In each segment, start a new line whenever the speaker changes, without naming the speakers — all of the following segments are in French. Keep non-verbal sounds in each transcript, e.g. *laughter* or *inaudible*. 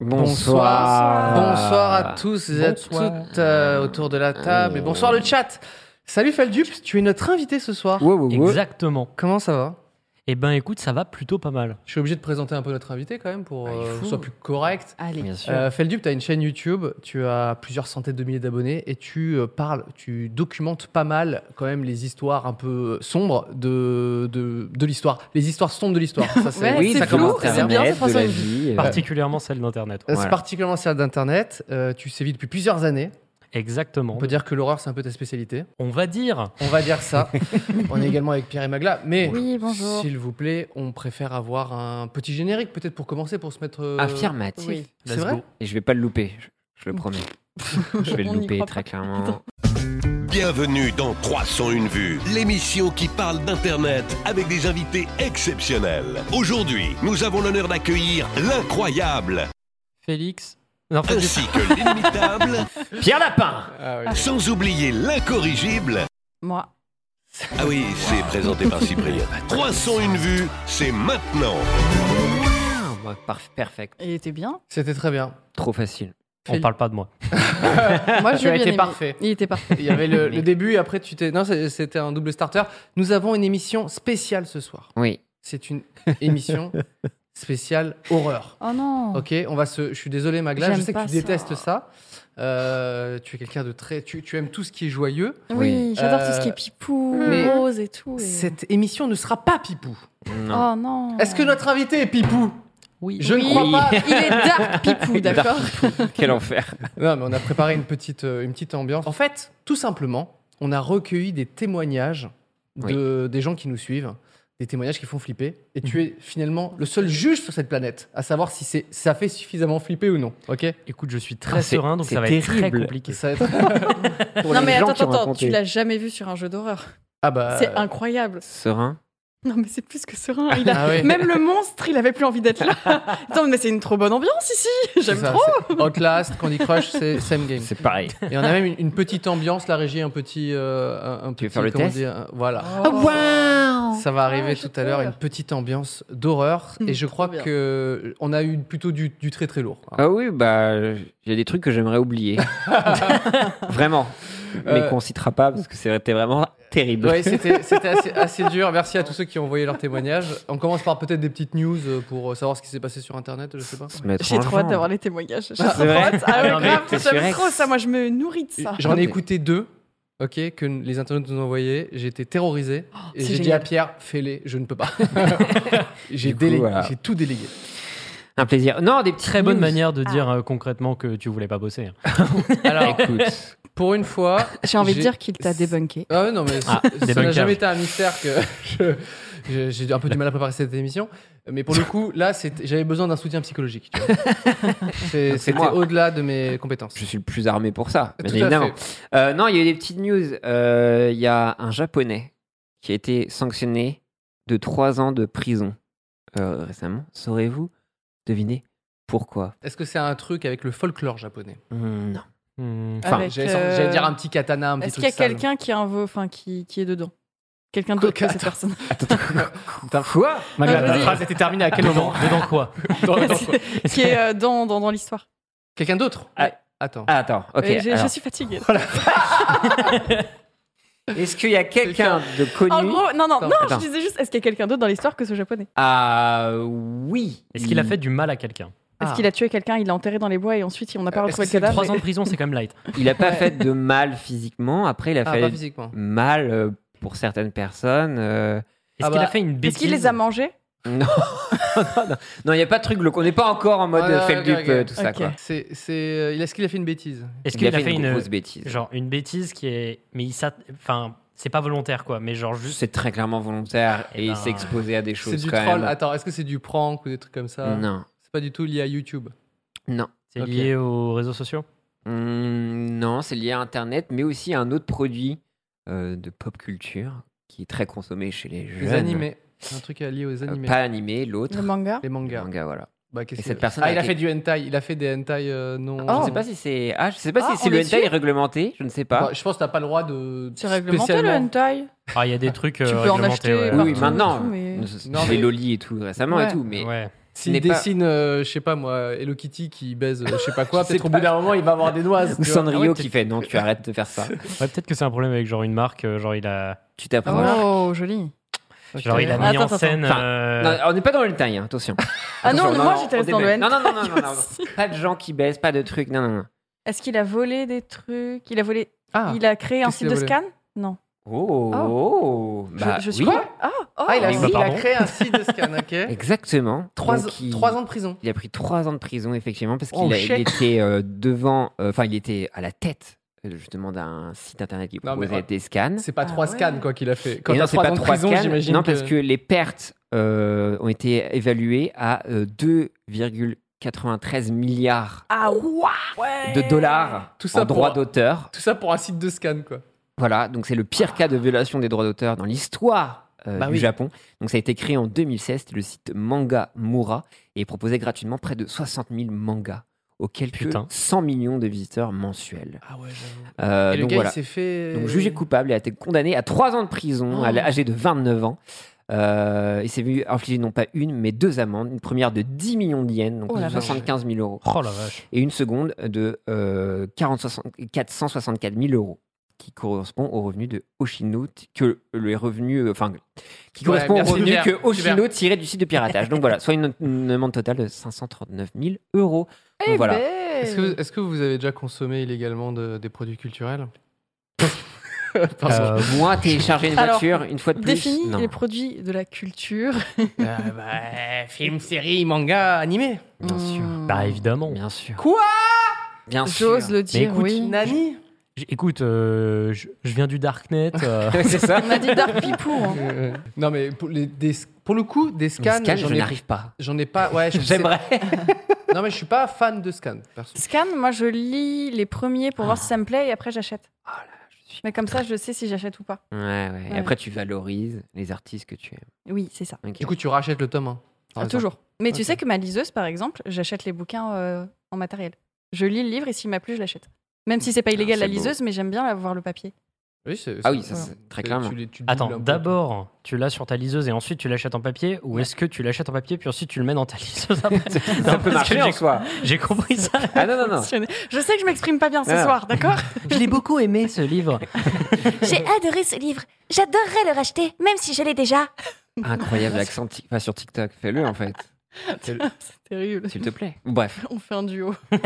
Bonsoir.
Bonsoir à tous et à toutes euh, autour de la table. Et bonsoir le chat. Salut Faldup, tu es notre invité ce soir.
Wow, wow, wow.
Exactement.
Comment ça va
Eh ben écoute, ça va plutôt pas mal. Ah,
Je suis obligé de présenter un peu notre invité quand même pour
il
euh,
faut.
qu'on soit plus correct.
Allez.
Bien sûr.
Euh, Feldup, tu as une chaîne YouTube, tu as plusieurs centaines de milliers d'abonnés et tu euh, parles, tu documentes pas mal quand même les histoires un peu euh, sombres de, de, de l'histoire. Les histoires sombres de l'histoire. Ça, c'est-
*laughs* Ouais, Oui,
ça
c'est flou,
commence très
c'est
bien.
bien. cette
de
façon
la
de-
vie. euh,
Particulièrement celle d'Internet.
Euh, C'est
Voilà.
particulièrement celle d'Internet. euh, tu sévis depuis plusieurs années.
Exactement.
On peut dire que l'horreur, c'est un peu ta spécialité.
On va dire.
On va
*laughs*
dire ça. on est également avec Pierre et Magla. Mais
Oui, bonjour.
s'il vous plaît, on préfère avoir un petit générique, peut-être pour commencer, pour se mettre. euh,
Affirmatif.
Oui.
C'est
Let's
vrai
go.
Et je vais pas le louper, je, je le
*laughs*
promets. je vais le
On n'y
louper
croit
très
pas.
clairement.
Bienvenue dans 301 vues, l'émission qui parle d'Internet avec des invités exceptionnels. Aujourd'hui, nous avons l'honneur d'accueillir l'incroyable
Félix. Non, Félix.
ainsi que l'inimitable,
*laughs* Pierre Lapin.
Ah oui.
sans oublier l'incorrigible.
Moi.
Ah oui, c'est présenté par
*laughs*
Cyprien. 301 vues, c'est maintenant.
Ah, bah, parf- perfect.
Il était bien.
C'était très bien.
Trop facile.
On parle pas de moi.
*laughs* Moi,
Tu
j'ai
as
bien
été
aimé.
parfait.
Il était parfait.
Il y
*laughs*
avait le, le début et après, tu t'es. Non, c'est- c'était un double starter. Nous avons une émission spéciale ce soir.
Oui.
C'est une émission spéciale horreur.
Oh non.
Ok, on va se. Je suis désolé, Magla. Je
J'aime
sais que
pas
tu
ça.
détestes ça. Euh, tu es quelqu'un de très. Tu, tu aimes tout ce qui est joyeux.
Oui.
Oui, j'adore tout
Euh,
ce qui est pipou,
mais-
rose et tout. et-
Cette émission ne sera pas pipou.
Non.
Oh non.
Est-ce que notre invité
*laughs*
est pipou
Oui.
Je ne
Oui.
crois pas.
Il est dark pipou, d'accord
Quel enfer.
Non, mais on a préparé une petite, euh, une petite ambiance. En fait, tout simplement, on a recueilli des témoignages de, des gens qui nous suivent, des témoignages qui font flipper. Et tu es finalement le seul juge sur cette planète à savoir si c'est- ça fait suffisamment flipper ou non. Ok
Écoute, je suis
Ah,
très
c'est-
serein, donc
c'est
ça va être
terrible.
très compliqué.
Ça va être-
Pour
Non
les
mais
gens
attends, attends,
qui ont
attends,
raconté.
tu l'as jamais vu sur un jeu d'horreur.
Ah bah.
C'est incroyable.
Serein.
Non mais c'est plus que serein. Il a...
Ah ouais.
Même le monstre, il avait plus envie d'être là. *laughs* Attends, mais c'est une trop bonne ambiance ici.
C'est
J'aime
ça,
trop.
c'est Outlast, Candy Crush, c'est same game.
C'est pareil.
Et on a même une, une petite ambiance, la régie, un petit. euh, un- un
Tu veux
petit,
faire le
comment
test
dire, un- Voilà.
wow
Ça va arriver
Oh, Ah, j'ai
tout à l'heure,
peur.
une petite ambiance d'horreur.
Mm,
et je crois
trop bien.
que on a eu plutôt du, du très très lourd.
*laughs* Ah oui, bah, il y a des trucs que j'aimerais
*laughs*
oublier. vraiment. Mais
Euh,
qu'on citera pas parce que c'était vraiment terrible.
Ouais, c'était c'était assez, assez dur. Merci à tous ceux qui ont envoyé leurs témoignages. On commence par peut-être des petites news euh, pour euh, savoir ce qui s'est passé sur Internet, je sais pas.
Se mettre
J'ai
en
trop hâte
jambe.
d'avoir les témoignages. J'ai
Ah,
trop
c'est vrai
hâte. Ah ouais,
Non, mais
grave,
t'es
j'aime
surex.
trop ça. Moi, je me nourris de ça.
J'en ai
mais-
écouté deux, ok, que n- les internautes nous ont envoyé. J'ai été terrorisé et
Oh, c'est
j'ai dit à
génial.
Pierre, fais-les, je ne
*laughs*
peux pas. *laughs* j'ai
Du coup,
délégué,
voilà.
j'ai tout délégué.
Un plaisir. Non, des petites
Très bonne
news.
manière
Ah.
de dire euh, concrètement que tu voulais pas bosser. hein.
*laughs* Alors,
Écoute.
pour une fois,
J'ai envie de
J'ai-
dire qu'il t'a débunké.
Ah ouais, non, mais
Ah,
c- ça n'a
débunkage.
jamais été un mystère que *laughs* je- je- j'ai un peu du mal à préparer cette émission. Mais pour le coup, là, c'est- j'avais besoin d'un soutien psychologique.
*laughs*
tu vois. C'est-
C'est
C'était
moi.
au-delà de mes compétences.
Je suis le plus armé pour ça, bien
Tout à
évidemment.
fait.
Euh, non, il y a eu des petites news. Euh, Il y a un Japonais qui a été sanctionné de 3 ans de prison euh, récemment. Saurez-vous deviner pourquoi
Est-ce que c'est un truc avec le folklore japonais
Hmm, Non.
Hmm.
Enfin,
Avec,
J'allais
euh,
j'allais dire un petit katana, un petit
Est-ce
truc
qu'il y a
sale.
quelqu'un qui, en veut- enfin, qui, qui est dedans Quelqu'un d'autre que cette personne
Putain, Quoi
Magla,
La
Ah, vas-y.
phrase était terminée à quel
Dedans,
moment
dedans
*laughs*
quoi
Dans- dans
*laughs*
quoi
*laughs* qui est euh, dans, dans, dans l'histoire.
Quelqu'un d'autre
Ah.
Attends.
Ah, attends, ok.
Et Euh, j'ai-
alors.
Je suis fatiguée.
Est-ce qu'il y
*laughs*
a quelqu'un de connu
En gros, non, non,
Attends,
non, je
attends.
disais juste, est-ce qu'il y a quelqu'un d'autre dans l'histoire que ce japonais
Ah oui.
Est-ce qu'il a fait du mal à quelqu'un
Ah.
Est-ce qu'il a tué quelqu'un, il l'a enterré dans les bois et ensuite on n'a pas
Euh,
retrouvé le
est-ce que c'est le
cadavre
Trois ans de
*laughs*
prison, c'est quand même light.
Il a pas fait de mal physiquement. Après, il a
Ah,
fait
pas physiquement.
mal euh, pour certaines personnes. euh,
Est-ce
Ah
qu'il a
bah,
fait une bêtise
Est-ce qu'il les a
*laughs*
mangés
Non, il n'y a pas de truc glauque. On n'est pas encore en mode
Ah,
euh,
ok,
fait le dupe,
ok.
euh, tout ça,
Ok.
quoi.
C'est, c'est, euh, il- Est-ce qu'il a fait une bêtise
Est-ce
il a fait une grosse bêtise.
Genre une bêtise qui est. Mais il s'att- Enfin, C'est pas volontaire, quoi, mais genre juste.
C'est très clairement volontaire et
Eh ben,
il s'est exposé à des
Bah, C'est
choses
du
quand
troll.
même.
Attends, est-ce que c'est du prank ou des trucs comme ça
Non,
C'est pas du tout lié à YouTube.
non.
C'est
Ok.
lié aux réseaux sociaux
Hmm, non, c'est lié à Internet, mais aussi à un autre produit euh, de pop culture qui est très consommé chez les jeunes.
Les animés. C'est un truc lié aux
Euh,
animés.
pas animé, l'autre.
Le manga
Les
Le
mangas.
manga, voilà.
Bah, qu'est-ce
Et
que-
cette personne
ah,
a
il a
été-
fait du hentai. Il a fait des hentai euh, non.
Ah,
Je sais pas si c'est. Ah, je sais pas
Ah,
si, si
on
le
est
hentai est
dessus
réglementé, je ne sais pas.
Bah, je pense que t'as pas le droit de.
C'est réglementé le
spécialement-
hentai
Ah, il y a des trucs.
peux
euh,
en
réglementés,
acheter
ouais.
oui, oui,
partout,
maintenant.
tout, mais-
Non,
Les
mais-
lolis
*laughs*
et tout, récemment et
Ouais.
tout, mais.
Ouais.
n'est
S'il
pas-
dessine, euh, je sais pas moi, Hello Kitty qui baise, euh,
*laughs*
je sais pas quoi,
Je sais
peut-être au
pas.
bout d'un moment il va avoir
*laughs*
des noises.
Ou
tu vois. Ah
Sanrio qui fait non, tu arrêtes de faire
*laughs*
ça.
Ouais, peut-être que c'est un problème avec genre une marque, euh, genre il a,
Tu t'approches.
Oh, joli.
genre, il a mis
Attends,
en
attends,
scène.
attends.
euh,
Non, on n'est pas dans le hentai, hein, attention.
Ah non,
Attention,
moi j'étais
on
restée dans le
débat.
hentai.
Non, non, non, non,
*laughs*
non, non.
aussi.
Pas de gens qui baissent, pas de trucs, non, non, non.
Est-ce qu'il a volé des trucs Il a volé.
Ah,
il a créé un
qu'est-ce
site
qu'il
de
a
scan Non.
Oh,
Je-
bah,
je, suis
oui,
quoi Ah, oh.
Ah, il a,
Oui, bah,
il a
pardon.
créé un site
*laughs*
de scan, ok
exactement.
trois,
Donc, il-
trois ans de prison.
Il a pris trois ans de prison, effectivement, parce
Oh,
qu'il a- il
chèque.
était euh, devant, euh, enfin, il était à la tête, euh, justement, d'un site internet qui
Non, mais
proposait
ouais.
des scans.
C'est pas
Ah
trois
ouais.
scans quoi qu'il a fait. Quand
Et
t'as
non, c'est
trois
pas
ans de
trois
prison,
scans.
j'imagine.
Non, parce que les pertes euh, ont été évaluées à euh, 2,93 milliards
Ah, ouah ouais.
de dollars
Tout ça
en droits
pour-
d'auteur.
Tout ça pour un site de scan quoi. Ah.
Voilà, donc c'est le pire cas de violation des droits d'auteur dans l'histoire euh,
Bah
du
oui.
Japon. Donc ça a été créé en 2016, c'était le site Manga Mura et proposait gratuitement près de 60 000 mangas auxquels que
Putain.
100 millions de visiteurs mensuels.
Ah ouais, j'avoue.
Euh,
Et le
donc
gars
voilà.
il s'est fait. euh,
Donc jugé coupable et a été condamné à 3 ans de prison,
Oh.
à l'âge de 29 ans. Euh, il s'est vu infliger non pas une, mais deux amendes. Une première de 10 millions de yens, donc
Oh la
75 000 euros.
Oh la vache.
Et une seconde de euh, 40 60 464 000 euros, qui correspond au revenu de Oshino, t- que les revenus, euh, enfin, qui
Ouais,
correspond
merci,
au revenu
Hubert.
que Oshino
Hubert.
tirait du site de piratage. donc voilà, soit une, une amende totale de 539 000 euros.
Eh
Donc voilà.
ben.
Est-ce que, est-ce que vous avez déjà consommé illégalement de- des produits culturels
*laughs*
Parce que-
Euh,
Moi, télécharger une
Alors,
voiture, une fois de plus.
Définis
non.
les produits de la culture. Eh
Ah,
Euh, bah,
ben,
film, série, manga, animé.
Bien sûr.
Hmm.
bah évidemment.
Bien sûr.
Quoi
Bien sûr.
J'ose le dire,
écoute,
oui.
Nani
J- Écoute, euh, je, je viens du Darknet. euh,
Ouais, c'est ça.
On a dit Dark Pipou. hein.
Euh, Non mais pour, les- des- pour le coup, des
Les
scans,
scans,
j'en
je
ai,
n'arrive pas.
j'en ai pas. Ouais, je-
J'aimerais.
c'est- Non mais je suis pas fan de scans. perso.
Scan, moi je lis les premiers pour voir si ça me plaît et après j'achète.
suis-
Mais comme ça, je sais si j'achète ou pas.
Ouais, ouais. Et
Ouais.
après, tu valorises les artistes que tu aimes.
Oui, c'est ça.
Ok.
Du coup, tu rachètes le tome 1.
Ah, toujours. Mais tu
Ok.
sais que ma liseuse, par exemple, j'achète les bouquins euh, en matériel. Je lis le livre et s'il m'a plu, je l'achète. Même si c'est pas illégal
c'est
la
beau.
liseuse, mais j'aime bien avoir le papier.
Oui, c'est-
*laughs* ah oui, ça,
Voilà.
c'est très clairement.
Tu les- tu doubles un
Attends,
peu.
d'abord, tu l'as sur ta liseuse et ensuite tu l'achètes en papier Ou est-ce que tu l'achètes en papier puis ensuite tu le mets dans
*laughs*
ta liseuse après
Ça
Non,
peut
parce que
marcher en
j'ai-
soi.
J'ai compris ça.
Ah non, non, non.
Je sais que je m'exprime pas bien ce
Ah.
soir,
*laughs*
d'accord
*laughs* Je l'ai beaucoup aimé ce livre.
J'ai adoré ce livre. J'adorerais le racheter, même si je l'ai déjà.
*laughs* Incroyable
*laughs*
l'accent ti- enfin, sur TikTok. Fais-le en fait,
C'est terrible.
s'il te plaît. Bref,
On fait un duo.
*laughs*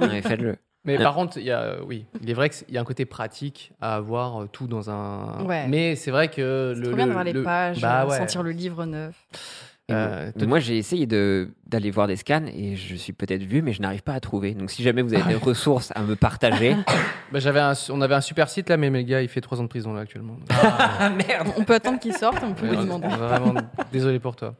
Ouais, faites-le.
Ah
Ah.
Mais
Ouais.
par contre, il y a, euh, oui, il est vrai qu'il y a un côté pratique à avoir euh, tout dans un.
Ouais.
Mais c'est vrai que
C'est
le.
trop bien
le-
d'avoir les
le-
pages,
Bah
euh,
ouais.
sentir le livre neuf.
Euh,
Et Moi, j'ai essayé de- d'aller voir des scans et je suis peut-être vu, mais je n'arrive pas à trouver. Donc, si jamais vous
Ah
avez des ressources à me partager,
*coughs* Bah, j'avais un- on avait un super site là, mais le gars, il fait 3 ans de prison là actuellement.
Ah,
Ah,
On- On peut attendre qu'il sorte, *laughs* on peut
Ouais,
lui demander.
Vraiment, désolé pour toi.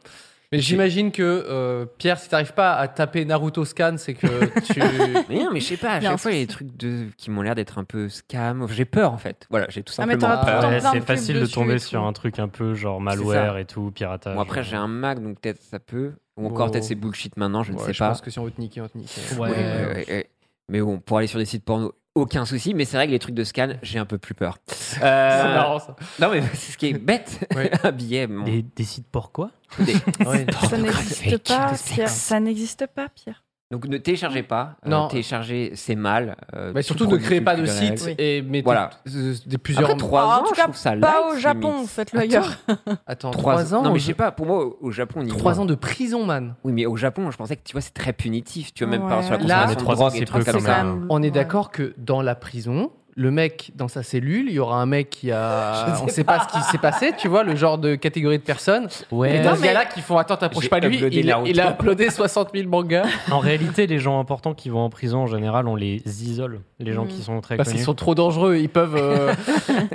Mais j'imagine que euh, Pierre, si t'arrives pas à taper Naruto scan, c'est que *laughs* tu.
*laughs* mais non, mais je sais pas. À
Il y a un
chaque fois, il y a des
souci.
trucs de... qui m'ont l'air d'être un peu scam. J'ai peur en fait. Voilà, j'ai tout
Ah, mais
simplement
t'auras
peur.
tout le temps plein
Ouais,
de pubs
c'est facile de
dessus et
tomber
tout.
sur un truc un peu genre malware et tout, piratage.
Bon, après, j'ai un Mac, donc peut-être ça peut. Ou encore,
Oh.
peut-être c'est bullshit maintenant, je ne
Ouais,
sais
je
pas.
pense que si on veut te niquer, on te nique.
Ouais,
Ouais.
ouais, ouais. Mais bon, pour aller sur des sites porno, aucun souci. Mais c'est vrai que les trucs de scan, j'ai un peu plus
*laughs*
peur.
C'est
Euh,
marrant ça.
non, mais c'est ce qui est bête.
*laughs* Ouais.
un billet, mon-
Des, des sites pour quoi *laughs*
des-
Ça n'existe
Fake,
pas, Pierre.
des sexes.
Ça n'existe pas, Pierre.
Donc ne téléchargez pas. Euh,
Non.
Télécharger, c'est mal. Euh,
Mais
tout
surtout, ne
produit
créez pas de
culturel.
site et mettez
Voilà.
euh, des plusieurs.
Après 3
Ah, en
ans,
tout
je
cas,
trouve ça
Pas
light,
au
limite.
Japon, faites-le ailleurs.
Attends,
Trois
3 ans.
Non, mais je sais pas. Pour moi, au Japon, on y
3
va.
ans de prison, man.
Oui, mais au Japon, je pensais que tu vois, c'est très punitif. Tu vois, même
Ouais.
par sur la
Là,
consommation
les
de
trois ans,
drogue et
c'est
des
peu
trucs
quand
comme
même.
ça.
On est
Ouais.
d'accord que dans la prison, le mec dans sa cellule, il y aura un mec qui a.
*laughs* Je
on
sais
sait pas. ce qui s'est passé, tu vois, le genre de catégorie de personnes.
Ouais.
Et dans ce
mais-
gars-là qui font Attends, t'approches
J'ai
pas lui,
uploadé
il,
Naruto.
il a uploadé 60 000 mangas
En réalité, les gens importants qui vont en prison, en général, on les isole. Les gens
Mm.
qui sont très
parce qu'ils
connus.
sont trop dangereux. Ils
*laughs*
peuvent. euh,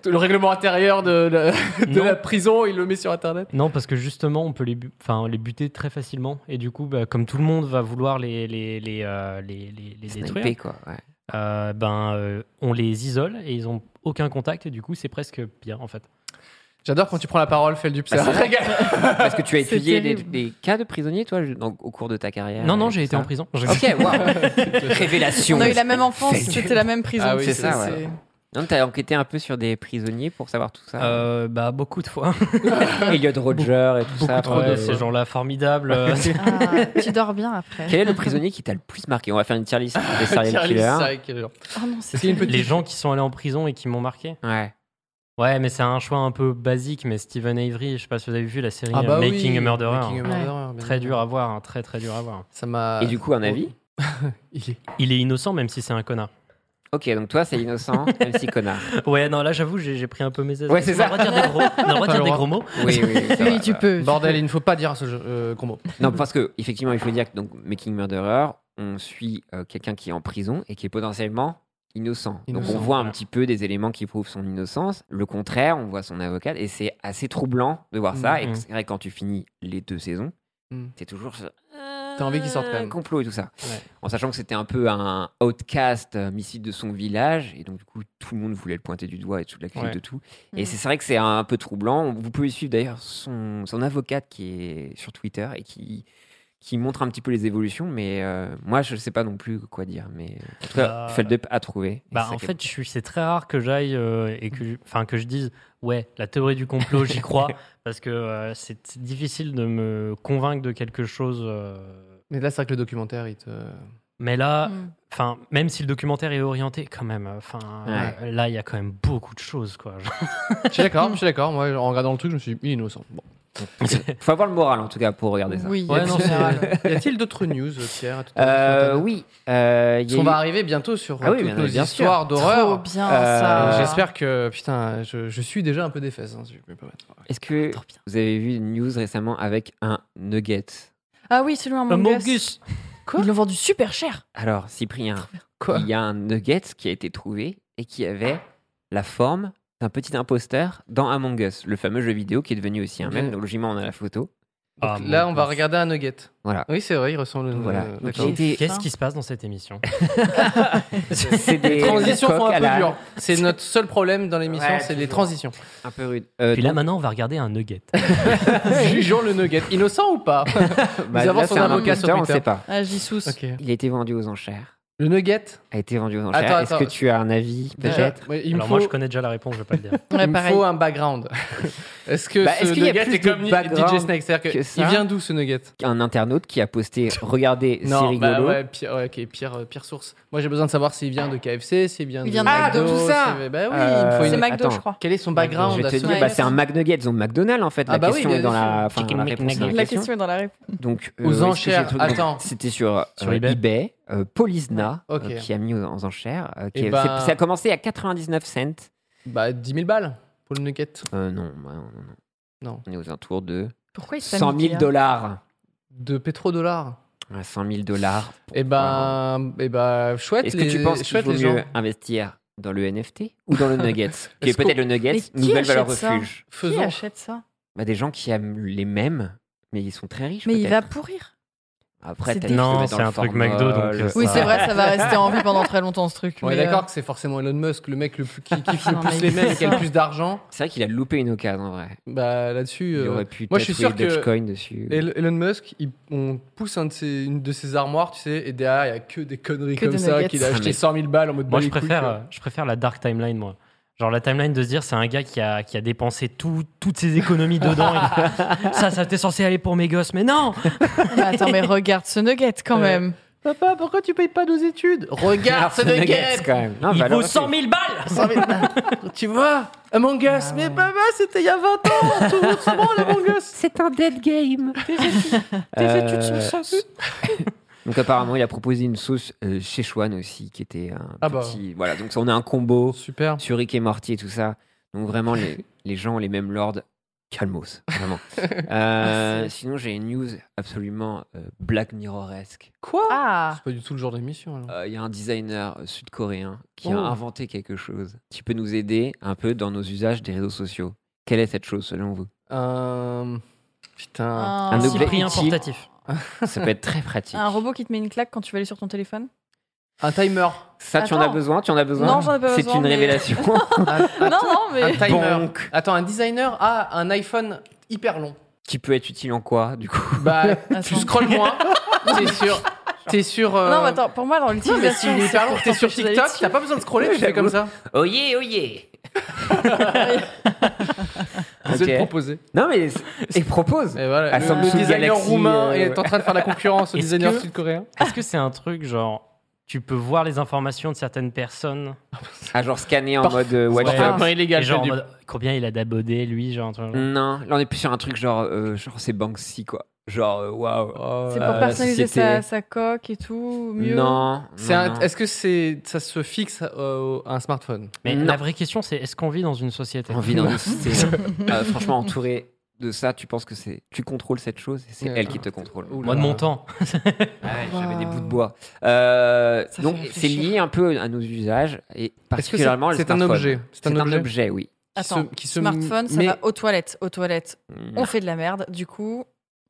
le règlement intérieur de, la, de
Non.
la prison, il le met sur internet.
Non, parce que justement, on peut les, bu- enfin, les buter très facilement. Et du coup, bah, comme tout le monde va vouloir les, les, les, euh, les, les- les détruire,
Sniper, quoi. ouais.
euh, ben, euh, on les isole et ils ont aucun contact. Et du coup, c'est presque pire, en fait.
J'adore quand tu prends la parole, Feldup. C'est
Ah,
un
c'est
régal.
*laughs* Parce que
*laughs*
*laughs*
tu as
C'est
étudié les,
terrible.
les cas de prisonniers, toi, je- donc, au cours de ta carrière.
non, non,
et
j'ai
tout
été
ça.
en prison.
*laughs* Ok,
*laughs*
waouh Révélation
On a eu la même enfance,
Fake.
c'était la même prison.
Ah oui,
C'est
c'est-
ça, ouais.
c'est-
Non, t'as enquêté un peu sur des prisonniers pour savoir tout ça.
Euh, bah, beaucoup de fois.
*laughs* Elliot Roger et tout
Beaucoup
ça.
trop
ouais.
de ces
*laughs*
gens-là formidables. euh,
Ah, tu dors bien après.
Quel est le prisonnier qui t'a le plus marqué On va faire une tier
*laughs*
list des *laughs* serial
Tier list,
killers.
c'est vrai que-
Oh non, c'est
Est-ce qu'il y a euh, une petite-
les gens qui sont allés en prison et qui m'ont marqué.
Ouais.
Ouais, mais c'est un choix un peu basique. Mais Steven Avery, je sais pas si vous avez vu la série
Ah
euh,
bah oui,
Making a Murderer.
Making
hein.
a Murderer, bien
Très
sûr.
dur à voir, hein, très très dur à voir.
Ça m'a.
Et du coup, un avis
Oh. *laughs* Il est-
Il est innocent même si c'est un connard.
Ok, donc toi, c'est
*laughs*
innocent, même si connard.
*laughs* Ouais, non, là j'avoue, j'ai j'ai pris un peu mes aises.
Ouais, c'est
On a
ça.
le droit de dire des gros- on a le droit de
Pas le
dire des
droit.
gros mots.
*laughs*
Oui, oui, ça va,
Oui, tu
ça va.
peux. tu
Bordel,
peux.
il ne faut pas dire ce jeu, euh, gros mot.
Non, parce que effectivement, il faut dire que donc Making Murderer, on suit euh, quelqu'un qui est en prison et qui est potentiellement innocent. Donc
Innocent,
on voit un
voilà.
petit peu des éléments qui prouvent son innocence. Le contraire, on voit son avocat et c'est assez troublant de voir ça.
Mm-hmm.
Mhm.
Et c'est vrai que quand tu finis les deux saisons,
Mhm.
c'est toujours ce-
T'as envie qu'il sorte quand même.
complot et tout ça.
Ouais.
En sachant que c'était un peu un outcast euh, miscible de son village et donc du coup tout le monde voulait le pointer du doigt et tout l'accuser
Ouais.
de tout. Et
Mm.
c'est c'est vrai que c'est un peu troublant. Vous pouvez suivre d'ailleurs son, son avocate qui est sur Twitter et qui, qui montre un petit peu les évolutions, mais euh, moi je sais pas non plus quoi dire. Mais en tout cas,
Bah,
Feldup a trouvé. Et
Bah,
c'est
en
ça
fait,
qui-
je suis- c'est très rare que j'aille euh, et que, je- enfin, que je dise ouais, la théorie du complot, j'y
*laughs*
crois, parce que euh, c'est c'est difficile de me convaincre de quelque chose. euh,
Mais là, c'est vrai que le documentaire, il te.
Mais là,
Mm.
enfin, même si le documentaire est orienté, quand même, enfin, euh, là, il y a quand même beaucoup de choses, quoi. *laughs*
Je suis
*laughs*
d'accord, je suis d'accord. Moi, en regardant le truc, je me suis dit, il est innocent. Bon.
faut avoir le moral en tout cas pour regarder ça.
Oui,
Y a-t-il-
non,
*laughs*
c'est vrai.
y a-t-il d'autres news, Pierre à tout à l'heure, sur
Euh,
Internet
oui. euh, il y
Parce
a
qu'on
eu-
va arriver bientôt sur
Ah oui,
toutes
bien-
nos
bien sûr.
histoires
trop
d'horreur.
bien
Euh,
ça.
Euh, J'espère que. Putain, je, je suis déjà un peu des fesses. hein, si je peux me permettre.
Est-ce que
Trop bien.
vous avez vu une news récemment avec un nugget
Ah oui, celui en
Among
Us.
Us.
Quoi Ils l'ont vendu super cher.
Alors, Cyprien,
Quoi
il y a un nugget qui a été trouvé et qui avait la forme d'un petit imposteur dans Among Us, le fameux jeu vidéo qui est devenu aussi un mème.
Mhm.
Donc, logiquement, on a la photo.
Ah,
Donc Là,
mon
on va
Dieu.
regarder un nugget.
Voilà.
Oui, c'est vrai, il ressemble.
Donc, voilà.
euh,
Donc,
d'accord.
il était-
Qu'est-ce qui se passe dans cette émission
*laughs* C'est des
Les transitions
coques
sont
à
un
la-
peu dures. C'est notre seul problème dans l'émission,
Ouais,
c'est les
toujours.
transitions.
Un peu rude. Euh,
Puis là,
donc,
maintenant, on va regarder un nugget.
*laughs* Jugeons le nugget. Innocent
*laughs*
ou pas
bah,
avons
là,
son
c'est un
avocat sur
imposteur, on
Twitter.
sait pas.
Ah, j'y souce.
Ok.
Il a été vendu aux enchères.
Le nugget
A été vendu aux
Attends,
enchères. Est-ce que
attends. Euh,
tu as un avis peut-être
Ouais, il me
Alors, moi,
faut-
je connais déjà la réponse, je vais pas le dire.
Il
Ouais,
me
pareil.
faut un background. *laughs* Est-ce que
Bah,
ce
est-ce qu'il y a
nugget
plus
est
de
comme DJ
background
Snake C'est-à-dire que
que ça
il vient d'où ce nugget
Un internaute qui a posté Regardez, c'est rigolo.
bah ouais, pire, ouais, ok, pire, euh, pire source. Moi, j'ai besoin de savoir s'il vient de KFC, s'il vient
Il
de.
vient de Ah,
McDo,
de tout ça.
s'il- Bah oui, il me
Euh,
faut
C'est
une.
McDo,
attends.
je crois.
Quel est son background
Je vais
à
te
ce
dire,
Ouais,
bah,
nugget
c'est un McNugget, ils ont McDonald's en fait.
Ah
la
bah oui,
question
bien
est dans
sûr.
la, enfin,
Chicken
la réponse. dans
McNugget.
La question est dans la réponse.
Donc, euh,
Aux
est-ce que
enchères,
j'ai trouvé-
attends.
C'était sur,
Sur
euh,
eBay.
eBay, euh, Polisna,
Ok.
euh, qui a mis aux, aux enchères. euh, qui
Eh
est-
ben-
c'est- Ça a commencé à 99 cents.
Bah, 10 000 balles pour le nugget.
Euh, non, bah, non, non, non.
Non.
On est aux alentours de
Pourquoi hein ils se
100 000 dollars.
De pétrodollars.
Ouais, 100 000 dollars.
Et ben, et ben, chouette.
Est-ce
les,
que tu penses qu'il
chouette
vaut
les gens.
mieux investir dans le NFT ou
*laughs*
dans le Nuggets Qui est
Est-ce qu'on-
peut-être le
Mais
Nuggets,
qui
nouvelle valeur
achète ça
refuge.
Qui
Faisons.
achète ça
Bah, des gens qui aiment les mêmes, mais ils sont très riches.
Mais il va
peut-être.
pourrir.
Après,
c'est
t'as
des-
le
Non,
mettre dans
c'est
le
un truc McDo, donc,
formol.
euh,
Oui,
Ça-
c'est vrai, ça
*laughs*
va rester en vie pendant très longtemps ce truc.
On est
mais, euh,
d'accord que c'est forcément Elon Musk, le mec le plus,
*laughs*
qui kiffe le
Non,
plus
mais
les mêmes et qui a le
ça.
plus d'argent.
C'est vrai qu'il a loupé une occasion en vrai.
Bah, là-dessus.
Il
euh,
aurait pu
moi, je suis
tatouer
sûr que-
Dogecoin dessus.
El- Elon Musk, il- on pousse un de ses- une de ses armoires, tu sais, et derrière, il n'y a que des conneries
Que
comme
des
ça,
nuggets.
qu'il a
Ah,
acheté
mais-
100 000 balles en mode
Moi,
bah,
je
les couilles,
préfère,
quoi.
*laughs*
euh, je préfère la dark timeline, moi. Genre la timeline de se dire, c'est un gars qui a, qui a dépensé tout- toutes ses
*laughs*
économies dedans. et- ça, ça t'es censé aller pour mes gosses, mais non
Ah, mais attends, mais regarde ce nugget quand
Ouais.
même.
Papa, pourquoi tu payes pas nos études Regarde ce
Nuggets,
nugget
quand même. Non,
Il
valeur
vaut 100
*laughs*
000 balles
100 000 balles. Tu vois Among Us,
Ah
mais papa, c'était il y a 20 ans, *laughs* tout le monde se branle Among Us *laughs*
C'est un dead game.
Tes études sont
Euh,
sans but.
*laughs* Donc apparemment, il a proposé une sauce euh, Szechuan aussi, qui était un
Ah bah.
petit... Voilà, donc ça, on a un combo
Super.
sur Rick et Morty et tout ça. Donc vraiment, les,
*laughs*
les gens, ont les mêmes lords, calmos, vraiment.
Ah,
Euh, sinon, j'ai une news absolument euh, Black Mirroresque.
Quoi
Ah
C'est pas du tout le genre d'émission. alors.
Euh, Il y a un designer sud-coréen qui
Oh.
a inventé quelque chose qui peut nous aider un peu dans nos usages des réseaux sociaux. Quelle est cette chose selon vous
Euh, Putain.
Un,
Un objet
Cyprien
utile.
portatif.
*laughs* Ça peut être très pratique.
Ah. un robot qui te met une claque quand tu vas aller sur ton téléphone
Un timer.
Ça, tu en as
Attends.
besoin Tu en as besoin
Non, j'en ai pas
C'est
besoin,
une
mais- *laughs*
révélation.
Un-
Non, non,
un
mais.
timer.
Bonk.
Attends, un designer a un iPhone hyper long.
qui peut être utile en quoi, du coup *laughs*
Bah, tu
Attends.
scrolles
*laughs*
moins. T'es sur. T'es sur. euh,
Non, mais attends, pour moi, dans
Non, mais s'il
l'utilisation.
est
c'est
hyper long,
pour
t'es sur
t'empêcher d'aller
TikTok, oh
dessus.
t'as pas besoin de scroller, tu fais comme ça.
Oyez, oyez
Je vais le proposer.
Non, mais et propose
Et voilà,
À
le,
Samsung
le designer
Galaxy,
roumain
euh,
est en train de faire la concurrence au
Est-ce
designer
que-
sud-coréen.
Est-ce que c'est un truc genre. Tu peux voir les informations de certaines personnes.
*laughs* Ah, genre scanner en
Parfait.
mode euh, watch
Ouais.
Dogs.
Complètement illégal.
et genre,
celle
en
du-
mode, combien il a d'abonnés, lui genre, tu vois, genre.
Non, là, on est plus sur un truc genre, euh, genre c'est Banksy, quoi. Genre, euh, waouh.
Oh
C'est
Euh,
pour personnaliser
société.
sa, sa coque et tout, mieux.
Non.
C'est
non,
un-
non.
Est-ce que c'est ça se fixe euh, à un smartphone
Mais
Non.
la vraie question, c'est est-ce qu'on vit dans une société
On vit dans
*laughs*
une société,
*laughs*
euh, franchement, entouré de ça, tu penses que c'est. Tu contrôles cette chose et c'est
Ouais.
elle qui te contrôle.
Ouh là.
Moi de mon
*laughs*
temps.
Ah ouais, J'avais des
Waouh.
bouts de bois. Euh,
Ça fait
donc,
réfléchir.
c'est lié un peu à nos usages et
Est-ce que
particulièrement le
c'est un
smartphone.
objet
C'est un, objet, oui.
qui se-
Attends,
qui se- Mmh.
smartphone, ça
mais-
va aux toilettes. Aux toilettes,
Mm.
on fait de la merde. Du coup,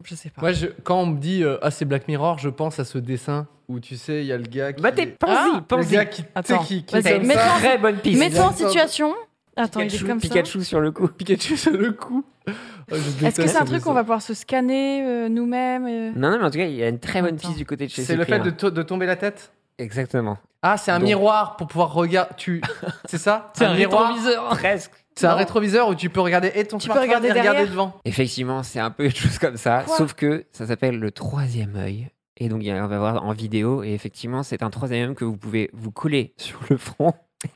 je sais pas.
Moi, je- quand on me dit euh, ah c'est Black Mirror, je pense à ce dessin où tu sais il y a le gars qui
Bah, t'es. Pense-y,
Ah,
le
pense-y.
gars qui, tu sais,
Attends,
qui, qui
vas-y,
est comme
mets-toi
ça.
en-
Très bonne piste.
Mets-toi en
Exactement.
situation. Attends, il
Pikachu,
est comme ça.
Pikachu sur le coup.
Pikachu sur le cou. Oh, je
Est-ce que
déteste
c'est un
ce
truc qu'on
dessin.
va pouvoir se scanner euh, nous-mêmes euh
Non, non, mais en tout cas, il y a une très bonne
Attends.
piste du côté de chez
C'est le fait
Cyprien.
de, to- de tomber la tête
Exactement.
Ah, c'est un
Donc.
miroir pour pouvoir regarder. Tu, c'est ça
C'est un
miroir.
rétroviseur.
Presque.
C'est un
Non.
rétroviseur où tu peux regarder et ton
Tu peux
smartphone
regarder
et regarder
derrière.
devant.
Effectivement, c'est un peu une chose comme ça,
Quoi
sauf que ça s'appelle le troisième œil. Et donc, il y a- on va voir en vidéo. Et effectivement, c'est un troisième œil que vous pouvez vous coller *laughs* sur le front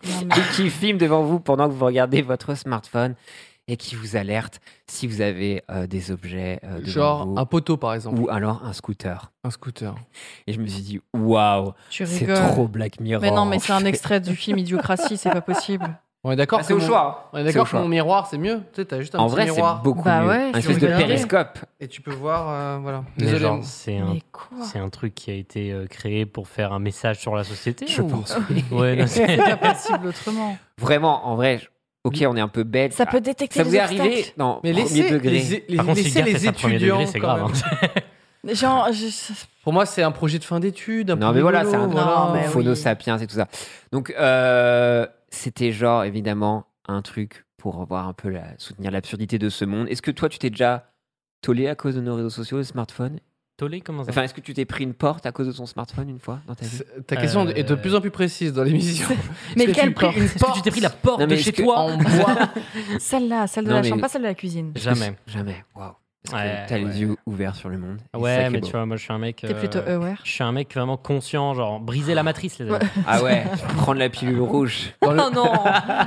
Non, mais-
et qui filme devant vous pendant que vous regardez votre smartphone et qui vous alerte si vous avez euh, des objets euh, devant vous,
Genre un poteau par exemple,
ou alors un scooter.
un scooter.
Et je me suis dit, waouh,
Tu
c'est
rigoles.
trop Black Mirror.
Mais non,
en
mais c'est un
fait.
extrait du film Idiocratie, c'est pas possible.
*laughs* On est d'accord.
Bah,
Ah,
que
c'est au
mon-
choix.
On
C'est
est
au
d'accord que
choix.
mon miroir c'est mieux. Tu sais, t'as juste un
En
petit
vrai, c'est
miroir
beaucoup
Bah
mieux.
ouais,
un espèce de
regardez.
périscope.
et tu peux voir. euh, voilà.
Mais
Désolé.
genre, c'est un,
Mais quoi
c'est un truc qui a été euh, créé pour faire un message sur la société.
Je
ou- *laughs*
pense.
Ouais, non,
*laughs*
c'est-
C'est pas possible autrement.
Vraiment, en vrai, je- ok, on est un peu bête.
Ça
Ah,
peut détecter
Ça vous
les
est
obstacles.
arrivé Non,
Mais
premier
laissez
degré.
les, les-
Par contre, si
laissez
gars fait
les
ça premier
étudiants.
degré, c'est
quand
grave.
même.
*laughs*
hein.
Genre, je-
Pour moi, c'est un projet de fin d'études. un
Non,
peu
mais voilà,
rigolo,
c'est un
Non, mais
phono
oui.
sapiens et tout ça. Donc, euh, c'était genre, évidemment, un truc pour voir un peu la, soutenir l'absurdité de ce monde. Est-ce que toi, tu t'es déjà tollé à cause de nos réseaux sociaux, les smartphones
Tolé, comment ça
Enfin, est-ce que tu t'es pris une porte à cause de ton smartphone une fois dans ta vie
C'est- Ta question
Euh,
est de plus en plus précise dans l'émission.
Mais
Est-ce que
quelle
tu as
porte
pris une
Est-ce que tu t'es pris la porte
Non, mais
de
est-ce
chez
que-
toi
en bois *laughs*
celle-là, celle de
Non,
la
mais-
chambre, pas celle de la cuisine.
Est-ce que
Jamais.
c'est- Jamais. Waouh. Parce
Ouais,
que t'as
ouais.
les yeux ouverts sur le monde. Et c'est ça
*laughs* Ouais,
qui est
mais
beau.
tu vois, moi je suis un mec.
T'es
euh,
plutôt
*laughs*
aware.
Je suis un mec vraiment conscient, genre briser la matrice, les amis.
Ah ouais, prendre la pilule rouge.
*laughs*
Ah. Dans le,
non
*laughs*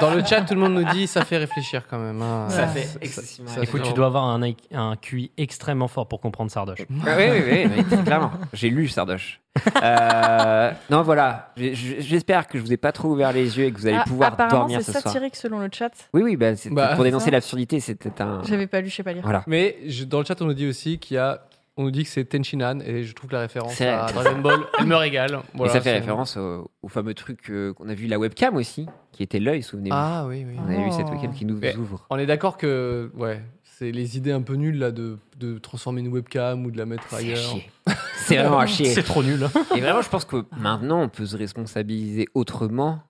dans le chat, tout le monde nous dit ça fait réfléchir quand même. hein.
Ça
fait
ça-
excessivement
ça-
Écoute, tu dois avoir un, IQ un QI extrêmement fort pour comprendre Sardoche.
Ah oui, oui, oui, oui,
*laughs*
mais clairement. J'ai lu Sardoche.
*laughs*
Euh, non, voilà. J'ai- j'ai- J'espère que je vous ai pas trop ouvert les yeux et que vous allez
Ah,
pouvoir
Apparemment,
dormir
c'est
ce soir.
satirique selon le chat.
Oui, oui, bah, c'était
Bah,
pour dénoncer
ça.
l'absurdité, c'était un.
J'avais pas lu, je sais pas lire.
Ah. Voilà.
Mais je- dans le chat, on nous dit aussi qu'il y a. On nous dit que c'est Tenchinan et je trouve la référence
C'est
à
vrai.
Dragon Ball. Elle me régale. Voilà,
et ça fait
c'est-
référence au, au fameux truc euh, qu'on a vu, la webcam aussi, qui était l'œil, souvenez-vous.
Ah oui, oui.
On a vu cette
Oh.
webcam qui nous
Mais-
ouvre.
On est d'accord que ouais, c'est les idées un peu nulles là de, de transformer une webcam ou de la mettre
C'est à
ailleurs. *laughs*
chier. C'est vraiment à chier.
C'est trop
hein.
hein.
nul.
Et vraiment, je pense que maintenant, on peut se responsabiliser autrement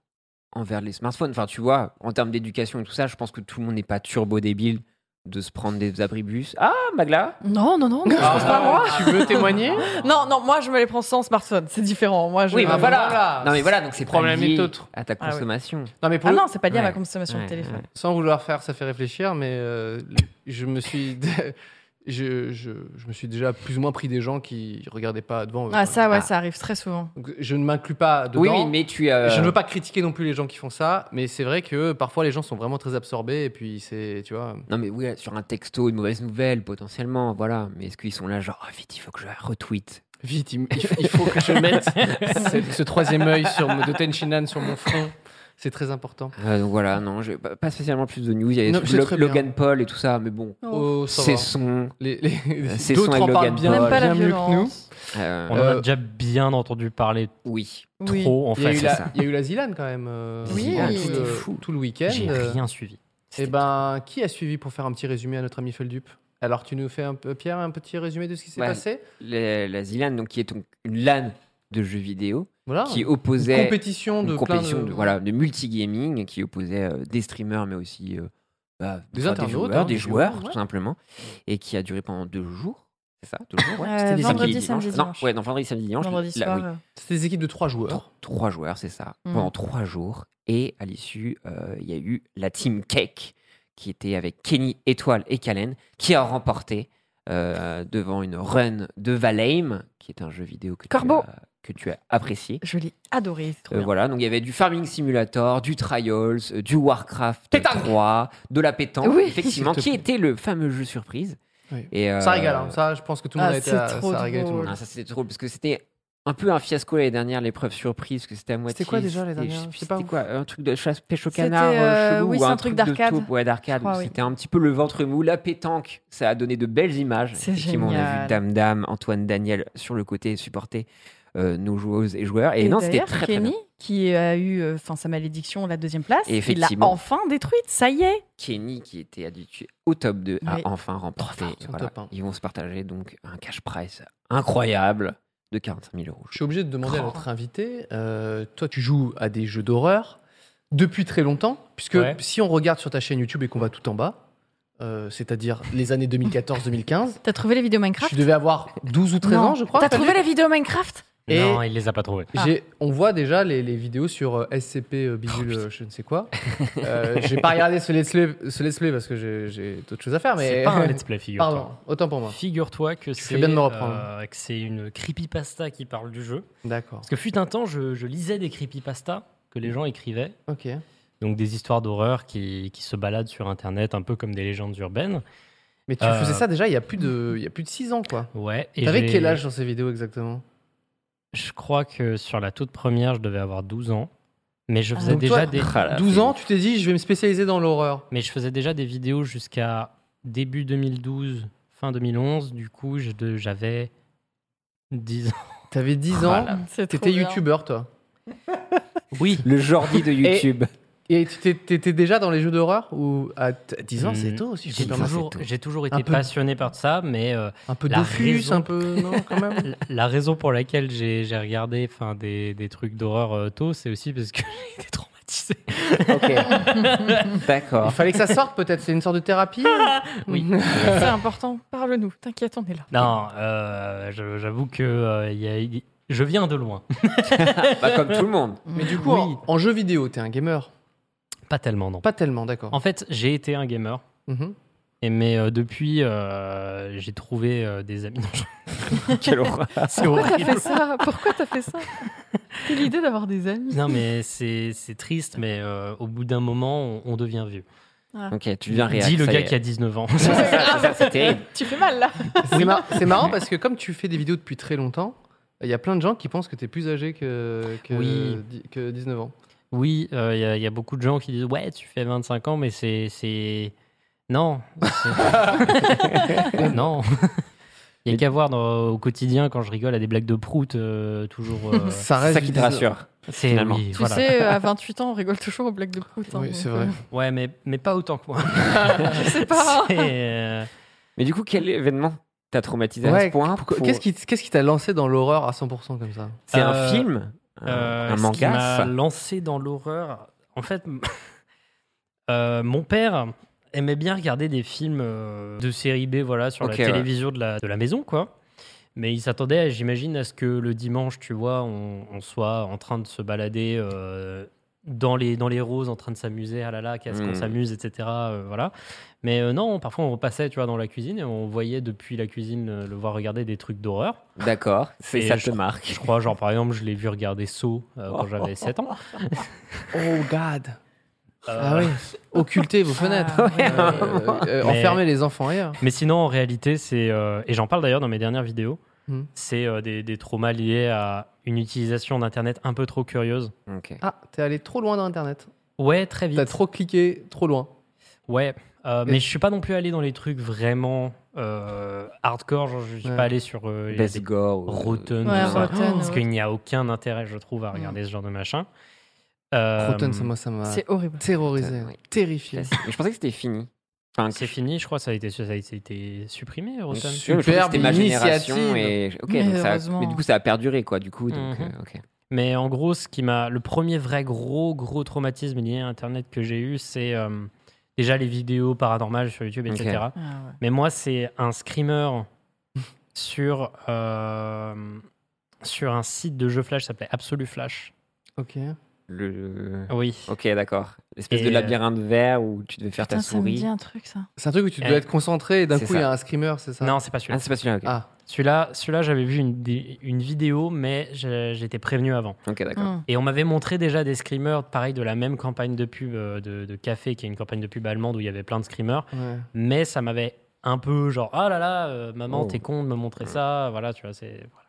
envers les smartphones. Enfin, tu vois, en termes d'éducation et tout ça, je pense que tout le monde n'est pas turbo débile de se prendre des abribus. Ah, Magla
Non, non, non, non, je pense pas à moi.
Ah, Tu veux témoigner
*laughs* Non, non, moi je me les prends sans smartphone, c'est différent. Moi, je...
Oui, bah voilà.
Ah, voilà.
Non, mais voilà, donc c'est pas
Problème
lié
est autre.
à ta
Ah ouais.
consommation.
Non mais pour
Ah
le-
non, c'est pas lié à ma
Ouais.
consommation
Ouais,
de téléphone.
sans vouloir faire, ça fait réfléchir, mais euh, je me suis *laughs* je, je, je me suis déjà plus ou moins pris des gens qui regardaient pas devant. eux,
Ah
quoi.
ça, ouais,
Ah.
ça arrive très souvent.
Donc, je ne m'inclus pas dedans.
Oui, oui, mais tu euh, as.
Je ne veux pas critiquer non plus les gens qui font ça, mais c'est vrai que parfois les gens sont vraiment très absorbés et puis c'est, tu vois.
Non, mais oh, oui, sur un texto, une mauvaise nouvelle, potentiellement, voilà. Mais est-ce qu'ils sont là, genre, Ah, vite, il faut que je retweet
vite, il, il- il
*laughs*
faut que je mette *laughs* ce, ce troisième œil sur, mon- de Tenchinan sur mon front. C'est très important.
Euh, donc voilà, non, j'ai pas pas spécialement plus de news. Il y a
Non,
Lo-
c'est très bien.
Logan Paul et tout ça, mais bon,
Oh, ça
c'est
va.
son. Euh,
Les, les-
C'est
D'autres
son
en
avec
parlent
Logan
bien,
Paul.
Même pas la
bien mieux que nous.
violence.
euh,
On en a
Euh,
déjà bien entendu parler
oui.
Oui.
trop, en
Il y, a
fait.
eu
c'est
la,
ça.
il y a eu la Zilane quand même. euh,
Oui.
pendant tout,
C'était
le,
fou.
tout le week-end.
J'ai rien suivi.
Et
C'était-
ben, qui a suivi pour faire un petit résumé à notre ami Feldup Alors, tu nous fais un peu, Pierre, un petit résumé de ce qui s'est
Ouais.
passé
La, la Zilane, donc, qui est donc une LAN de jeux vidéo
Voilà.
qui
Une
opposait
compétition de
une
plein
compétition
de-
de, voilà, de multigaming qui opposait euh, des streamers, mais aussi euh, bah,
Des
enfin,
internautes,
joueurs,
hein,
des
des
joueurs,
joueurs, ouais.
tout simplement, et qui a duré pendant deux jours. C'est ça Deux jours ouais.
Euh,
C'était des
vendredi,
samedis et
samedi,
dimanches. Non,
dimanche.
ouais, non, vendredi, samedi, dimanche.
Vendredi
là,
soir.
oui.
euh,
C'était des équipes de trois joueurs.
Tro- Trois joueurs, c'est ça.
Mm.
Pendant trois jours. Et à l'issue, euh, il y a eu la team Cake, qui était avec Kenny, Étoile et Kalen, qui a remporté euh, devant une run de Valheim, qui est un jeu vidéo que,
Corbeau.
Tu, as, que tu as apprécié.
Je l'ai adoré. c'est trop
Euh,
bien.
voilà, donc il y avait du Farming Simulator, du Trials, euh, du Warcraft 3, de la pétanque,
Oui.
*laughs*
effectivement,
S'il te
qui
plaît.
était le fameux jeu surprise.
Oui.
Et, euh,
Ça régale, hein. ça, je pense que tout le
Ah,
monde a été.
c'est
à-
trop
ça a régalé tout le
drôle.
monde.
Ah, ça c'était drôle parce que c'était un peu un fiasco l'année dernière, l'épreuve surprise, parce que c'était à moitié.
quoi déjà, les
c'était-
dernières
je
Je sais
sais
pas
plus, C'était
où.
quoi Un truc de chasse pêche au
C'était,
canard euh,
euh,
chelou
oui,
ou
c'est
un,
un truc
de
d'arcade.
taupe, Ouais, d'arcade.
Je crois,
où
oui.
C'était un petit peu le ventre mou, la pétanque. Ça a donné de belles images.
C'est
Effectivement, on a vu
génial.
Dame Dame, Antoine Daniel sur le côté supporter euh, nos joueuses et joueurs. Et, non, c'était
d'ailleurs,
très très
Kenny,
bien.
qui a eu euh, enfin, sa malédiction, la deuxième place,
Et
il l'a
effectivement.
enfin détruite. Ça y est.
Kenny, qui était habitué au top 2, a
Oui.
enfin remporté.
Trop fort, son
Voilà.
top un.
Ils vont se partager donc un cash prize incroyable de 45 000 euros.
Je suis obligé de demander à
Oh.
notre invité. euh, toi, tu joues à des jeux d'horreur depuis très longtemps, puisque
Ouais.
si on regarde sur ta chaîne YouTube et qu'on va tout en bas, euh, c'est-à-dire les années 2014-2015,
T'as trouvé les vidéos
tu
Minecraft
devais avoir 12 ou 13
Non.
ans, je crois.
T'as trouvé les vidéos Minecraft
Et-
Non, il les a pas trouvés.
J'ai- On voit déjà les, les vidéos sur euh, SCP, euh,
Oh,
bidule, euh, je ne sais quoi. Euh, j'ai pas regardé ce let's play, ce let's play parce que j'ai- j'ai d'autres choses à faire. Mais
C'est pas
*laughs*
un let's play, figure-toi.
Pardon, autant pour moi.
Figure-toi que
fais
c'est
bien de me reprendre.
euh, que c'est une creepypasta qui parle du jeu.
D'accord.
Parce que fut un temps, je, je lisais des creepypasta que les gens écrivaient.
Ok.
Donc des histoires d'horreur qui, qui se baladent sur Internet, un peu comme des légendes urbaines.
Mais tu
Euh,
faisais ça déjà il y a plus de, il y a plus de 6 ans, quoi.
Ouais. et
T'avais
j'ai-
quel âge dans ces vidéos exactement
Je crois que sur la toute première, je devais avoir 12 ans. Mais je faisais
Donc
déjà
toi,
des...
Ah là,
12
c'est-
ans, tu t'es dit, je vais me spécialiser dans l'horreur.
Mais je faisais déjà des vidéos jusqu'à début 2012, fin 2011. Du coup, je de- j'avais 10 ans.
T'avais 10
Ah
ans,
là.
C'est trop
t'étais
bien.
youtubeur, toi.
Oui.
*laughs* Le Jordi de YouTube.
Et tu t'es- t'étais déjà dans les jeux d'horreur ou à t- 10 ans, c'est tôt si je
Mm. J'ai
peux me permettre.
toujours,
tôt.
j'ai toujours
Un
été
peu.
passionné par ça, mais euh,
Un peu
La
Dofus,
raison.
un peu. Non, quand même.
l- *laughs* la raison pour laquelle j'ai j'ai regardé enfin, des, des trucs d'horreur euh, tôt, c'est aussi parce que *laughs* j'ai été traumatisé.
Ok.
Il
*laughs*
D'accord.
fallait que ça sorte, peut-être. C'est une sorte de thérapie. hein Mm.
Oui.
*laughs*
C'est important. Parle-nous. T'inquiète, on est là.
Non, euh, je- j'avoue que euh, il y a- il- je viens
*laughs*
de loin.
Pas Bah, comme tout le monde.
Mais du coup, en, en jeu vidéo, t'es un gamer.
Pas tellement, non.
Pas tellement, d'accord.
En fait, j'ai été un gamer.
*laughs* Mhm.
Et mais euh, depuis, euh, j'ai trouvé euh, des amis. Non, je-
*laughs* Quelle horreur.
c'est
Pourquoi
horrible.
t'as fait ça Pourquoi t'as fait
*laughs*
ça C'est l'idée d'avoir des amis.
Non, mais c'est c'est triste, mais euh, au bout d'un moment, on, on devient vieux.
Ah.
Ok, tu viens réagir.
Dis le gars qui a 19 ans.
C'est Ah, ça, c'est ça, c'est terrible.
*laughs* Tu fais mal là.
C'est mar- c'est marrant parce que comme tu fais des vidéos depuis très longtemps, il y a plein de gens qui pensent que t'es plus âgé que, que,
Oui.
di- que 19 ans.
*laughs* oui, euh, il y, a- y a beaucoup de gens qui disent Ouais, tu fais 25 ans, mais c'est. c'est- Non. c'est- *laughs* non. Il n'y a qu'à voir dans- au quotidien quand je rigole à des blagues de prout, euh, toujours. euh,
C'est
reste
ça qui te
19
rassure.
c'est
Finalement.
oui,
Tu
voilà.
sais,
*laughs*
euh, à 28 ans, on rigole toujours aux blagues de prout. hein,
Oui,
donc,
c'est
euh,
vrai.
Ouais, mais, mais pas
*laughs*
autant que moi.
Je sais pas.
*laughs* C'est, euh,
Mais du coup, quel événement t'a traumatisé à
Ouais,
ce point pour-
Qu'est-ce qui qu'est-ce qui t'a lancé dans l'horreur à 100% comme ça
C'est un
Euh,
film Un-
Euh,
Un
ce qui m'a
manga
lancé dans l'horreur. En fait, *laughs* euh, mon père aimait bien regarder des films euh, de série B, voilà, sur
Ok,
la
ouais.
télévision de, la, de la maison, quoi. Mais il s'attendait, j'imagine, à ce que le dimanche, tu vois, on, on soit en train de se balader euh, dans, les, dans les roses, en train de s'amuser, ah là là, qu'est-ce
Mm.
qu'on s'amuse, etc. euh, voilà. Mais euh, non, parfois on repassait, tu vois, dans la cuisine et on voyait depuis la cuisine euh, le voir regarder des trucs d'horreur.
D'accord, c'est
Et
ça
je-
te marque.
Je crois, genre par exemple, je l'ai vu regarder Saw euh, quand
*laughs*
j'avais 7 ans.
Oh god
Euh,
Ah oui Occultez vos fenêtres
Ah, ouais.
Euh, euh,
Mais-
Enfermez les enfants ailleurs
Mais sinon, en réalité, c'est. euh, et j'en parle d'ailleurs dans mes dernières vidéos.
Hmm.
c'est euh, des, des traumas liés à une utilisation d'Internet un peu trop curieuse.
Ok.
Ah, t'es allé trop loin dans Internet.
Ouais, très vite.
T'as trop cliqué, trop loin.
Ouais, euh,
Et-
mais je suis pas non plus allé dans les trucs vraiment euh, hardcore. Genre, je suis
Ouais.
pas allé sur euh, les
Best Gore. ou-
euh,
Rotten,
Ouais,
tout ça.
Rotten,
parce
ouais.
qu'il n'y a aucun intérêt, je trouve, à regarder ce genre de machin. Euh,
Croton, Hmm. ça, moi, ça m'a
C'est horrible.
terrorisé,
Putain, ouais.
terrifié.
Mais je pensais que c'était fini. Enfin,
C'est fini, je crois, ça a été, ça a été supprimé,
je
Rotten.
suis sûr, je pensais que
Superbe
C'était ma génération
initiative.
et ok,
Mais
donc ça a-
heureusement.
mais du coup ça a perduré quoi. Du coup, donc
Mhm.
euh, ok.
Mais en gros, ce qui m'a le premier vrai gros gros traumatisme lié à Internet que j'ai eu, c'est euh, déjà les vidéos paranormales sur YouTube, etc.
Ok.
Ah
Mais moi, c'est un screamer *laughs* sur euh, sur un site de jeux flash, ça s'appelait Absolute Flash.
Ok.
Le...
Oui.
Ok, d'accord. L'espèce de
Et, euh,
labyrinthe vert où tu devais faire
Putain,
ta
ça me
souris.
dit un truc, ça.
C'est un truc où tu dois
Eh.
être concentré et d'un
C'est
coup il y
ça.
a un screamer, c'est ça
Non, c'est pas celui-là.
Ah, c'est pas celui-là. Ok,
Ah,
Celui-là, celui-là, j'avais vu une, des- une vidéo, mais j'ai- j'étais prévenu avant.
Ok, d'accord.
Hmm.
Et on m'avait montré déjà des screamers, pareil, de la même campagne de pub euh, de, de Café, qui est une campagne de pub allemande où il y avait plein de screamers.
ouais.
mais ça m'avait un peu genre ah là là euh, maman
Oh.
t'es con de me montrer ça voilà tu vois c'est voilà.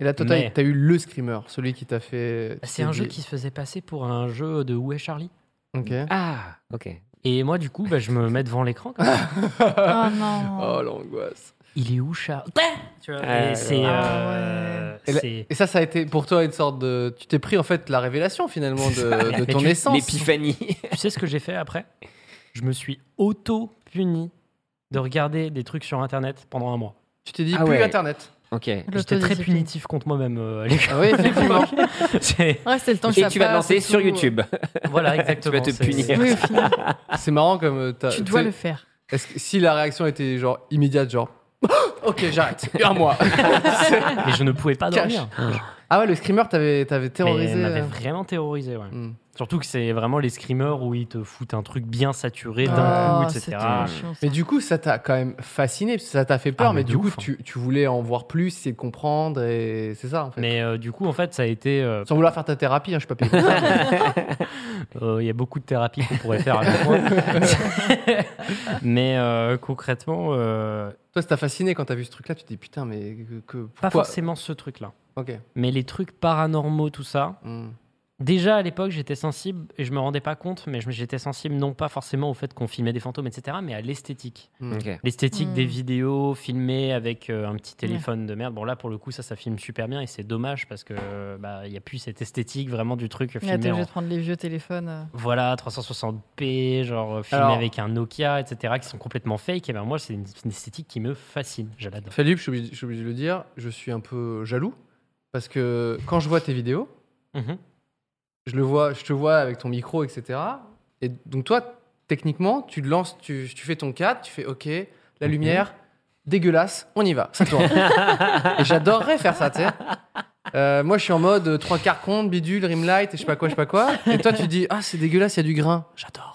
Et là, toi, t'as
Mais-
t'as eu le screamer, celui qui t'a fait.
c'est un jeu qui se faisait passer pour un jeu de Où est Charlie
Ok.
Ah, ok.
et moi du coup bah, je me mets devant l'écran comme ça.
*laughs*
Oh non.
Oh l'angoisse.
il est où Charlie tu vois
Ah,
et c'est
ah
euh,
Et la-
c'est-
Et ça, ça a été pour toi une sorte de. Tu t'es pris en fait la révélation finalement de, de
Ah, Mais
ton
tu-
essence.
L'épiphanie.
tu sais ce que j'ai fait après je me suis auto puni de regarder des trucs sur internet pendant un mois
Tu t'es dit
Ah
plus
ouais.
internet.
ok.
j'étais très
L'autodiscipline.
punitif contre moi-même euh, à l'école.
Ah oui,
*laughs*
effectivement.
Euh,
C'est-
Ouais, c'est le temps que
Et
ça
tu vas te
passe
lancer
et
sur
tout.
YouTube.
*laughs* voilà exactement
te
c'est-
punir.
Oui, au final,
c'est marrant comme. euh, t'as-
tu dois
t'sais,
le faire.
est-ce que- si la réaction était genre immédiate, genre. *laughs* ok, j'arrête. Un mois.
mais je ne pouvais pas
Cache.
dormir
ah ouais, le screamer t'avait t'avais *laughs* terrorisé.
Mais m'avait
euh.
vraiment terrorisé, ouais.
Hmm.
Surtout que c'est vraiment les screamers où ils te foutent un truc bien saturé d'un
Oh,
coup,
c'était
etc.
chiant, ça.
Mais du coup, ça t'a quand même fasciné, parce que ça t'a fait peur,
Ah, mais
mais
de
du coup,
ouf, hein.
tu, tu voulais en voir plus et comprendre, et c'est ça en fait.
Mais euh, du coup, en fait, ça a été. euh,
Sans vouloir faire ta thérapie, hein, je suis pas payé.
*laughs* euh, Il y a beaucoup de thérapies qu'on pourrait faire avec moi. *laughs* mais euh, concrètement, euh,
Toi, ça t'a fasciné quand t'as vu ce truc-là, tu te dis putain, mais que, que- pourquoi
pas forcément ce truc-là.
Ok.
Mais les trucs paranormaux, tout ça.
Hmm.
Déjà à l'époque, j'étais sensible et je me rendais pas compte, mais je- j'étais sensible non pas forcément au fait qu'on filmait des fantômes, etc., mais à l'esthétique.
Hmm.
Ok.
L'esthétique
Mm.
des vidéos filmées avec euh, un petit téléphone de merde. Bon, là, pour le coup, ça, ça filme super bien et c'est dommage parce que euh, bah, il n'y a plus cette esthétique vraiment du truc
Ouais, T'es
filmé. en-
obligé de prendre les vieux téléphones. euh.
Voilà, 360p, genre euh, filmé
Alors-
avec un Nokia, etc., qui sont complètement fake. Et ben moi, c'est une, une esthétique qui me fascine. Je l'adore.
Philippe, je suis obligé- je suis obligé de le dire, je suis un peu jaloux, parce que quand je vois tes vidéos,
Mhm.
je, le vois, je te vois avec ton micro, etc. Et donc toi, techniquement, tu te lances, tu, tu fais ton cadre, tu fais OK, la lumière, dégueulasse, on y va, ça tourne. et j'adorerais faire ça, tu sais. Euh, moi, je suis en mode euh, trois quarts compte, bidule, rim light, et je sais pas quoi, je sais pas quoi. Et toi, tu dis ah c'est dégueulasse, il y a du grain. J'adore.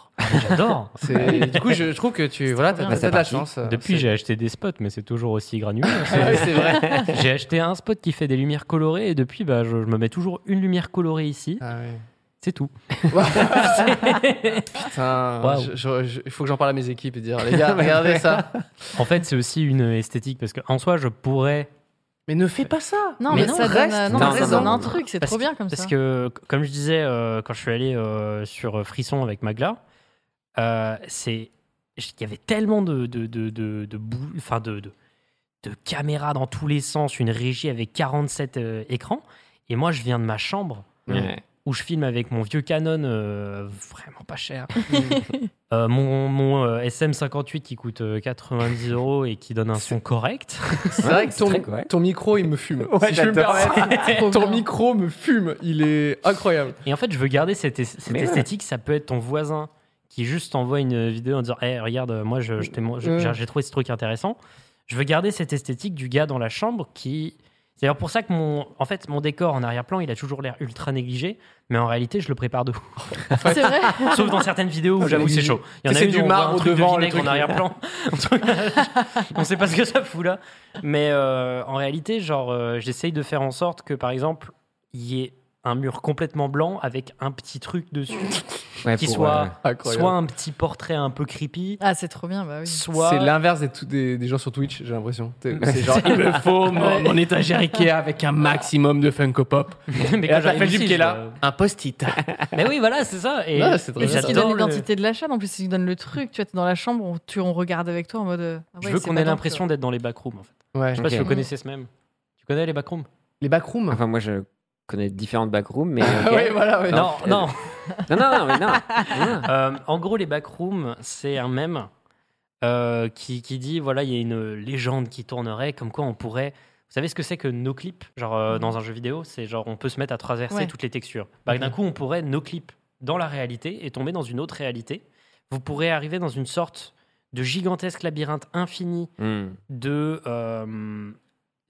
J'adore.
*laughs* C'est- Du coup, je, je trouve que tu voilà, t'as
bien.
t'as
Bah, c'est
de la
parti.
chance. euh,
Depuis, j'ai acheté des spots, mais c'est toujours aussi
*laughs*
granuleux.
c'est Ouais, c'est vrai.
*laughs* j'ai acheté un spot qui fait des lumières colorées et depuis, bah, je, je me mets toujours une lumière colorée ici.
Ah ouais.
C'est
*laughs*
tout.
Putain,
Waouh.
je- je- je- il faut que j'en parle à mes équipes et dire les *laughs* gars, regardez ça.
En fait, c'est aussi une esthétique parce qu'en soi, je pourrais
Mais ne fais pas ça.
Non, mais,
non,
ça donne,
reste
euh, non,
dans
mais ça
un
donne
monde.
un truc, c'est trop
que-
bien comme ça.
Parce que, c- comme je disais, euh, quand je suis allé euh, sur Frisson avec Magla, euh, c'est j- il y avait tellement de de de de, de bou- enfin de, de de caméras dans tous les sens, une régie avec 47 euh, écrans, et moi je viens de ma chambre
Ouais.
où je filme avec mon vieux Canon euh, vraiment pas
*laughs*
cher, Euh, mon, mon euh, SM58 qui coûte euh, 90 euros et qui donne un son correct.
*laughs* C'est vrai que
c'est
ton,
très correct.
ton micro, il me fume. si je peux me
j'adore. *laughs*
permettre.
Trop
ton
bien.
micro me fume. Il est incroyable.
Et en fait, je veux garder cette, es- cette
Mais ouais.
esthétique. Ça peut être ton voisin qui juste t'envoie une vidéo en disant Eh, Regarde, moi, je- je t'ai mon- je-
Ouais.
j'ai j'ai trouvé ce truc intéressant. Je veux garder cette esthétique du gars dans la chambre qui. C'est d'ailleurs pour ça que mon, en fait, mon décor en arrière-plan, il a toujours l'air ultra négligé, mais en réalité, je le prépare de ouf.
*laughs*
C'est vrai.
*laughs* Sauf dans certaines vidéos où j'avoue, c'est chaud. Il y en a
C'est
une
du
où on voit un
marbre
truc
devant,
de
le
vinaigre
truc.
en
*laughs*
arrière-plan. Un truc- on sait pas ce que ça fout là. Mais euh, en réalité, genre, euh, j'essaye de faire en sorte que, par exemple, il y ait un mur complètement blanc avec un petit truc
*laughs*
dessus,
Ouais,
qui
pour,
soit,
euh,
Incroyable.
soit un petit portrait un peu creepy,
Ah, c'est trop bien, bah oui.
soit
C'est l'inverse des, tout- des, des gens sur Twitch, j'ai l'impression. *laughs* C'est c'est genre, il me faut mon, mon étagère Ikea avec un maximum de Funko *laughs* Pop.
Mais
Et
quand
la
j'arrive
Raphaël
ici,
Dupe qui
je-
est là, un *laughs* post-it.
Mais oui, voilà, c'est ça. Et,
Ouais, c'est très
et
bien.
C'est ce qui
j'adore
donne
le-
l'identité de la chaîne, en plus, c'est ce qui donne le truc. Tu vois, t'es dans la chambre, on, tu, on regarde avec toi en mode. euh, ah
Je
ouais,
veux
c'est
qu'on
ma
ait
tante,
l'impression
euh.
d'être dans les backrooms, en fait.
Ouais.
Je sais pas si vous
Ok.
connaissez ce même. Tu connais les backrooms
Les backrooms. Ah
Enfin, moi, je connais différentes backrooms,
*laughs*
mais. ok.
Ouais, voilà, ouais.
Non,
Non,
non.
*laughs* non, non, non, mais non.
*laughs*
non.
Euh, en gros, les backrooms, c'est un mème euh, qui, qui dit voilà, il y a une légende qui tournerait, comme quoi on pourrait. Vous savez ce que c'est que nos clips Genre euh, dans un jeu vidéo, c'est genre on peut se mettre à traverser
Ouais.
toutes les textures. Bah,
Mhm.
D'un coup, on pourrait nos clips dans la réalité et tomber dans une autre réalité. Vous pourrez arriver dans une sorte de gigantesque labyrinthe infini
Hmm.
de, euh,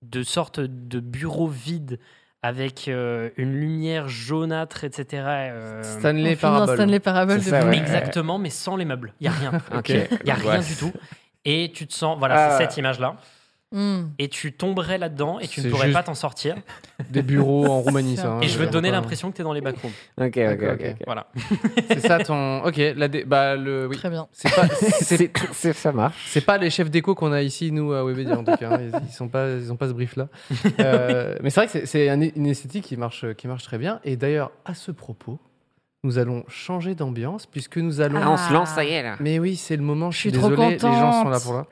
de sortes de bureaux vides avec euh, une lumière jaunâtre, etc. euh,
On
Stanley
filme dans
Parable.
Stanley Parable
C'est
de
ça, ouais.
Blue.
mais Exactement, mais sans les meubles. Il n'y a
*laughs*
rien.
Ok.
Il n'y a rien
Ouais.
du tout. Et tu te sens, voilà,
Ah.
c'est cette image-là.
Hmm.
Et tu tomberais là-dedans et tu ne
C'est
pourrais pas
juste-
t'en sortir.
Des bureaux en Roumanie, ça. hein,
Et je veux te donner
pas-
l'impression que tu es dans les backrooms.
Ok, ok, ok. ok.
Voilà.
C'est ça ton. Ok, la dé- bah, le... oui.
Très bien.
C'est
*laughs*
pas, c'est-
C'est- c'est- Ça marche.
c'est pas les chefs déco qu'on a ici, nous, à Webedia, en tout cas. hein. Ils, ils sont pas, ils ont pas ce brief-là.
*laughs*
Euh, mais c'est vrai que c'est- c'est un- une esthétique qui marche, qui marche très bien. Et d'ailleurs, à ce propos, nous allons changer d'ambiance puisque nous allons.
Ah, on se lance, ça y est, là.
Mais oui, c'est le moment. Je suis,
suis trop
désolé, les gens sont là
contente.
pour, là,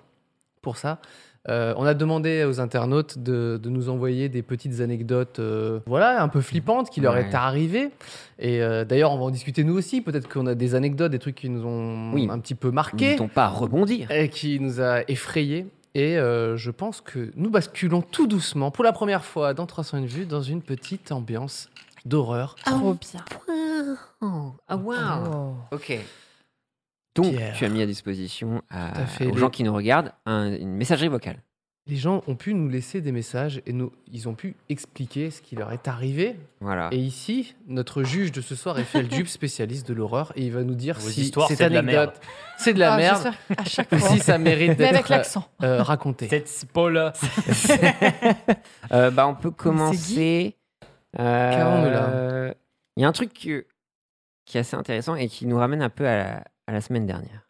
pour ça. Euh, on a demandé aux internautes de, de nous envoyer des petites anecdotes, euh, voilà, un peu flippantes qui leur
Ouais.
est arrivées. Et euh, d'ailleurs, on va en discuter nous aussi. Peut-être qu'on a des anecdotes, des trucs qui nous ont
Oui.
un petit peu
Ils
marqués,
ne pas à rebondir.
et qui nous a effrayés. Et euh, je pense que nous basculons tout doucement, pour la première fois dans 301 vues, dans une petite ambiance d'horreur.
Oh.
Trop bien.
Ah, wow.
Oh.
Ok. Donc,
Pierre.
tu as mis à disposition à-
Tout à fait,
aux
les-
gens qui nous regardent un- une messagerie vocale.
Les gens ont pu nous laisser des messages et nous, ils ont pu expliquer ce qui leur est arrivé
Voilà.
Et ici, notre juge de ce soir est Feldup, spécialiste de l'horreur, et il va nous dire
Vos
si
histoires,
cette
c'est de la merde.
anecdote, c'est de la
Ah,
merde,
j'espère À chaque
ou
fois.
si ça mérite
Mais avec
d'être euh,
l'accent.
euh, raconté.
*laughs* Cette
*laughs*
spoiler.
Euh, bah, on peut commencer. Euh,
Caramba.
Il y a un truc que- qui est assez intéressant et qui nous ramène un peu à la, à la semaine dernière.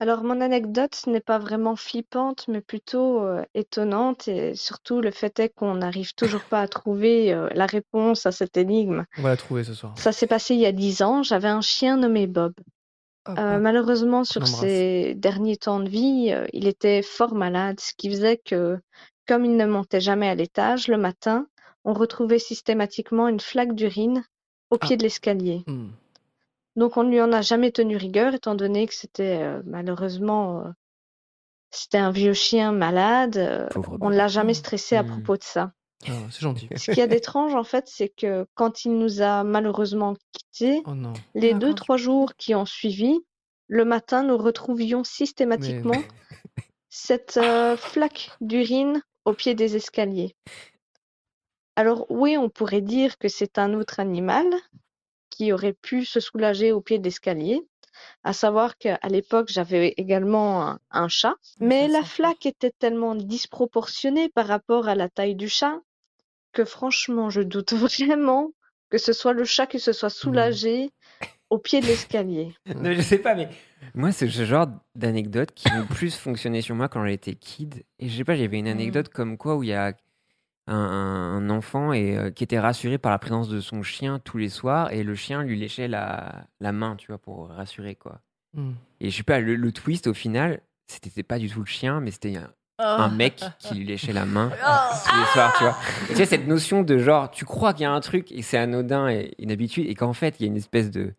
Alors, mon anecdote n'est pas vraiment flippante, mais plutôt euh, étonnante. Et surtout, le fait est qu'on n'arrive toujours pas à trouver euh, la réponse à cette énigme.
On va la trouver ce soir.
Ça s'est passé il y a dix ans. J'avais un chien nommé Bob.
Hop.
Euh, malheureusement, sur
Oh, l'embrasse.
ses derniers temps de vie, euh, il était fort malade, ce qui faisait que, comme il ne montait jamais à l'étage, le matin, on retrouvait systématiquement une flaque d'urine au
Ah.
pied de l'escalier.
Hmm.
Donc on ne lui en a jamais tenu rigueur, étant donné que c'était euh, malheureusement euh, c'était un vieux chien malade. euh,
Pauvre
on ne l'a jamais stressé à
Hmm.
Mm.
propos de ça.
Ah, c'est gentil.
Ce
*laughs*
qu'il y a d'étrange en fait, c'est que quand il nous a malheureusement quittés,
Oh non.
les
Ah,
deux
quand-
trois jours qui ont suivi, le matin nous retrouvions
Mais-
systématiquement *laughs* cette euh, flaque d'urine au pied des escaliers. Alors oui, on pourrait dire que c'est un autre animal qui aurait pu se soulager au pied de l'escalier, à savoir qu'à l'époque j'avais également un, un chat, mais
ça,
la
c'est
flaque était tellement disproportionnée par rapport à la taille du chat que franchement je doute *laughs* vraiment que ce soit le chat qui se
Mmh.
soit soulagé au pied de l'escalier.
*laughs*
*laughs* Non, je sais pas, mais moi, c'est ce genre d'anecdote qui le plus fonctionnait sur moi quand j'étais kid. Et je sais pas, j'avais une anecdote comme quoi où il y a un, un- un enfant et, euh, qui était rassuré par la présence de son chien tous les soirs et le chien lui léchait la, la main, tu vois, pour rassurer, quoi.
Hmm.
Et je sais pas, le, le twist au final, c'était pas du tout le chien, mais c'était un, un mec qui lui léchait la main tous les soirs, tu vois. Et tu sais, cette notion de genre, tu crois qu'il y a un truc et que c'est anodin et inhabituel et qu'en fait, il y a une espèce de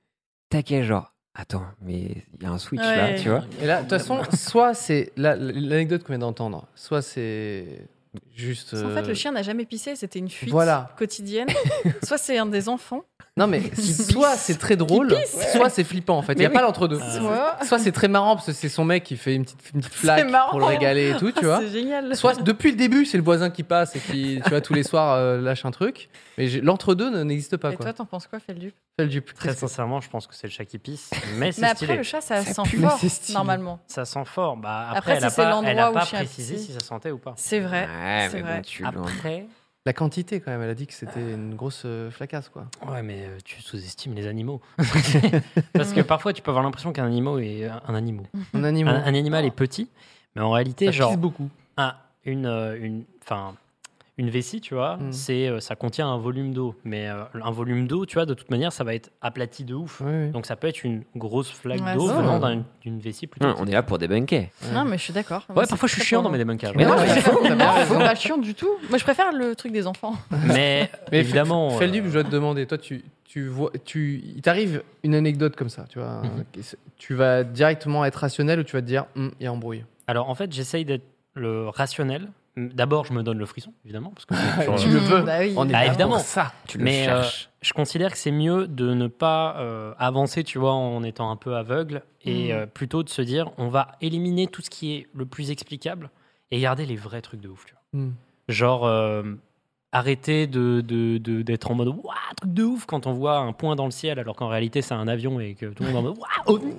taquet, genre, attends, mais il y a un switch là,
Ouais.
tu vois.
Et là, de toute façon, soit c'est la- l'anecdote qu'on vient d'entendre, soit c'est juste.
Parce qu'en fait,
euh,
le chien n'a jamais pissé, c'était une fuite
Voilà. *laughs*
quotidienne. Soit c'est un des enfants. *laughs*
Non mais soit c'est très drôle, soit c'est flippant en fait. Il y a
Mais
pas
oui.
l'entre deux.
Soit-
Soit c'est très marrant parce que c'est son mec qui fait une petite, une petite flaque
marrant. Ah,
pour le régaler et tout, tu vois.
C'est génial.
Soit depuis le début, c'est le voisin qui passe et qui, tu vois, tous les soirs euh, lâche un truc. Mais j'ai- l'entre-deux ne- n'existe pas,
Et
quoi.
toi, t'en penses quoi, Feldup
Fais le dupe.
Très
Qu'est-ce que-
sincèrement, je pense que c'est le chat qui pisse. Mais c'est
Mais
stylé.
après, le chat, ça, sent
pue,
fort,
mais c'est stylé.
normalement.
Ça sent fort. Bah,
Après,
après, elle
si
n'a
c'est
pas,
l'endroit
elle a
où
pas
chien a
précisé
pissé.
si ça sentait ou pas.
C'est vrai.
Ouais,
c'est
mais
vrai.
bon, tu l'en-
Après,
La quantité, quand même, elle a dit
*laughs*
que c'était une grosse euh, flacasse, quoi.
Ouais, mais euh, tu sous-estimes les animaux. *laughs* Parce que parfois, tu peux avoir l'impression qu'un animal est un, un animal.
Un animal.
Un, un animal est petit, mais en réalité,
ça
genre
pisse beaucoup.
un- une, euh, une, enfin, une vessie, tu vois,
Mm.
c'est euh, ça contient un volume d'eau, mais euh, un volume d'eau, tu vois, de toute manière, ça va être aplati de ouf.
Oui, oui.
Donc ça peut être une grosse flaque
Ouais,
d'eau
c'est
venant
vrai.
d'un- d'une vessie plutôt.
Ouais, on est là pour débunker.
Non, mais je suis d'accord. Moi,
Ouais,
c'est
parfois je suis
très
chiant dans mes
porno.
démunkages.
Mais
Mais,
non,
non,
mais-
t'as bien
Non,
raison.
c'est pas chiant du tout. Moi, je préfère le truc des
*laughs*
enfants.
Mais
évidemment.
F-
euh,
Feldup, je dois te demander, toi, tu, tu vois, tu, il t'arrive une anecdote comme ça, tu vois,
Mhm.
qu'est-ce- tu vas directement être rationnel ou tu vas te dire, Hum, il y a embrouille.
Alors en fait, j'essaye d'être le rationnel. D'abord, je me donne le frisson, évidemment, parce que c'est toujours-
Tu le
Mmh,
veux,
bah oui.
on est
Ah,
là
évidemment.
pour ça.
Tu le
Mais, euh,
cherches.
je considère que c'est mieux de ne pas euh, avancer, tu vois, en étant un peu aveugle, et
Mm.
euh, plutôt de se dire, on va éliminer tout ce qui est le plus explicable et garder les vrais trucs de ouf, tu vois.
Mm.
Genre, euh, arrêter de, de- de- d'être en mode, waouh, truc de ouf quand on voit un point dans le ciel, alors qu'en réalité, c'est un avion et que tout le monde est en mode,
*laughs*
waouh, ovni.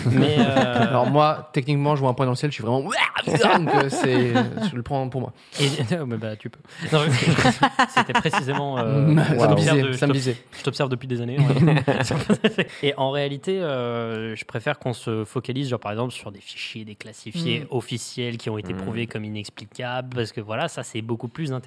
*laughs* Mais, euh,
Alors moi, techniquement, je vois un point dans le ciel, je suis vraiment, donc euh, c'est, je le prends pour moi.
et- *laughs* non, mais bah, tu peux. Non, mais- *laughs* c'était précisément. euh, je
Hum, *laughs* ça me
t'observe
disait,
de- je
ça me disait.
Je t'observe depuis des années.
*laughs*
ouais. *laughs* et en réalité, euh, je préfère qu'on se focalise, genre par exemple, sur des fichiers, des classifiés
Mm.
officiels qui ont été
Mm.
prouvés comme inexplicables, parce que voilà, ça c'est beaucoup plus intéressant.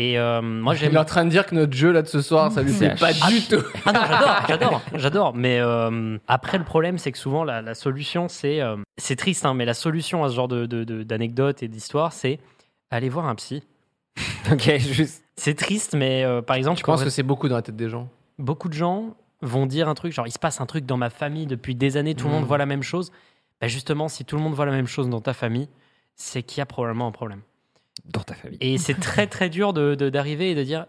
Et euh, moi
Il est
j'aime.
en train de dire que notre jeu là de ce soir, ça lui
C'est
plaît pas
la
du tout.
Ah non, j'adore, j'adore, j'adore. Mais euh, après, le problème, c'est que souvent la, la solution, c'est. euh, c'est triste, hein, mais la solution à ce genre de- de- de- d'anecdotes et d'histoires, c'est aller voir un
*laughs*
psy.
Ok, juste.
C'est triste, mais euh, par exemple,
Je pense
quand-
que c'est beaucoup dans la tête des gens.
beaucoup de gens vont dire un truc, genre il se passe un truc dans ma famille depuis des années, tout le monde
Mm.
voit la même chose. Bah justement, si tout le monde voit la même chose dans ta famille, c'est qu'il y a probablement un problème.
Dans ta famille.
Et c'est très très dur d'arriver de, d'arriver et de dire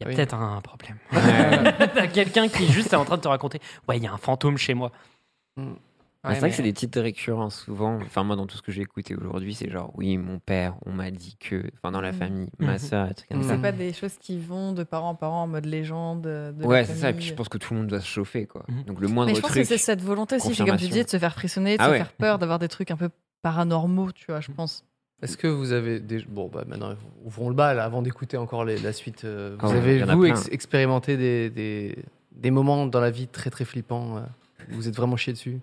il y a
Oui.
peut-être un problème.
Ouais,
*laughs* T'as Quelqu'un qui juste est en train de te raconter ouais, il y a un fantôme chez moi.
Mm.
Ah,
Ah,
c'est vrai que c'est des petites récurrences souvent. Enfin, moi, dans tout ce que j'ai écouté aujourd'hui, c'est genre, oui, mon père, on m'a dit que. Enfin, dans la
Mhm.
famille, ma
Mhm.
soeur, un truc comme
Mhm.
ça.
C'est pas des choses qui vont de parents en parents en mode légende. euh, De la
Ouais, c'est ça. Et
famille.
puis, je pense que tout le monde doit se chauffer, quoi.
Mhm.
Donc, le moindre
Mais je pense
truc.
que c'est cette volonté aussi, c'est comme tu
confirmation.
dis, de se faire frissonner, de
Ah
se
ouais.
faire peur, d'avoir des trucs un peu paranormaux, tu vois, je pense.
Est-ce que vous avez des... Bon, bah maintenant, ouvrons le bal avant d'écouter encore les- la suite. euh,
Ah
vous
ouais,
avez,
y en a
vous,
plein.
ex- expérimenté des, des, des moments dans la vie très très flippants euh, où Vous êtes vraiment chié dessus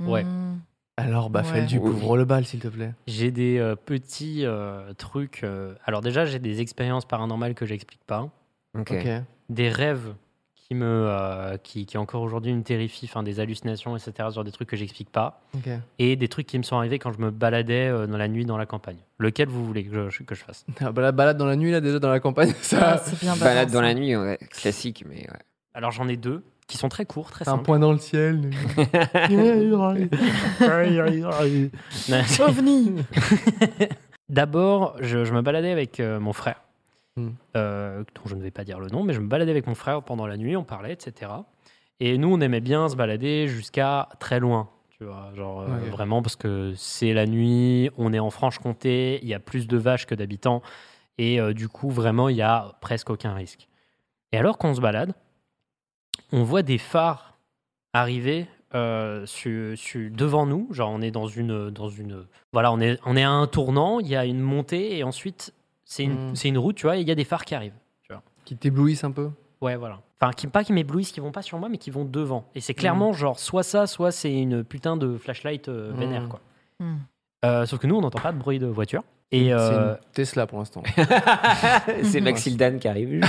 Ouais.
Mmh.
Alors, bah,
Ouais.
Feldup,
Oui.
ouvre le bal, s'il te plaît. *laughs*
J'ai des euh, petits euh, trucs. euh, Alors déjà, j'ai des expériences paranormales que j'explique pas.
Ok.
Ok.
des rêves qui me euh, qui, qui encore aujourd'hui me terrifient, enfin des hallucinations, etc. Genre des trucs que j'explique pas
ok.
et des trucs qui me sont arrivés quand je me baladais euh, dans la nuit dans la campagne. Lequel vous voulez que je, que je fasse
Ah, bah, la balade dans la nuit, là, déjà, dans la campagne, *laughs*
Ah,
ça...
c'est bien
Balade
balancé.
dans la nuit, ouais. Classique, mais ouais.
Alors j'en ai deux qui sont très courts, très
C'est un
simples.
point dans le ciel.
*laughs*
*laughs*
*laughs*
Non,
OVNI
*laughs* D'abord, je, je me baladais avec euh, mon frère,
Hmm.
euh, dont je ne vais pas dire le nom, mais je me baladais avec mon frère pendant la nuit, on parlait, etc. Et nous, on aimait bien se balader jusqu'à très loin, tu vois, genre euh,
Ok.
vraiment parce que c'est la nuit, on est en Franche-Comté, il y a plus de vaches que d'habitants, et euh, du coup, vraiment, il y a presque aucun risque. Et alors qu'on se balade, on voit des phares arriver euh, su- su- devant nous, genre on est dans une, dans une voilà, on est, on est à un tournant, il y a une montée, et ensuite, c'est une,
Mm.
c'est une route, tu vois, et il y a des phares qui arrivent.
Qui t'éblouissent un peu
Ouais, voilà. Enfin, qui, pas qui m'éblouissent, qui vont pas sur moi, mais qui vont devant. Et c'est clairement, genre, soit ça, soit c'est une putain de flashlight euh,
Mm.
vénère, quoi.
Mm.
Euh, sauf que nous, on n'entend pas de bruit de voiture. Et, euh,
C'est une Tesla, pour
*laughs*
l'instant.
*laughs* c'est
Mhm.
Maxil Dan qui arrive.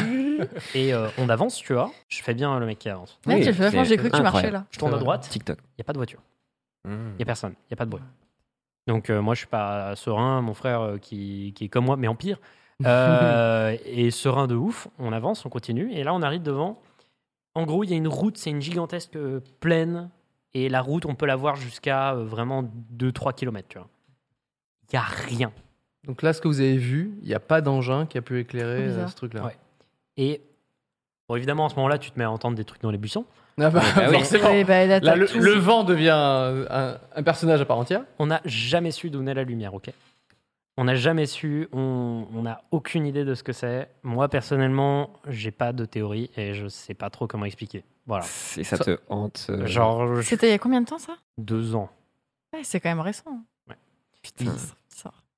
et euh, on avance, tu vois. Je fais bien euh, le mec qui avance.
Ouais,
Oui,
tu le fais vachement,
c'est
j'ai cru que tu marchais
incroyable. Euh,
là.
Je tourne à
C'est vrai.
droite,
TikTok.
il n'y a pas de voiture.
Mhm.
Il n'y a personne, il n'y a pas de bruit. Donc euh, moi, je suis pas serein, mon frère euh, qui, qui est comme moi, mais en
*laughs*
pire, euh, et serein de ouf, on avance, on continue, et là, on arrive devant. En gros, il y a une route, c'est une gigantesque euh, plaine, et la route, on peut la voir jusqu'à euh, vraiment 2-3 km, tu vois. Il n'y a rien.
Donc là, ce que vous avez vu, il n'y a pas d'engin qui a pu éclairer
Trop Oh, bizarre.
euh, ce truc-là.
Ouais. Et bon, évidemment, à ce moment-là, tu te mets à entendre des trucs dans les buissons. Euh,
Ah bah,
Ah oui.
forcément.
Ouais, bah, là, t'as
Là, le,
tout.
le vent devient un, un- un personnage à part entière.
On n'a jamais su d'où naît la lumière, ok On n'a jamais su, on on n'a aucune idée de ce que c'est. Moi, personnellement, j'ai pas de théorie et je sais pas trop comment expliquer. Voilà.
Et ça te hante. euh,
Genre, je-
C'était il y a combien de temps ça
deux ans.
Ouais, C'est quand même récent.
Ouais.
Putain. c'est bizarre.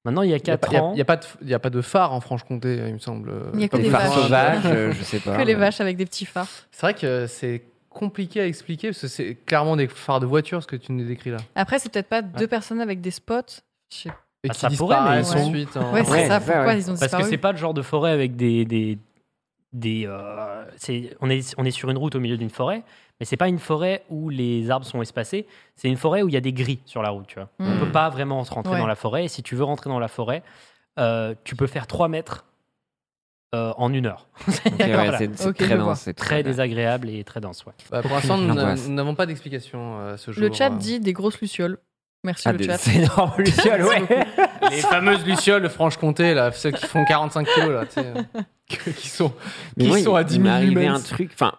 Maintenant, il y a
Il n'y a,
4
pas- y a-
ans.
y a pas de- y a pas de phare en Franche-Comté, il me semble.
Il y a que
Pas de
des
Les
phare.
phares
vaches.
sauvages,
*laughs*
euh, je sais pas.
Que les vaches avec des petits phares.
C'est vrai que c'est compliqué à expliquer parce que c'est clairement des phares de voiture ce que tu nous décris là.
Après, c'est peut-être pas deux personnes avec des spots. Je sais pas.
Et
Bah,
qui
ça pourrait, mais ils
disparaissent
sont où
ensuite. en-
Ouais, c'est
ouais,
ça.
ouais,
Pourquoi
ouais.
ils ont
hein. Parce que c'est
disparu
pas le genre de forêt avec des. des, des euh, c'est- on, est, on est sur une route au milieu d'une forêt, mais c'est pas une forêt où les arbres sont espacés, c'est une forêt où il y a des grilles sur la route. Tu vois. On
Hmm.
peut pas vraiment se rentrer
Ouais.
dans la forêt. Et si tu veux rentrer dans la forêt, euh, tu peux faire 3 mètres euh, en
*laughs*
une heure.
Ok, ouais,
Voilà.
c'est c'est
Ok, je
très
vois.
dense. c'est
Très
dense.
désagréable et très dense. Ouais.
Bah, pour l'instant, nous n'a-
L'angoisse.
nous n'avons pas d'explication euh, ce jour.
Le chat
euh.
dit des grosses lucioles. Merci
Ah,
le
des-
chat.
*laughs* C'est énorme, Luciole, ouais.
*laughs* Les fameuses lucioles de Franche-Comté, là, celles qui font 45 kilos, là, tu sais, euh, *laughs* que- qui sont.
Mais
Qui
moi,
sont
il-
à 10
Il
000
m'est arrivé
lumens.
un truc. Enfin,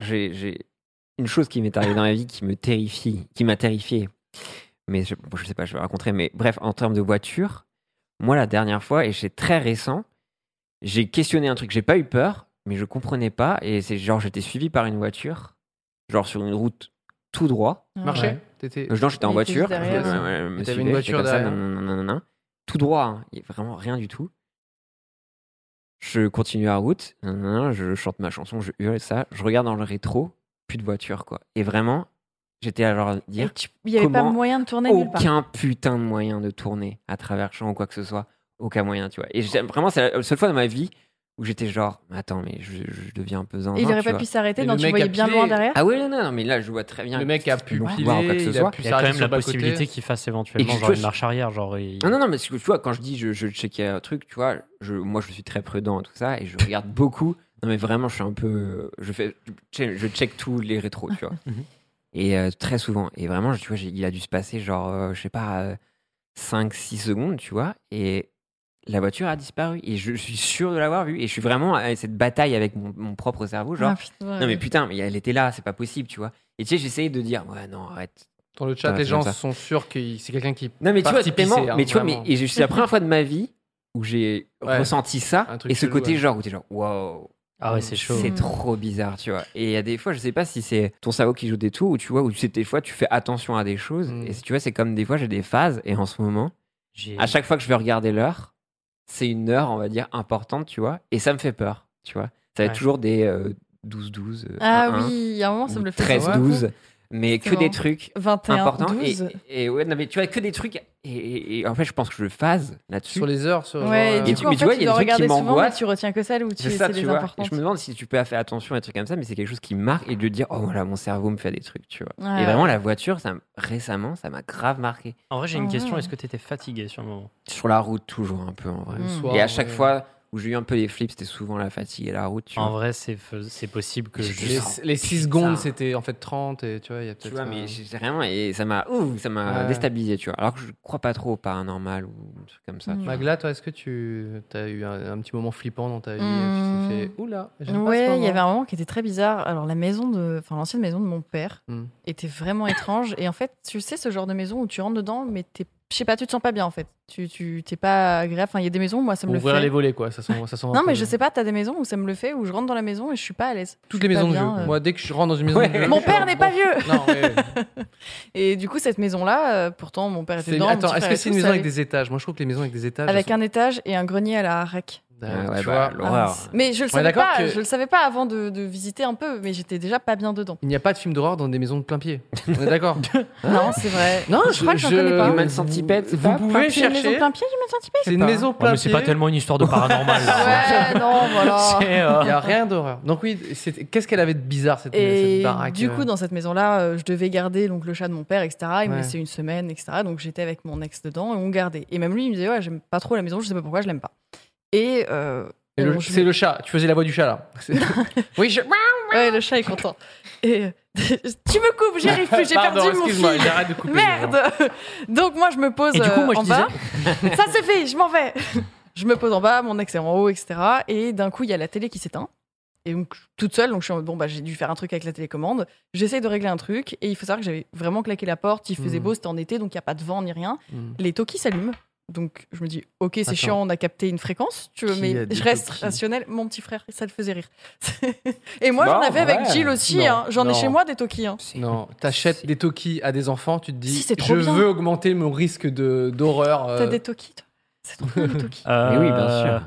j'ai j'ai une chose qui m'est arrivée dans la vie qui me terrifie, qui m'a terrifié. Mais je, bon, je sais pas, je vais raconter. Mais bref, en termes de voiture, moi la dernière fois et c'est très récent, j'ai questionné un truc. J'ai pas eu peur, mais je comprenais pas. Et c'est genre j'étais suivi par une voiture, genre sur une route tout droit.
Ah,
Marchais
ouais.
T'étais.
Euh, Non, j'étais en
Il était juste
voiture.
derrière.
Je- ouais, ouais, je me
Et t'avais
suivais,
une voiture
j'étais comme ça,
derrière.
nan, nan, nan, nan, nan. Tout droit, hein. il y a vraiment rien du tout. Je continue la route, nan, nan, nan, je chante ma chanson, je hurle ça, je regarde dans le rétro, plus de voiture quoi. Et vraiment, j'étais à leur
Et
dire
tu- Il y avait pas
Comment
moyen de tourner nulle part.
aucun putain de moyen de tourner à travers champ ou quoi que ce soit, aucun moyen, tu vois. Et j'ai- vraiment, c'est la seule fois dans ma vie où j'étais genre, attends, mais je, je deviens un peu zinzin,
Et il aurait
tu
pas
vois.
pu s'arrêter,
Et
non,
le
tu
mec
voyais
a
bien
pilé.
loin derrière.
Ah oui, non, non, mais là, je vois très bien.
Le mec a pu
Bon,
piler,
voir quoi que ce
il a
soit.
pu
Il y a quand
s'arrêter
même
sur
la
le bas-côté.
possibilité qu'il fasse éventuellement
Et je- Ah
genre une marche arrière. Genre, il-
Non, non, non, mais tu tu vois, quand je dis je, je check un truc, tu vois, je, moi je suis très prudent et tout ça, et
*laughs*
je regarde beaucoup. Non, mais vraiment, je suis un peu. Je, fais, je, je check tous les rétros,
*laughs*
tu vois.
Mhm.
et euh, très souvent. Et vraiment, tu vois, j'ai- il a dû se passer, genre, euh, je sais pas, 5-6 secondes, tu vois, et la voiture a disparu. Et je, suis sûr de l'avoir vue. Et je suis vraiment à cette bataille avec mon, mon propre cerveau, genre.
Ah, putain,
non, mais
ouais.
putain, mais elle était là, c'est pas possible, tu vois. Et tu sais, j'essayais de dire, ouais, non, arrête,
Dans le chat,
Ah,
les
c'est
gens
comme ça.
sont sûrs que c'est quelqu'un qui.
non mais tu vois,
Parti
tellement-
pisser, hein,
mais tu vois, mais
vraiment.
et je- c'est la première fois de ma vie où j'ai
Ouais.
ressenti ça
Un truc
et ce
chelou,
côté
ouais.
genre où t'es genre wow,
Ah ouais, c'est chaud.
c'est
Mm.
trop bizarre, tu vois. Et il y a des fois, je sais pas si c'est ton cerveau qui joue des tours ou tu vois, ou tu sais, des fois tu fais attention à des choses
Mm.
et si tu vois, c'est comme des fois j'ai des phases et en ce moment,
J'ai-
à chaque fois que je vais regarder l'heure, c'est une heure, on va dire importante, tu vois, et ça me fait peur, tu vois. Ça va être
Ouais.
toujours des euh, 12-12, euh,
Ah
1-1,
oui, il y a un moment, ça
ou
me le fait.
13-12, mais que des
Exactement.
trucs
21,
important. Et,
12.
et ouais, non, mais tu vois, que des trucs. Et, et- et en fait, je pense que je phase là-dessus.
Sur les heures, sur.
Ouais,
genre, euh,
Et
du
tu-
coup, en
mais
fait,
tu vois, il
tu
y a des
dois
trucs qui
regarder souvent, mais
m'angoissent.
tu retiens que celle où tu
euh, C'est
c'est
ça, tu
les
vois. Et
importantes.
je me demande si tu peux faire attention à des trucs comme ça, mais c'est quelque chose qui marque et de dire, oh voilà, mon cerveau me fait des trucs, tu vois.
Ouais,
et vraiment, la voiture, ça, m- récemment, ça m'a grave marqué.
En vrai, j'ai
Ah
une
ouais.
question. Est-ce que t'étais fatigué sur le moment
Sur la route, toujours un peu en vrai.
le
Mm.
soir,
et à chaque
ouais.
fois où j'ai eu un peu des flips, c'était souvent la fatigue et la route, tu
En
vois.
vrai, c'est fais- c'est possible que
J'ai
je.
*laughs* Les,
Putain.
les 6 secondes, c'était en fait 30, et tu vois, il y a
Tu
peut-être.
vois, mais
euh,
j'ai- j'ai vraiment, et ça m'a, ouh, ça m'a
Ouais.
déstabilisé, tu vois. Alors que je crois pas trop au paranormal ou un truc comme ça.
Mm.
tu vois.
Magla, toi, est-ce que tu as eu un, un petit moment flippant dans ta vie
Hmm.
Tu t'es fait oula, j'aime pas ce
Ouais, il y
moment.
avait un moment qui était très bizarre. Alors la maison de, enfin l'ancienne maison de mon père
Hmm.
était vraiment étrange. Et en fait, tu sais ce genre de maison où tu rentres dedans, mais t'es, je sais pas, tu te sens pas bien en fait. Tu, tu, t'es pas agréable. Enfin, il y a des maisons, moi ça me
Pour
le
ouvrir
fait.
les volets, quoi. Ça sent, ça sent un
Non,
peu-
mais je sais pas. T'as des maisons où ça me le fait, où je rentre dans la maison et je suis pas à l'aise.
Toutes les
pas
maisons de jeu.
bien, euh.
Moi, dès que je rentre dans une maison
Ouais.
de jeu,
Mon
je suis
père
en
n'est pas
bon-
vieux.
Non, ouais.
*laughs* Et du coup, cette maison-là, euh, pourtant, mon père était
C'est-
dedans. mon
Attends,
petit
est-ce
frère
que
et
c'est
tout,
une maison
ça
avec
avait-
des étages Moi, je trouve que les maisons avec des étages.
avec un étage et un grenier à la rec.
Ah,
un.
ouais,
Tu
bah,
vois,
l'horreur.
Mais je le
On est
savais
d'accord
pas.
que-
Je le savais pas avant de, de visiter un peu, mais j'étais déjà pas bien dedans.
il n'y a pas de film d'horreur dans des maisons de plein pied. On est d'accord
*laughs* Non, c'est vrai.
Non,
je, crois que j'en connais pas.
Human Centipede, c'est
Vous
pas
pouvez
C'est une maison
chercher.
plein pied, une maison plein pied
C'est une
pas.
maison
Ouais,
plein
mais c'est pas
pied.
tellement une histoire de paranormal.
*laughs*
là.
Ouais, non, voilà.
*laughs* C'est,
Il n'y
euh,
a rien d'horreur. Donc oui, c'était- qu'est-ce qu'elle avait de bizarre cette, cette
Et
baraque
du
euh,
coup, dans cette maison-là, euh, je devais garder donc le chat de mon père, etc. Il me
Ouais.
laissait une semaine, etc. Donc j'étais avec mon ex dedans et on gardait. Et même lui, il me disait ouais, j'aime pas trop la maison, je sais pas pourquoi, je l'aime pas. Et euh,
Et le-
on- je-
C'est le chat. Tu faisais la voix du chat
*laughs*
là. C'est- oui, je...
ouais, le chat est content. Et euh, *laughs* tu me coupes, j'y arrive plus, j'ai
Pardon,
perdu mon
excuse-moi,
fil.
j'arrête de couper. les gens.
Merde. Donc moi, je me pose
Et du coup,
euh,
moi, je
en bas. Ça c'est fait, je m'en vais. je me pose en bas, mon ex est en haut, etc. Et d'un coup, il y a la télé qui s'éteint. Et donc, toute seule, donc je suis en mode, bon, bah, j'ai dû faire un truc avec la télécommande. J'essaye de régler un truc. Et il faut savoir que j'avais vraiment claqué la porte. Il faisait
Mm.
beau, c'était en été, donc il n'y a pas de vent ni rien.
Mm.
Les talkies s'allument. Donc, je me dis, ok,
Attends.
c'est chiant, on a capté une fréquence, tu veux,
Qui a
mais
des
je reste
talkies
rationnel. Mon petit frère, ça le faisait rire. et moi,
Bah,
j'en avais
ouais.
avec Gilles aussi,
Non,
hein. j'en ai
non.
chez moi des talkies. hein.
Non, t'achètes des Toki à des enfants, tu te dis,
Si, c'est trop
je
bien.
veux augmenter mon risque de d'horreur. euh,
T'as des talkies, toi C'est trop cool,
*laughs*
le Toki.
Mais
Euh,
oui, bien sûr.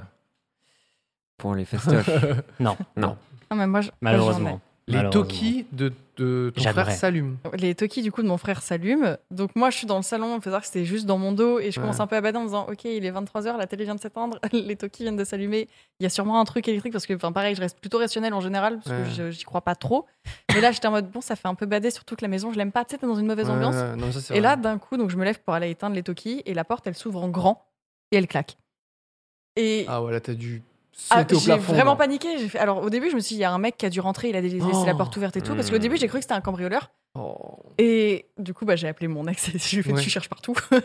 Pour les festoches.
*laughs* Non,
non.
Ah, mais moi, je- moi, j'en ai.
malheureusement.
Les
Malheureusement.
Toki de, de ton
J'adorais.
frère s'allument.
les toki du coup de mon frère s'allument. Donc moi je suis dans le salon, il faut savoir que c'était juste dans mon dos et je commence un peu à bader en me disant ok il est 23h, la télé vient de s'éteindre, *laughs* les toki viennent de s'allumer, il y a sûrement un truc électrique parce que enfin pareil je reste plutôt rationnelle en général parce
Ouais.
que je- j'y crois pas trop. Mais là j'étais en mode bon ça fait un peu bader surtout que la maison je l'aime pas, tu sais t'es dans une mauvaise
Ouais,
ambiance.
ouais, non, mais ça, c'est
Et
vrai.
là, d'un coup, donc je me lève pour aller éteindre les toki et la porte, elle s'ouvre en grand et elle claque. Et
Ah ouais, là, t'as dû
ah,
sauter au
j'ai
plafond.
vraiment
non.
paniqué. J'ai fait- Alors au début, je me suis dit, il y a un mec qui a dû rentrer, il a laissé
Oh.
la porte ouverte et tout. Parce qu'au
Mm.
début, j'ai cru que c'était un cambrioleur.
Oh.
Et du coup, bah, j'ai appelé mon ex *laughs* et je lui ai fait
Ouais.
tu cherches partout. *laughs* et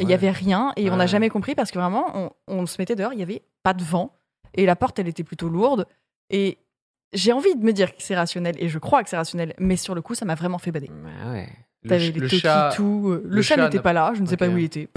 il y
Ouais.
avait rien. Et on n'a
Ouais.
jamais compris parce que vraiment, on, on se mettait dehors, il y avait pas de vent. Et la porte, elle était plutôt lourde. Et j'ai envie de me dire que c'est rationnel. Et je crois que c'est rationnel. Mais sur le coup, ça m'a vraiment fait bader.
Bah ouais.
Le,
T'avais
ch-
les
le
toquis,
chat.
tout. euh, Le,
le
chat
chat
n'était
n'a-
pas là. Je ne sais pas
Ok.
où il était.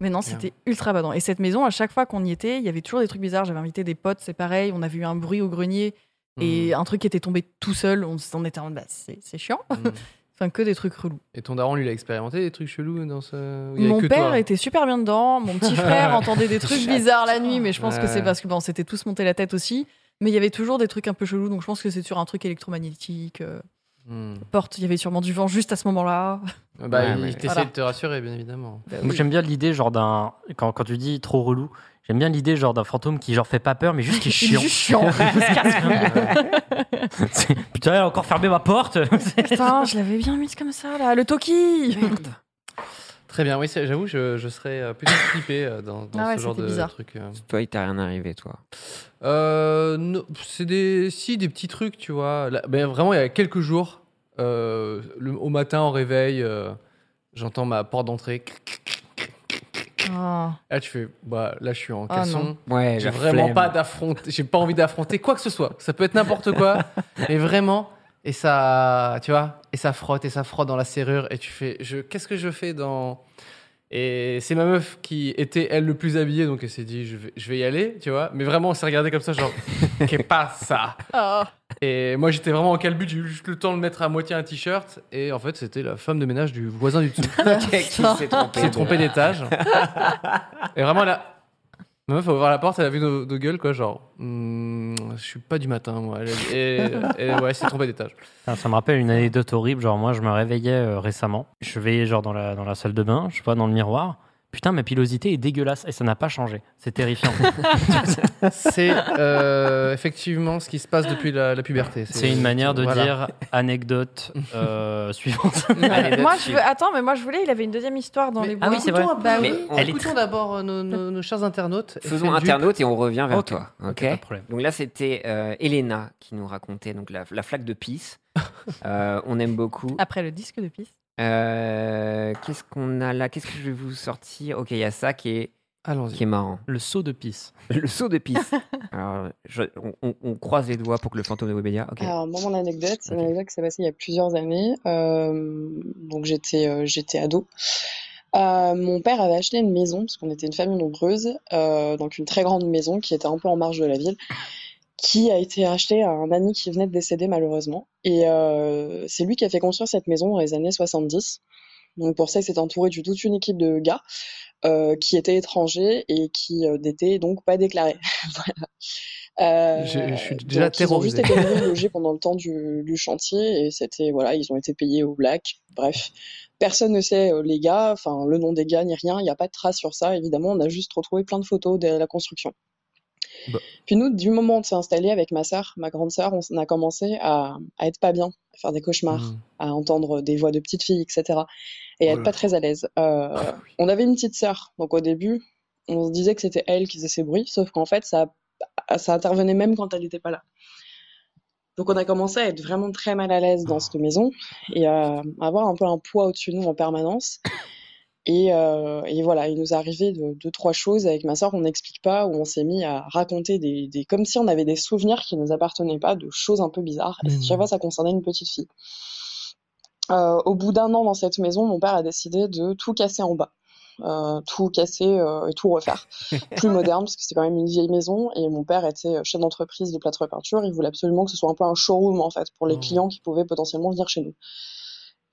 Mais non, c'était ultra badant. Et cette maison, à chaque fois qu'on y était, il y avait toujours des trucs bizarres. J'avais invité des potes, c'est pareil. On avait eu un bruit au grenier
Hmm.
et un truc qui était tombé tout seul. On s'en était en mode, bah, c'est c'est chiant.
Mm. Mm.
*laughs* Enfin, que des trucs relous.
Et ton daron, lui, il a expérimenté des trucs chelous dans ce. où il y avait
Mon
que
père
toi. hein.
était super bien dedans. Mon
*laughs*
petit frère entendait des trucs bizarres la nuit, mais je pense que c'est
Ouais.
parce que bon, on s'était tous monté la tête aussi. Mais il y avait toujours des trucs un peu chelous, donc je pense que c'est sur un truc électromagnétique. euh,
Mm.
porte, il y avait sûrement du vent juste à ce moment-là.
Bah,
Ouais,
il
mais-
t'essaie
Voilà. Bah
de te rassurer, bien évidemment.
Moi, j'aime bien l'idée, genre d'un. Quand, quand tu dis trop relou, j'aime bien l'idée, genre d'un fantôme qui, genre, fait pas peur, mais juste qui est
*laughs* Il est
chiant.
juste chiant.
*laughs* C'est- Putain, elle a encore fermé ma porte. *laughs*
*laughs* Putain, je l'avais bien mise comme ça là, le toki.
Très bien, oui, c'est- j'avoue, je, je serais euh, plutôt flippé euh, dans, dans
Ah ouais,
ce genre
c'était
de
bizarre.
truc. euh.
Toi, il t'a rien arrivé, toi.
Euh, non, c'est des, si, des petits trucs, tu vois. Là, ben, vraiment, il y a quelques jours, euh, le- au matin, au réveil, euh, j'entends ma porte d'entrée.
Ah.
Là, tu fais, bah, là, je suis en
Ah,
caleçon.
non.
Ouais,
J'ai vraiment pas d'affronter, j'ai pas envie d'affronter quoi que ce soit. Ça peut être n'importe quoi, mais vraiment. Et ça, tu vois, et ça frotte et ça frotte dans la serrure et tu fais, je, qu'est-ce que je fais dans Et c'est ma meuf qui était elle le plus habillée, donc elle s'est dit, je vais, je vais y aller, tu vois. Mais vraiment, on s'est regardé comme ça, genre, qu'est pas ça
Ah.
Et moi, j'étais vraiment en calbut, j'ai eu juste le temps de mettre à moitié un t-shirt et en fait, c'était la femme de ménage du voisin du *laughs* dessous qui s'est trompé d'étage. et vraiment, là. Ma meuf a ouvert la porte, elle a vu nos, nos gueules, quoi, genre, Hmm, je suis pas du matin, moi. Elle a- et, et ouais, elle s'est trompée d'étage.
Putain, Ça me rappelle une anecdote horrible. Genre, moi, je me réveillais euh, récemment. Je vais, genre, dans la, dans la salle de bain, je vois dans le miroir. Putain, ma pilosité est dégueulasse et ça n'a pas changé.
*laughs*
C'est terrifiant.
C'est euh, effectivement ce qui se passe depuis la, la puberté.
C'est une manière de
voilà.
dire anecdote euh, suivante.
*laughs* Moi je veux... attends, mais moi je voulais, il avait une deuxième histoire dans
Mais-
les
Ah
bruits.
oui, c'est vrai.
Bah
Mais
oui.
on- elle est
Écoutons
tr-
d'abord euh, nos, nos- nos chers internautes. et
Faisons
faites du-
internaute et on revient vers
Ok.
toi. Ok.
Pas de problème.
Donc là, c'était euh, Elena qui nous racontait donc la, la flaque de pisse. Euh, on aime beaucoup.
Après le disque de piste.
Euh, Qu'est-ce qu'on a là Qu'est-ce que je vais vous sortir Ok, il y a ça qui est,
Allons-y.
qui est marrant.
Le saut de pisse.
Le saut de
*laughs*
pisse. Alors, je- on, on- on croise les doigts pour que le fantôme de Webedia.
Euh,
Ok.
Alors, moi, mon anecdote, c'est une
Ok.
anecdote qui s'est passée il y a plusieurs années. Euh, donc, j'étais euh, j'étais ado. Euh, mon père avait acheté une maison, parce qu'on était une famille nombreuse, euh, donc une très grande maison qui était un peu en marge de la ville, qui a été achetée à un ami qui venait de décéder malheureusement. Et euh, c'est lui qui a fait construire cette maison dans les années 70. Donc pour ça, il s'est entouré de toute une équipe de gars euh, qui étaient étrangers et qui euh, n'étaient donc pas déclarés. *laughs* Voilà. Euh,
Je- je suis déjà
donc, Ils ont juste
terrorisé.
été
*laughs*
nourris, logés pendant le temps du, du chantier et c'était voilà, ils ont été payés au black. Bref, personne ne sait euh, les gars, enfin le nom des gars ni rien. Il n'y a pas de trace sur ça. Évidemment, on a juste retrouvé plein de photos de la construction.
Bah.
Puis nous, du moment où on s'est installé avec ma sœur, ma grande sœur, on s- on a commencé à, à être pas bien, à faire des cauchemars
Mm.
à entendre des voix de petites filles, etc. Et à être
Oh là
pas très à l'aise. Euh,
Ah oui.
on avait une petite sœur, donc au début, on se disait que c'était elle qui faisait ces bruits, sauf qu'en fait, ça, ça intervenait même quand elle n'était pas là. Donc on a commencé à être vraiment très mal à l'aise
Ah.
dans cette maison et à avoir un peu un poids au-dessus de nous en permanence. Et, euh, et voilà, il nous est arrivé de- deux, trois choses avec ma sœur, on n'explique pas, où on s'est mis à raconter des, des... comme si on avait des souvenirs qui ne nous appartenaient pas, de choses un peu bizarres. Et
Mais
chaque
non.
fois, ça concernait une petite fille. Euh, au bout d'un an dans cette maison, mon père a décidé de tout casser en bas. Euh, tout casser euh, et tout refaire. Plus moderne, parce que c'est quand même une vieille maison. Et mon père était chef d'entreprise de plâtre peinture. Il voulait absolument que ce soit un peu un showroom, en fait, pour les
Oh.
clients qui pouvaient potentiellement venir chez nous.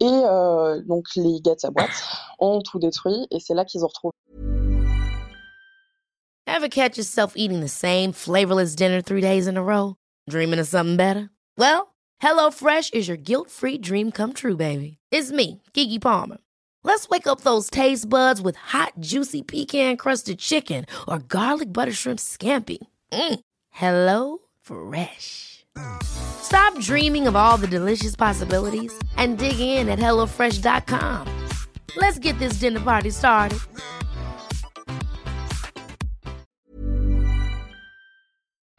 Et euh, donc, les gars de sa boîte ont tout détruit. Et c'est là qu'ils ont retrouvé
Ever catch yourself eating the same flavorless dinner three days in a row? Dreaming of something better? Well, HelloFresh is your guilt-free dream come true, baby. It's me, Gigi Palmer. Let's wake up those taste buds with hot, juicy pecan-crusted chicken or garlic butter shrimp scampi. Mm. Hello Fresh. Stop dreaming of all the delicious possibilities and dig in at HelloFresh.com. Let's get this dinner party started.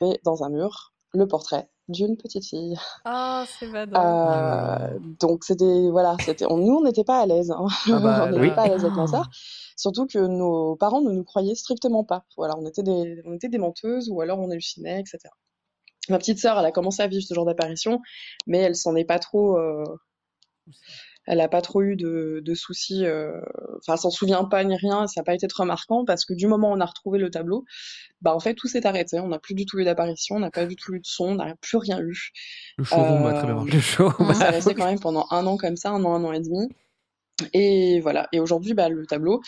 Et dans un mur le portrait d'une petite fille.
Ah, c'est badant.
Euh, donc c'était voilà, c'était on- nous on n'était pas à l'aise, hein.
Ah bah,
*laughs* on n'était
oui.
pas à l'aise avec Nasser. Surtout que nos parents ne nous croyaient strictement pas. Voilà, on était des, on était des menteuses ou alors on hallucinait, etc. Ma petite sœur, elle a commencé à vivre ce genre d'apparition, mais elle s'en est pas trop. euh, elle n'a pas trop eu de, de soucis, euh, enfin, elle s'en souvient pas ni rien, ça n'a pas été trop marquant parce que du moment où on a retrouvé le tableau, bah en fait tout s'est arrêté, on n'a plus du tout eu d'apparition, on n'a pas du tout eu de son, on n'a plus rien eu. Euh,
Le chauvron m'a très
euh,
bien marqué. Le chauvron.
Ça restait quand même pendant un an comme ça, un an, un an et demi. Et voilà. Et aujourd'hui, bah, le tableau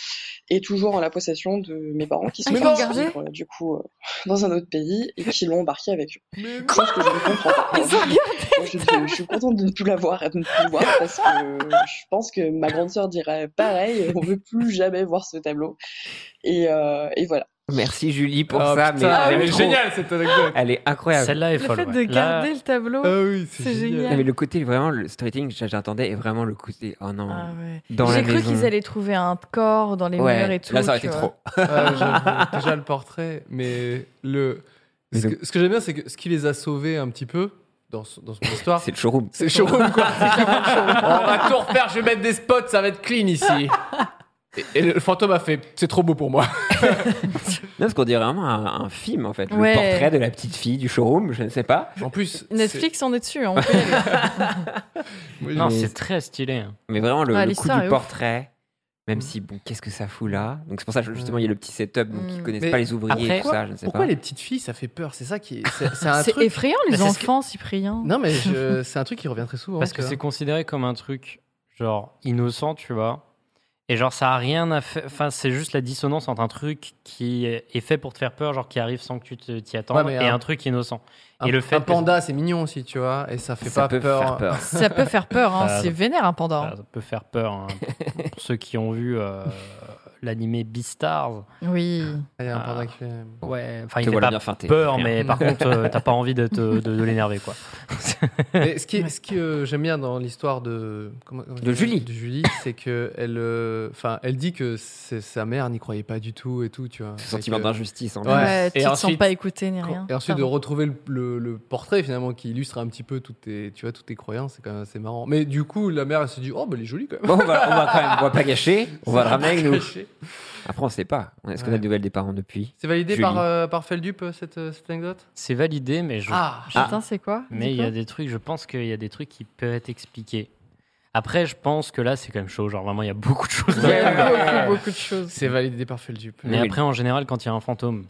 est toujours en la possession de mes parents qui sont
Ah, ils
partis
l'ont gardé
vivre, euh, du coup euh, dans un autre pays et qui l'ont embarqué avec eux. Chose que je ne comprends pas. Moi, je, je- je suis contente de ne plus l'avoir et de ne plus le voir parce que je pense que ma grande sœur dirait pareil. On ne veut plus jamais voir ce tableau. Et, euh, et voilà.
Merci Julie pour
Ah,
ça. mais
putain, elle est
j'aime trop.
géniale, cette anecdote.
Elle est incroyable.
Celle-là
Le
est folle.
fait
ouais.
de
Là-
garder le tableau,
Ah oui, c'est
c'est
génial.
génial.
Non, mais le côté vraiment le storytelling j'a- j'attendais et vraiment le côté oh non
Ah ouais.
dans la
J'ai cru
maison.
qu'ils allaient trouver un corps dans les
Ouais,
murs et tout.
là, ça aurait
tu
été
vois.
trop.
Ah, j'avoue. déjà le portrait, mais le.
Mais
ce
le-
que, ce que j'aime bien, c'est que ce qui les a sauvés un petit peu dans, ce- dans son histoire,
C'est le showroom.
c'est le showroom, quoi. C'est clairement le showroom. On va tout refaire, je vais mettre des spots, ça va être clean ici. Et, et le fantôme a Oh, bah, fait, c'est trop beau
*laughs*
pour moi.
Non, parce qu'on dirait vraiment un, un film en fait.
Ouais.
Le portrait de la petite fille du showroom, je ne sais pas.
En plus,
Netflix, on est dessus. hein, on peut y aller.
c'est- *laughs* oui,
Non,
mais-
c'est très stylé. hein.
Mais vraiment le,
Ah,
le coup
l'histoire est
du
ouf.
portrait, même si bon qu'est-ce que ça fout là. Donc c'est pour ça justement il y a le petit setup donc ils
Mm.
connaissent
Mais
pas les ouvriers
après-
et tout ça, je ne sais
Pourquoi
pas.
les petites filles, ça fait peur C'est ça qui est. C'est c'est un
C'est
truc.
effrayant,
Mais
les
c'est ce que-
enfants, Cyprien.
Non, mais je- c'est un truc qui revient très souvent.
Parce
tu
que
vois.
c'est considéré comme un truc genre innocent, tu vois. Et genre ça a rien à faire. Enfin, c'est juste la dissonance entre un truc qui est fait pour te faire peur, genre qui arrive sans que tu te- t'y attendes,
Ouais, mais
et
un-
un truc innocent.
Un,
et le fait
un
que-
panda, c'est mignon aussi, tu vois, et ça fait
ça
pas
peut
peur. hein.
faire
*laughs*
peur.
Ça peut faire peur, hein,
Ah, Ça-
c'est vénère un panda.
Ça peut faire peur. hein. Pour ceux qui ont vu euh, l'animé Beastars,
Oui.
Il y a un
Ah.
panda qui fait.
ouais, enfin
Te
il fait
voilà
pas
bien feinté.
peur,
Rien.
*laughs*
mais par contre euh, t'as pas envie de, te- de, de l'énerver quoi.
Mais ce qui, est- ce que j'aime bien dans l'histoire de comment- comment-
De Julie.
de Julie, *laughs* c'est que elle, euh, enfin, elle dit que c'est- sa mère n'y croyait pas du tout et tout, tu vois.
Ce
Et
sentiment
que-
d'injustice en
Ouais.
fait.
Ouais, tu
Et
te
ensuite-
sens pas écouté ni rien.
Et ensuite de
Pardon.
retrouver le, le- le portrait finalement qui illustre un petit peu toutes tes, tu vois, toutes tes croyances, c'est quand même assez marrant. Mais du coup, la mère elle se dit, oh, bah, elle est jolie quand même.
Bon, on va, on va quand même, on va pas
*laughs*
gâcher, on va le ramener avec nous.
C'est
Après, on sait Ah, pas. Est-ce qu'on a
Ouais.
de nouvelles des parents depuis
validé
Julie.
par, euh, par Feldup euh, cette, euh, cette anecdote
C'est validé, mais je
Ah,
Putain, c'est quoi
Mais il y a des trucs, je pense qu'il y a des trucs qui peuvent être expliqués. Après, je pense que là, c'est quand même chaud. Genre, vraiment, il y a beaucoup de choses.
Il y
*laughs*
a beaucoup, beaucoup de choses.
c'est validé par Feldup.
Mais
Oui.
après, en général, quand il y a un fantôme,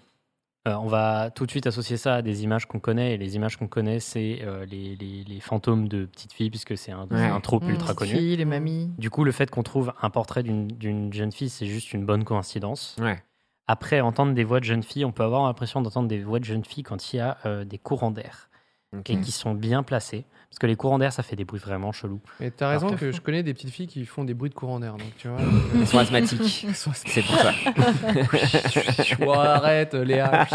euh, on va tout de suite associer ça à des images qu'on connaît. Et les images qu'on connaît, c'est euh, les, les- les fantômes de petites filles, puisque c'est un, c'est
Ouais.
un trope
Mmh,
ultra
les
connu. Mmh.
filles, les mamies.
Du coup, le fait qu'on trouve un portrait d'une- d'une jeune fille, c'est juste une bonne coïncidence.
Ouais.
Après, entendre des voix de jeunes filles, on peut avoir l'impression d'entendre des voix de jeunes filles quand il y a euh, des courants d'air
Ok.
et qui sont bien placés. Parce que les courants d'air, ça fait des bruits vraiment chelous.
Mais t'as
Par
raison
contre-
que je connais des petites filles qui font des bruits de courant d'air, donc tu vois.
Ils sont asthmatiques.
Elles sont assez-
C'est pour ça.
Oh, arrête, Léa. Oh,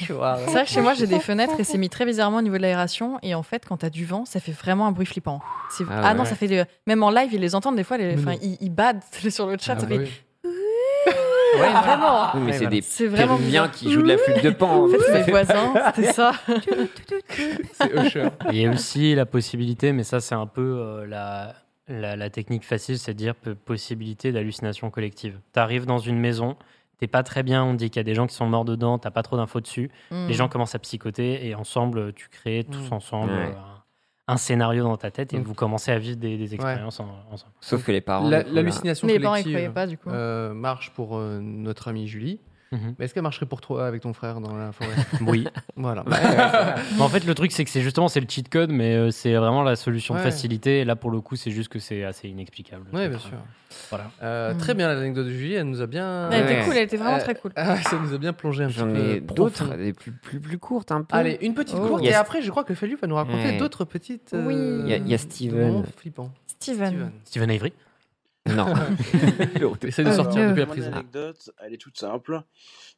C'est
arrête.
vrai que chez moi, j'ai des fenêtres et c'est mis très bizarrement au niveau de l'aération. Et en fait, quand t'as du vent, ça fait vraiment un bruit flippant. C'est-
Ah
Ah,
ouais.
non, ça fait. des- Même en live, ils les entendent des fois. Les...
Mais
Enfin,
non.
ils, ils badent *laughs* sur le chat.
Ah
ça
bah
fait-
oui.
*laughs* Ah, Ouais, vraiment.
Oui, mais c'est des
C'est vraiment
Péruviens
bien.
qui jouent de la flûte de pan. hein.
En fait, c'est
*laughs*
mes voisins, c'était ça.
C'est
*laughs*
Usher.
Il y a aussi la possibilité, mais ça c'est un peu euh, la, la, la technique facile, c'est de dire peu- possibilité d'hallucination collective. T'arrives dans une maison, t'es pas très bien, on dit qu'il y a des gens qui sont morts dedans, t'as pas trop d'infos dessus,
Hmm.
les gens commencent à psychoter et ensemble tu crées tous
Mm.
ensemble
Ouais.
euh, un, un scénario dans ta tête et
Donc-
vous commencez à vivre des, des expériences en- ensemble.
Sauf que les parents.
Hmm. La-
du coup, là-
L'hallucination
Mais les parents, ils
collective
croyaient pas, du coup.
euh, marche pour euh, notre amie Julie. Mais est-ce qu'elle marcherait pour toi avec ton frère dans la forêt
Mhm. *laughs* Oui.
*laughs* Voilà.
*laughs* Mais en fait, le truc, c'est que c'est justement c'est le cheat code, mais euh, c'est vraiment la solution de
Ouais.
facilité. Et là, pour le coup, c'est juste que c'est assez inexplicable. le
Oui, bien
truc.
sûr.
Voilà.
Euh, très bien l'anecdote de Julie, elle nous a bien.
Hmm.
Euh,
Elle était Ouais. cool, elle était vraiment très
*laughs*
cool.
ça nous a bien plongé un petit
J'en
peu.
ai
profond.
d'autres, hein, des plus, plus, plus courtes un peu.
Allez, une petite
Oh.
courte,
Yes.
et après, je crois que Felu va nous raconter
Ouais.
d'autres petites. euh,
Oui.
Il y a- il y a Steven.
moments flippants.
Steven.
Steven Avery
*laughs*
Non.
Essaye
Ah,
Ah,
de sortir depuis la prison.
Mon anecdote, elle est toute simple.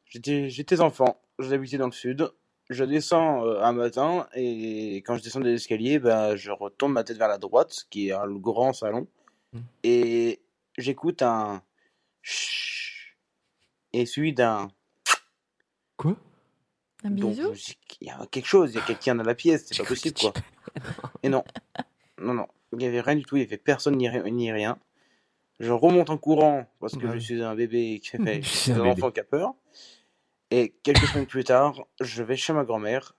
J'étais j'étais enfant, j'habitais dans le sud. Je descends euh, un matin et quand je descends des escaliers, ben, je retourne ma tête vers la droite, qui est un grand salon, et j'écoute un chut et celui d'un
Ah,
Un
Donc,
bisou
je- il y a quelque chose, il y a quelqu'un dans la pièce, c'est pas possible quoi. Et non, non, non, il n'y avait rien du tout, il n'y avait personne ni, ri- ni rien. Je remonte en courant parce que je suis un bébé *laughs* qui fait, Bah je suis
un
un,
bébé.
enfant qui a peur. Et quelques semaines plus tard, je vais chez ma grand-mère.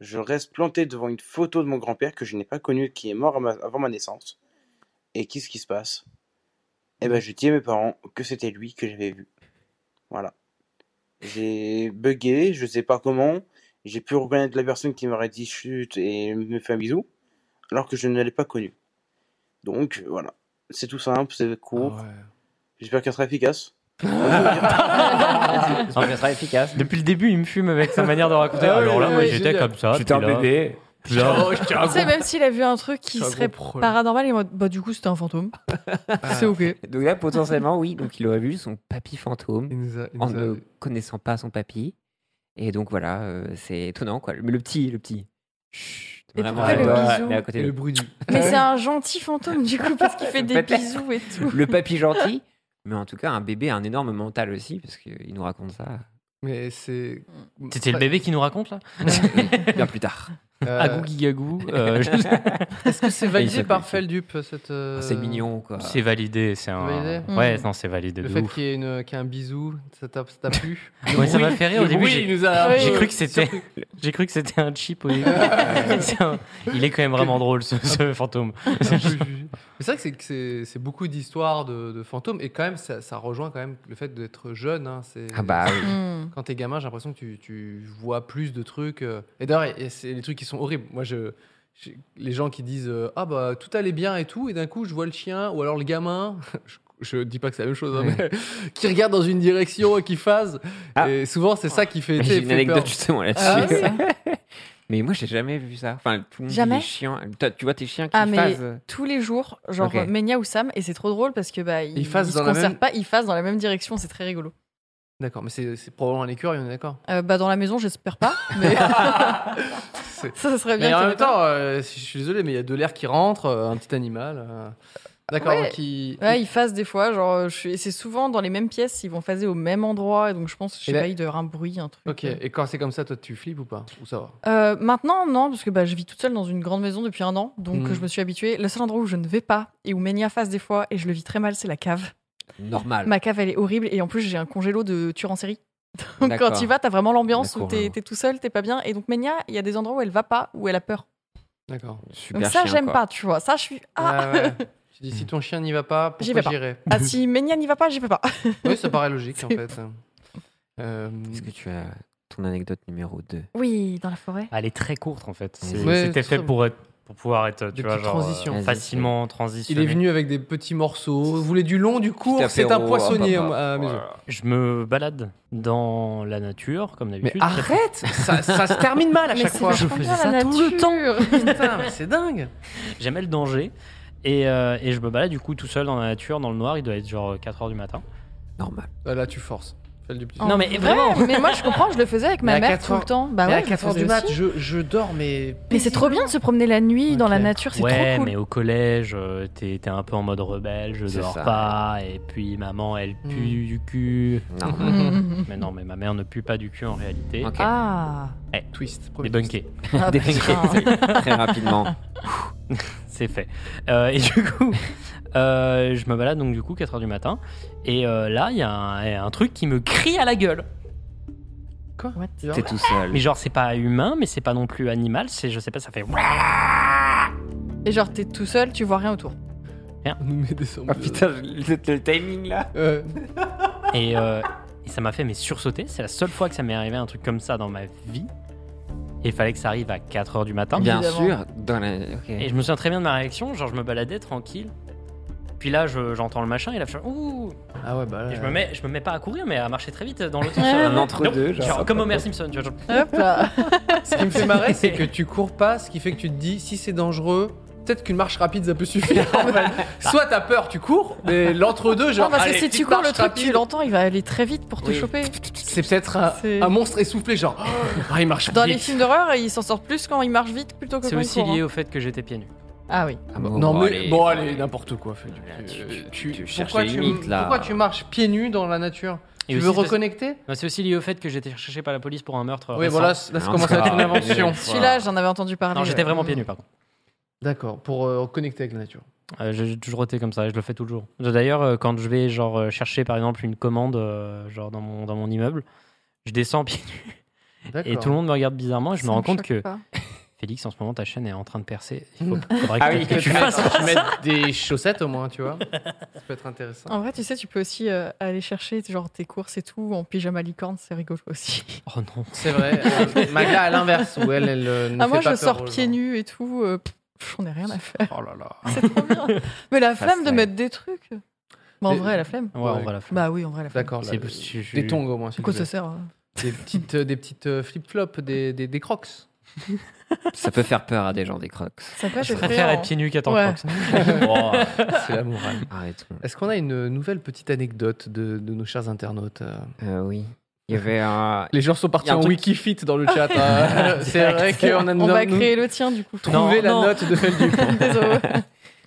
Je reste planté devant une photo de mon grand-père que je n'ai pas connu, qui est mort à ma- avant ma naissance. Et qu'est-ce qui se passe Eh ben, je dis à mes parents que c'était lui que j'avais vu. Voilà. J'ai bugué, je sais pas comment. J'ai pu reconnaître la personne qui m'aurait dit chute et me fait un bisou, alors que je ne l'ai pas connue. Donc voilà, c'est tout simple, c'est court. J'espère qu'elle sera efficace.
J'espère qu'elle sera efficace.
Ah, Depuis le début, il me fume avec sa manière de raconter.
Ah oui,
Alors là,
oui,
moi,
oui,
j'étais
génial.
comme ça.
J'étais un
puis là-
bébé.
puis là-
Oh, j'étais un
Tu sais,
gros-
même s'il a vu un truc qui
C'est un
serait
gros problème.
paranormal, il est en mode, bah du coup, c'était un
*laughs*
fantôme.
Ah.
C'est ok.
*laughs* Donc là, potentiellement, oui, donc il aurait vu son papy fantôme
a- il
en
nous a-
ne connaissant pas son papy. Et donc voilà, euh, c'est étonnant quoi. Mais le petit, le petit. Chut,
Et
vraiment,
pourquoi
elle
le
doit-
bisou
elle est à côté
Et
de-
le
*laughs*
bruit du-
Mais c'est un gentil fantôme, du coup, parce qu'il fait des
Peut-être.
bisous et tout.
Le papy
*laughs*
gentil, mais en tout cas, un bébé a un énorme mental aussi, parce qu'il nous raconte ça
Mais c'est.
C'était le bébé qui nous raconte
*laughs*
là
Mm. bien plus tard.
Euh,
Agou Gigagou.
*laughs*
euh, je-
Est-ce que c'est
Et il
validé
s'appelle-
par Feldup cette euh,
Ah, C'est mignon quoi.
C'est validé, c'est un.
validé Mm.
Ouais, non, c'est validé
Le
de
fait
ouf.
qu'il y ait une- qu'il y ait un bisou, ça t'a
*laughs*
ça t'a plu
Ouais, ça
Le
m'a
bruit-
fait rire au
le
début.
bruit,
J'ai
il nous
Ah,
a-
j'ai cru
euh,
que c'était,
surpris.
*laughs* j'ai cru que c'était un chip au
*laughs*
début. C'est un- Il est quand même vraiment drôle ce, ce
Ah.
fantôme.
Un peu jugé. Mais c'est vrai que c'est- que c'est- c'est beaucoup d'histoires de, de fantômes et quand même ça, ça rejoint quand même le fait d'être jeune. hein, c'est-
Ah bah oui.
Mm.
Quand t'es gamin, j'ai l'impression que tu, tu vois plus de trucs. euh, Et d'ailleurs, et c'est les trucs qui sont horribles. Moi, je, je- les gens qui disent euh, ah bah tout allait bien et tout et d'un coup je vois le chien ou alors le gamin. *laughs* Je, je dis pas que c'est la même chose, hein,
Ouais.
mais *laughs* qui regarde dans une direction et qui phase. Et souvent c'est ça qui fait.
Mais
tu sais,
J'ai une
fait peur.
anecdote justement
Ah
là-dessus.
ouais
*laughs* mais moi, j'ai jamais vu ça. Enfin, tout le monde dit
Jamais
les chiens. Toi, Tu vois tes chiens qui
Ah mais
phasent. euh,
tous les jours, genre euh,
Ok.
Menia ou Sam, et c'est trop drôle parce que bah ils,
Ils phasent
ils se
dans la
conservent
même-
pas, ils phasent dans la même direction, c'est très rigolo.
D'accord, mais c'est c'est probablement un écureuil, on est d'accord.
Euh, bah dans la maison, j'espère pas, mais
C'est-
ça, ça serait bien. qu'il
Mais
y
en
en
même
ait pas.
temps, euh, si- je suis désolé, mais il y a de l'air qui rentre, euh, un petit animal. euh, D'accord,
Ouais.
qui.
Ouais, ils phasent des fois, genre je suis- c'est souvent dans les mêmes pièces, ils vont phaser au même endroit, et donc je pense, je sais
Et là-
pas, il doit y avoir un bruit, un truc.
Eh ben, Ok, et quand c'est comme ça, toi, tu flippes ou pas Ou ça va
Euh, maintenant, non, parce que bah, je vis toute seule dans une grande maison depuis un an, donc
Mm.
je me suis habituée. Le seul endroit où je ne vais pas et où Menia fasse des fois, et je le vis très mal, c'est la cave.
Normal.
Ma cave, elle est horrible, et en plus, j'ai un congélo de tueur en série. *laughs* Donc quand
D'accord.
tu y vas, t'as vraiment l'ambiance où
D'accord,
t'es
vraiment.
t'es tout seul, t'es pas bien. Et donc, Menia, il y a des endroits où elle va pas, où elle a peur.
D'accord.
Super
donc, ça,
chien,
j'aime
quoi.
pas, tu vois. Ça, je suis. Ah
Ouais, ouais. Tu dis, si ton chien n'y va pas,
*laughs* J'y
pourquoi
vais pas.
j'irai
Ah, si Menia n'y va pas, j'y vais pas.
*laughs* Oui, ça paraît *laughs* logique, en
C'est-
fait. Euh,
Est-ce que tu as ton anecdote numéro 2
Oui, dans la forêt.
Ah, Elle est très courte en fait. C'est-
Ouais,
C'était
c'est
fait
très-
pour être, pour pouvoir être, tu
Des
vois,
petites
genre
transitions.
euh,
Vas-y,
facilement transitionné.
Il est venu avec des petits morceaux, voulait du long, du court, c'est
ah,
un poissonnier.
bah,
euh, mais je-
Je me balade dans la nature comme
Mais
d'habitude.
arrête ça, ça se termine mal à
Mais
chaque
c'est
fois.
vachement Je faisais bien, ça la tout le nature. temps.
Putain, mais c'est dingue.
J'aimais le danger. Et, euh, et je me balade du coup tout seul dans la nature, dans le noir. Il doit être genre 4h du matin.
Normal.
Ah, Là, tu forces. Fais du petit.
En
Non, mais
vrai,
vraiment.
*laughs* Mais moi, je comprends, je le faisais avec ma
Mais à
mère
4
tout le
heures-
temps. Bah
mais
ouais,
à
je
4
le
heures du
faisais
mat,
aussi.
je, je dors, mais.
*laughs* Mais
*laughs*
c'est trop bien de se promener la nuit dans la nature, c'est
ouais,
trop cool.
mais au collège, euh, t'es t'es un peu en mode rebelle, je
C'est
dors
ça.
pas, et puis maman, elle pue
Mm.
du cul.
Normal.
Mm.
*laughs* mais non, mais ma mère ne pue pas du cul en réalité.
Ok.
Ah.
Eh,
Twist. premier twist.
débunké. *laughs*
Ah,
Débunké,
putain.
*laughs* très rapidement.
C'est fait. Euh, et du coup, euh, je me balade donc du coup 4h du matin, et euh, là, il y a un, un truc qui me crie à la gueule.
Quoi
T'es tout seul.
Mais genre, c'est pas humain, mais c'est pas non plus animal, c'est, je sais pas, ça fait...
Et genre, t'es tout seul, tu vois rien autour.
On nous met des sons
Oh
de-
putain, je- le, le timing là.
Euh,
Et, euh, Et ça m'a fait mais sursauter. C'est la seule fois que ça m'est arrivé un truc comme ça dans ma vie. Et il fallait que ça arrive à 4h du
hein.
matin.
Bien sûr, dans la... ok.
Et je me souviens très bien de ma réaction. Genre, je me baladais tranquille. Puis là, je- j'entends le machin et là, je fais ouh.
Ah ouais, bah.
Et je me mets, je me mets pas à courir, mais à marcher très vite euh, dans le sens.
Un
non.
entre-deux,
Non,
genre.
genre, Comme Homer Simpson, tu vois. genre-
Ce qui me *laughs* fait
*laughs*
marrer, c'est que tu cours pas, ce qui fait que tu te dis si c'est dangereux. Peut-être qu'une marche rapide ça peut suffire. *laughs* Soit t'as peur, tu cours, mais l'entre-deux, Euh,
Non,
genre.
parce
allez,
que si
petite
tu cours le
marche
truc,
rapide.
tu l'entends, il va aller très vite pour te
Oui. *laughs*
choper.
C'est peut-être un, un monstre essoufflé, genre. *gasps* Ah, il marche
Dans
vite.
les films d'horreur, ils s'en sortent plus quand ils marchent vite plutôt que
C'est
quand ils
aussi
courent.
lié
hein.
au fait que j'étais pieds nus.
Ah oui.
Ah bon, non, mais bon, allez, n'importe quoi.
tu, tu cherches
pourquoi,
les
euh, tu,
limites là.
pourquoi tu marches pieds nus dans la nature
Et
Tu
aussi
veux
parce-
reconnecter
Non, C'est aussi lié au fait que j'étais recherché par la police pour un meurtre.
Oui,
récent.
voilà, c- là, ça commence à être une invention. *laughs*
Celui-là, j'en avais entendu parler.
Non, j'étais
ouais.
vraiment pieds nus, pardon.
D'accord, pour euh, reconnecter avec la nature.
Euh, J'ai toujours été comme ça, et je le fais toujours. D'ailleurs, euh, quand je vais genre euh, chercher par exemple une commande euh, genre dans mon, dans mon immeuble, je descends pieds nus.
D'accord.
Et tout le monde me regarde bizarrement et je
Ça
me rends
me
compte
choque
que
pas.
*laughs* Félix, en ce moment, ta chaîne est en train de percer. Il
*laughs*
faut- faudrait que,
Ah oui,
que tu
mets-
fasses
tu
ça. *laughs*
mets des chaussettes au moins, tu vois. Ça peut être intéressant.
En vrai, tu sais, tu peux aussi euh, aller chercher genre tes courses et tout en pyjama licorne, c'est rigolo aussi.
Oh non.
C'est vrai. euh, *laughs* Magla à l'inverse, où elle, elle euh, ne
ah
fait
moi,
pas
je
peur
sors
aux gens.
pieds nus et tout. euh, pff, J'en ai rien à faire.
Oh là là.
*laughs* C'est trop bien. Mais la
Ça
flemme de
serait-
mettre des trucs. Mais bah, en
Des-
vrai, la flemme.
Ouais, en vrai, la flemme.
Bah oui, en vrai, la flemme.
D'accord. là,
C'est-
euh,
je- je-
Des tongs au moins.
À
s'il
quoi
vous
ça
plaît.
sert hein
Des petites, euh, des petites euh, flip-flops, des, des, des crocs.
Ça peut faire peur à des gens des crocs.
Ça peut être *laughs*
Je préfère
effrayant.
être pieds nus qu'être en
Ouais.
crocs.
*laughs* Oh, C'est la morale.
Arrêtons.
Est-ce qu'on a une nouvelle petite anecdote de, de nos chers internautes euh
Euh, oui. Il y avait un.
Les gens sont partis
Il y a un
en
truc-
Wikifit dans le chat. hein. C'est vrai qu'on a
On va créer le tien du coup.
trouvé la
Non, non.
note de
*laughs*
Feldup.
Désolé.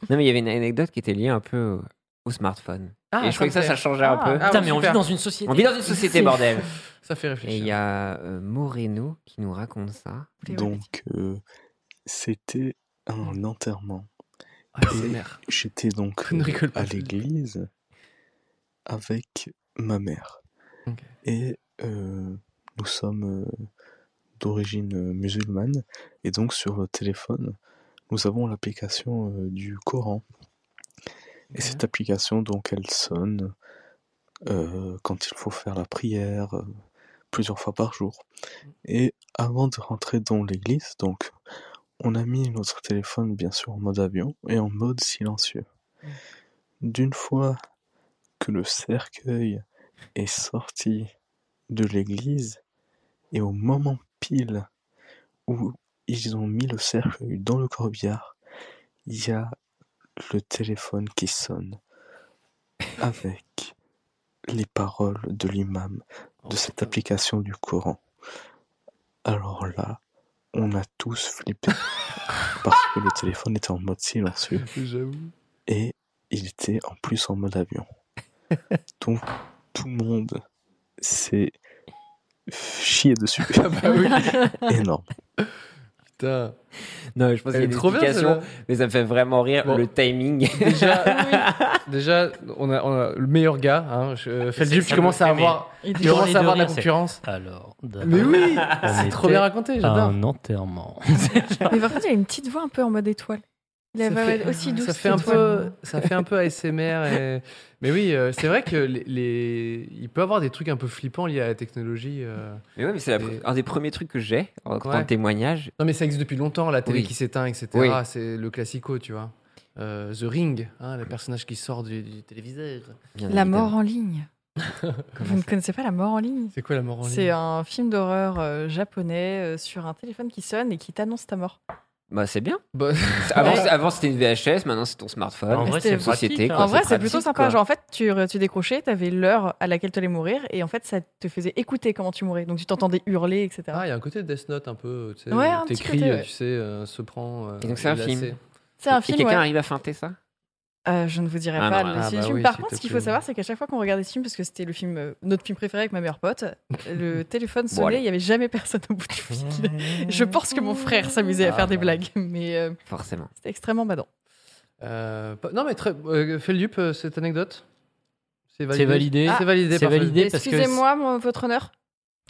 Non, mais il y avait une anecdote qui était liée un peu au, au smartphone.
Ah,
Et je trouvais que
ça
ça, ça
me fait-
changeait *laughs* un
Ah,
peu.
ah, Putain, mais on super. vit dans une
société.
On vit dans une société,
C'est-
*laughs*
bordel.
Ça fait
Et il y a euh, Moreno qui nous raconte ça.
*laughs* Donc, euh, c'était un enterrement. Et
Ah, mère.
j'étais donc
Ne
euh,
rigole pas,
à
je te le dis.
l'église avec ma mère. Et euh, nous sommes euh, d'origine euh, musulmane. Et donc, sur le téléphone, nous avons l'application euh, du Coran. Et cette application, donc, elle sonne euh, quand il faut faire la prière euh, plusieurs fois par jour. Et avant de rentrer dans l'église, donc, on a mis notre téléphone, bien sûr, en mode avion et en mode silencieux. D'une fois que le cercueil est sorti de l'église, et au moment pile où ils ont mis le cercueil dans le corbillard, il y a le téléphone qui sonne avec les paroles de l'imam de cette application du Coran. Alors là, on a tous flippé parce que le téléphone était en mode silencieux
J'avoue.
et il était en plus en
*laughs*
mode avion. Donc tout le monde s'est chié dessus.
Ah bah
*laughs* Énorme.
Putain.
Non, je pense qu'il y a
Elle est
une
trop bien,
explication,
celle-là.
mais ça me fait vraiment rire le timing. *laughs*
Déjà, on a, on a le meilleur gars. Hein. Je- euh, Feldup,
ça
tu commences
me
à
fait
avoir,
mais-
tu
Dans
commences
les deux
à avoir de la
rires, c'est-
concurrence.
Alors,
Mais oui,
on
c'est trop bien raconté,
était à
j'adore.
Un enterrement.
Mais par contre, il a une petite voix un peu en mode étoile. Il
Ça
avait
fait-
aussi douce.
ça fait un peu ça fait un peu ASMR et- mais oui euh, c'est vrai que les, les- il peut avoir des trucs un peu flippants liés à la technologie euh.
Mais ouais, mais c'est la
Et-
pre- un des premiers trucs que j'ai en tant
Ouais.
que témoignage.
non mais ça existe depuis longtemps la télé
Oui.
qui s'éteint etc
Oui.
c'est le classico tu vois Euh, The Ring hein, le personnage qui sort du, du téléviseur
La mort en ligne.
*laughs*
Vous ne connaissez pas la mort en ligne
c'est quoi la mort en
C'est
ligne
un film d'horreur euh, japonais euh, sur un téléphone qui sonne et qui t'annonce ta mort.
Bah, c'est bien.
Bah-
C'est- Avant,
Ouais.
c'est- avant, c'était une VHS, maintenant c'est ton smartphone.
En
Ah,
vrai,
c'est une
c'est pratique,
société.
hein.
quoi,
en vrai, c'est
pratique,
plutôt sympa.
quoi.
Genre, en fait, tu, euh, tu décrochais, t'avais l'heure à laquelle t'allais mourir et en fait, ça te faisait écouter comment tu mourais. Donc, tu t'entendais hurler, etc.
ah il y a un côté Death Note un peu tu sais
Ouais,
où
un petit
t'écris,
côté, ouais.
tu sais euh, se prend euh,
Et donc, c'est un
il est
film.
assez-
C'est un
Et-
film.
Et quelqu'un
ouais.
arrive à feinter ça
Euh, je ne vous dirai
Ah
pas
non,
le
ah
sujet
bah
du film.
oui,
Par
s'il
contre,
te
ce qu'il
plaît.
faut savoir, c'est qu'à chaque fois qu'on regardait ce film, parce que c'était le film, euh, notre film préféré avec ma meilleure pote, le téléphone sonnait, il
Voilà.
n'y avait jamais personne au bout du fil. Je pense que mon frère s'amusait à
Ah
faire des
bah.
blagues, mais euh,
Forcément.
c'était extrêmement badant.
Euh, pas- non mais très euh, Feldup euh, cette anecdote
C'est validé.
c'est validé par Feldup.
parce que
Ah, Excusez-moi, mon- votre honneur.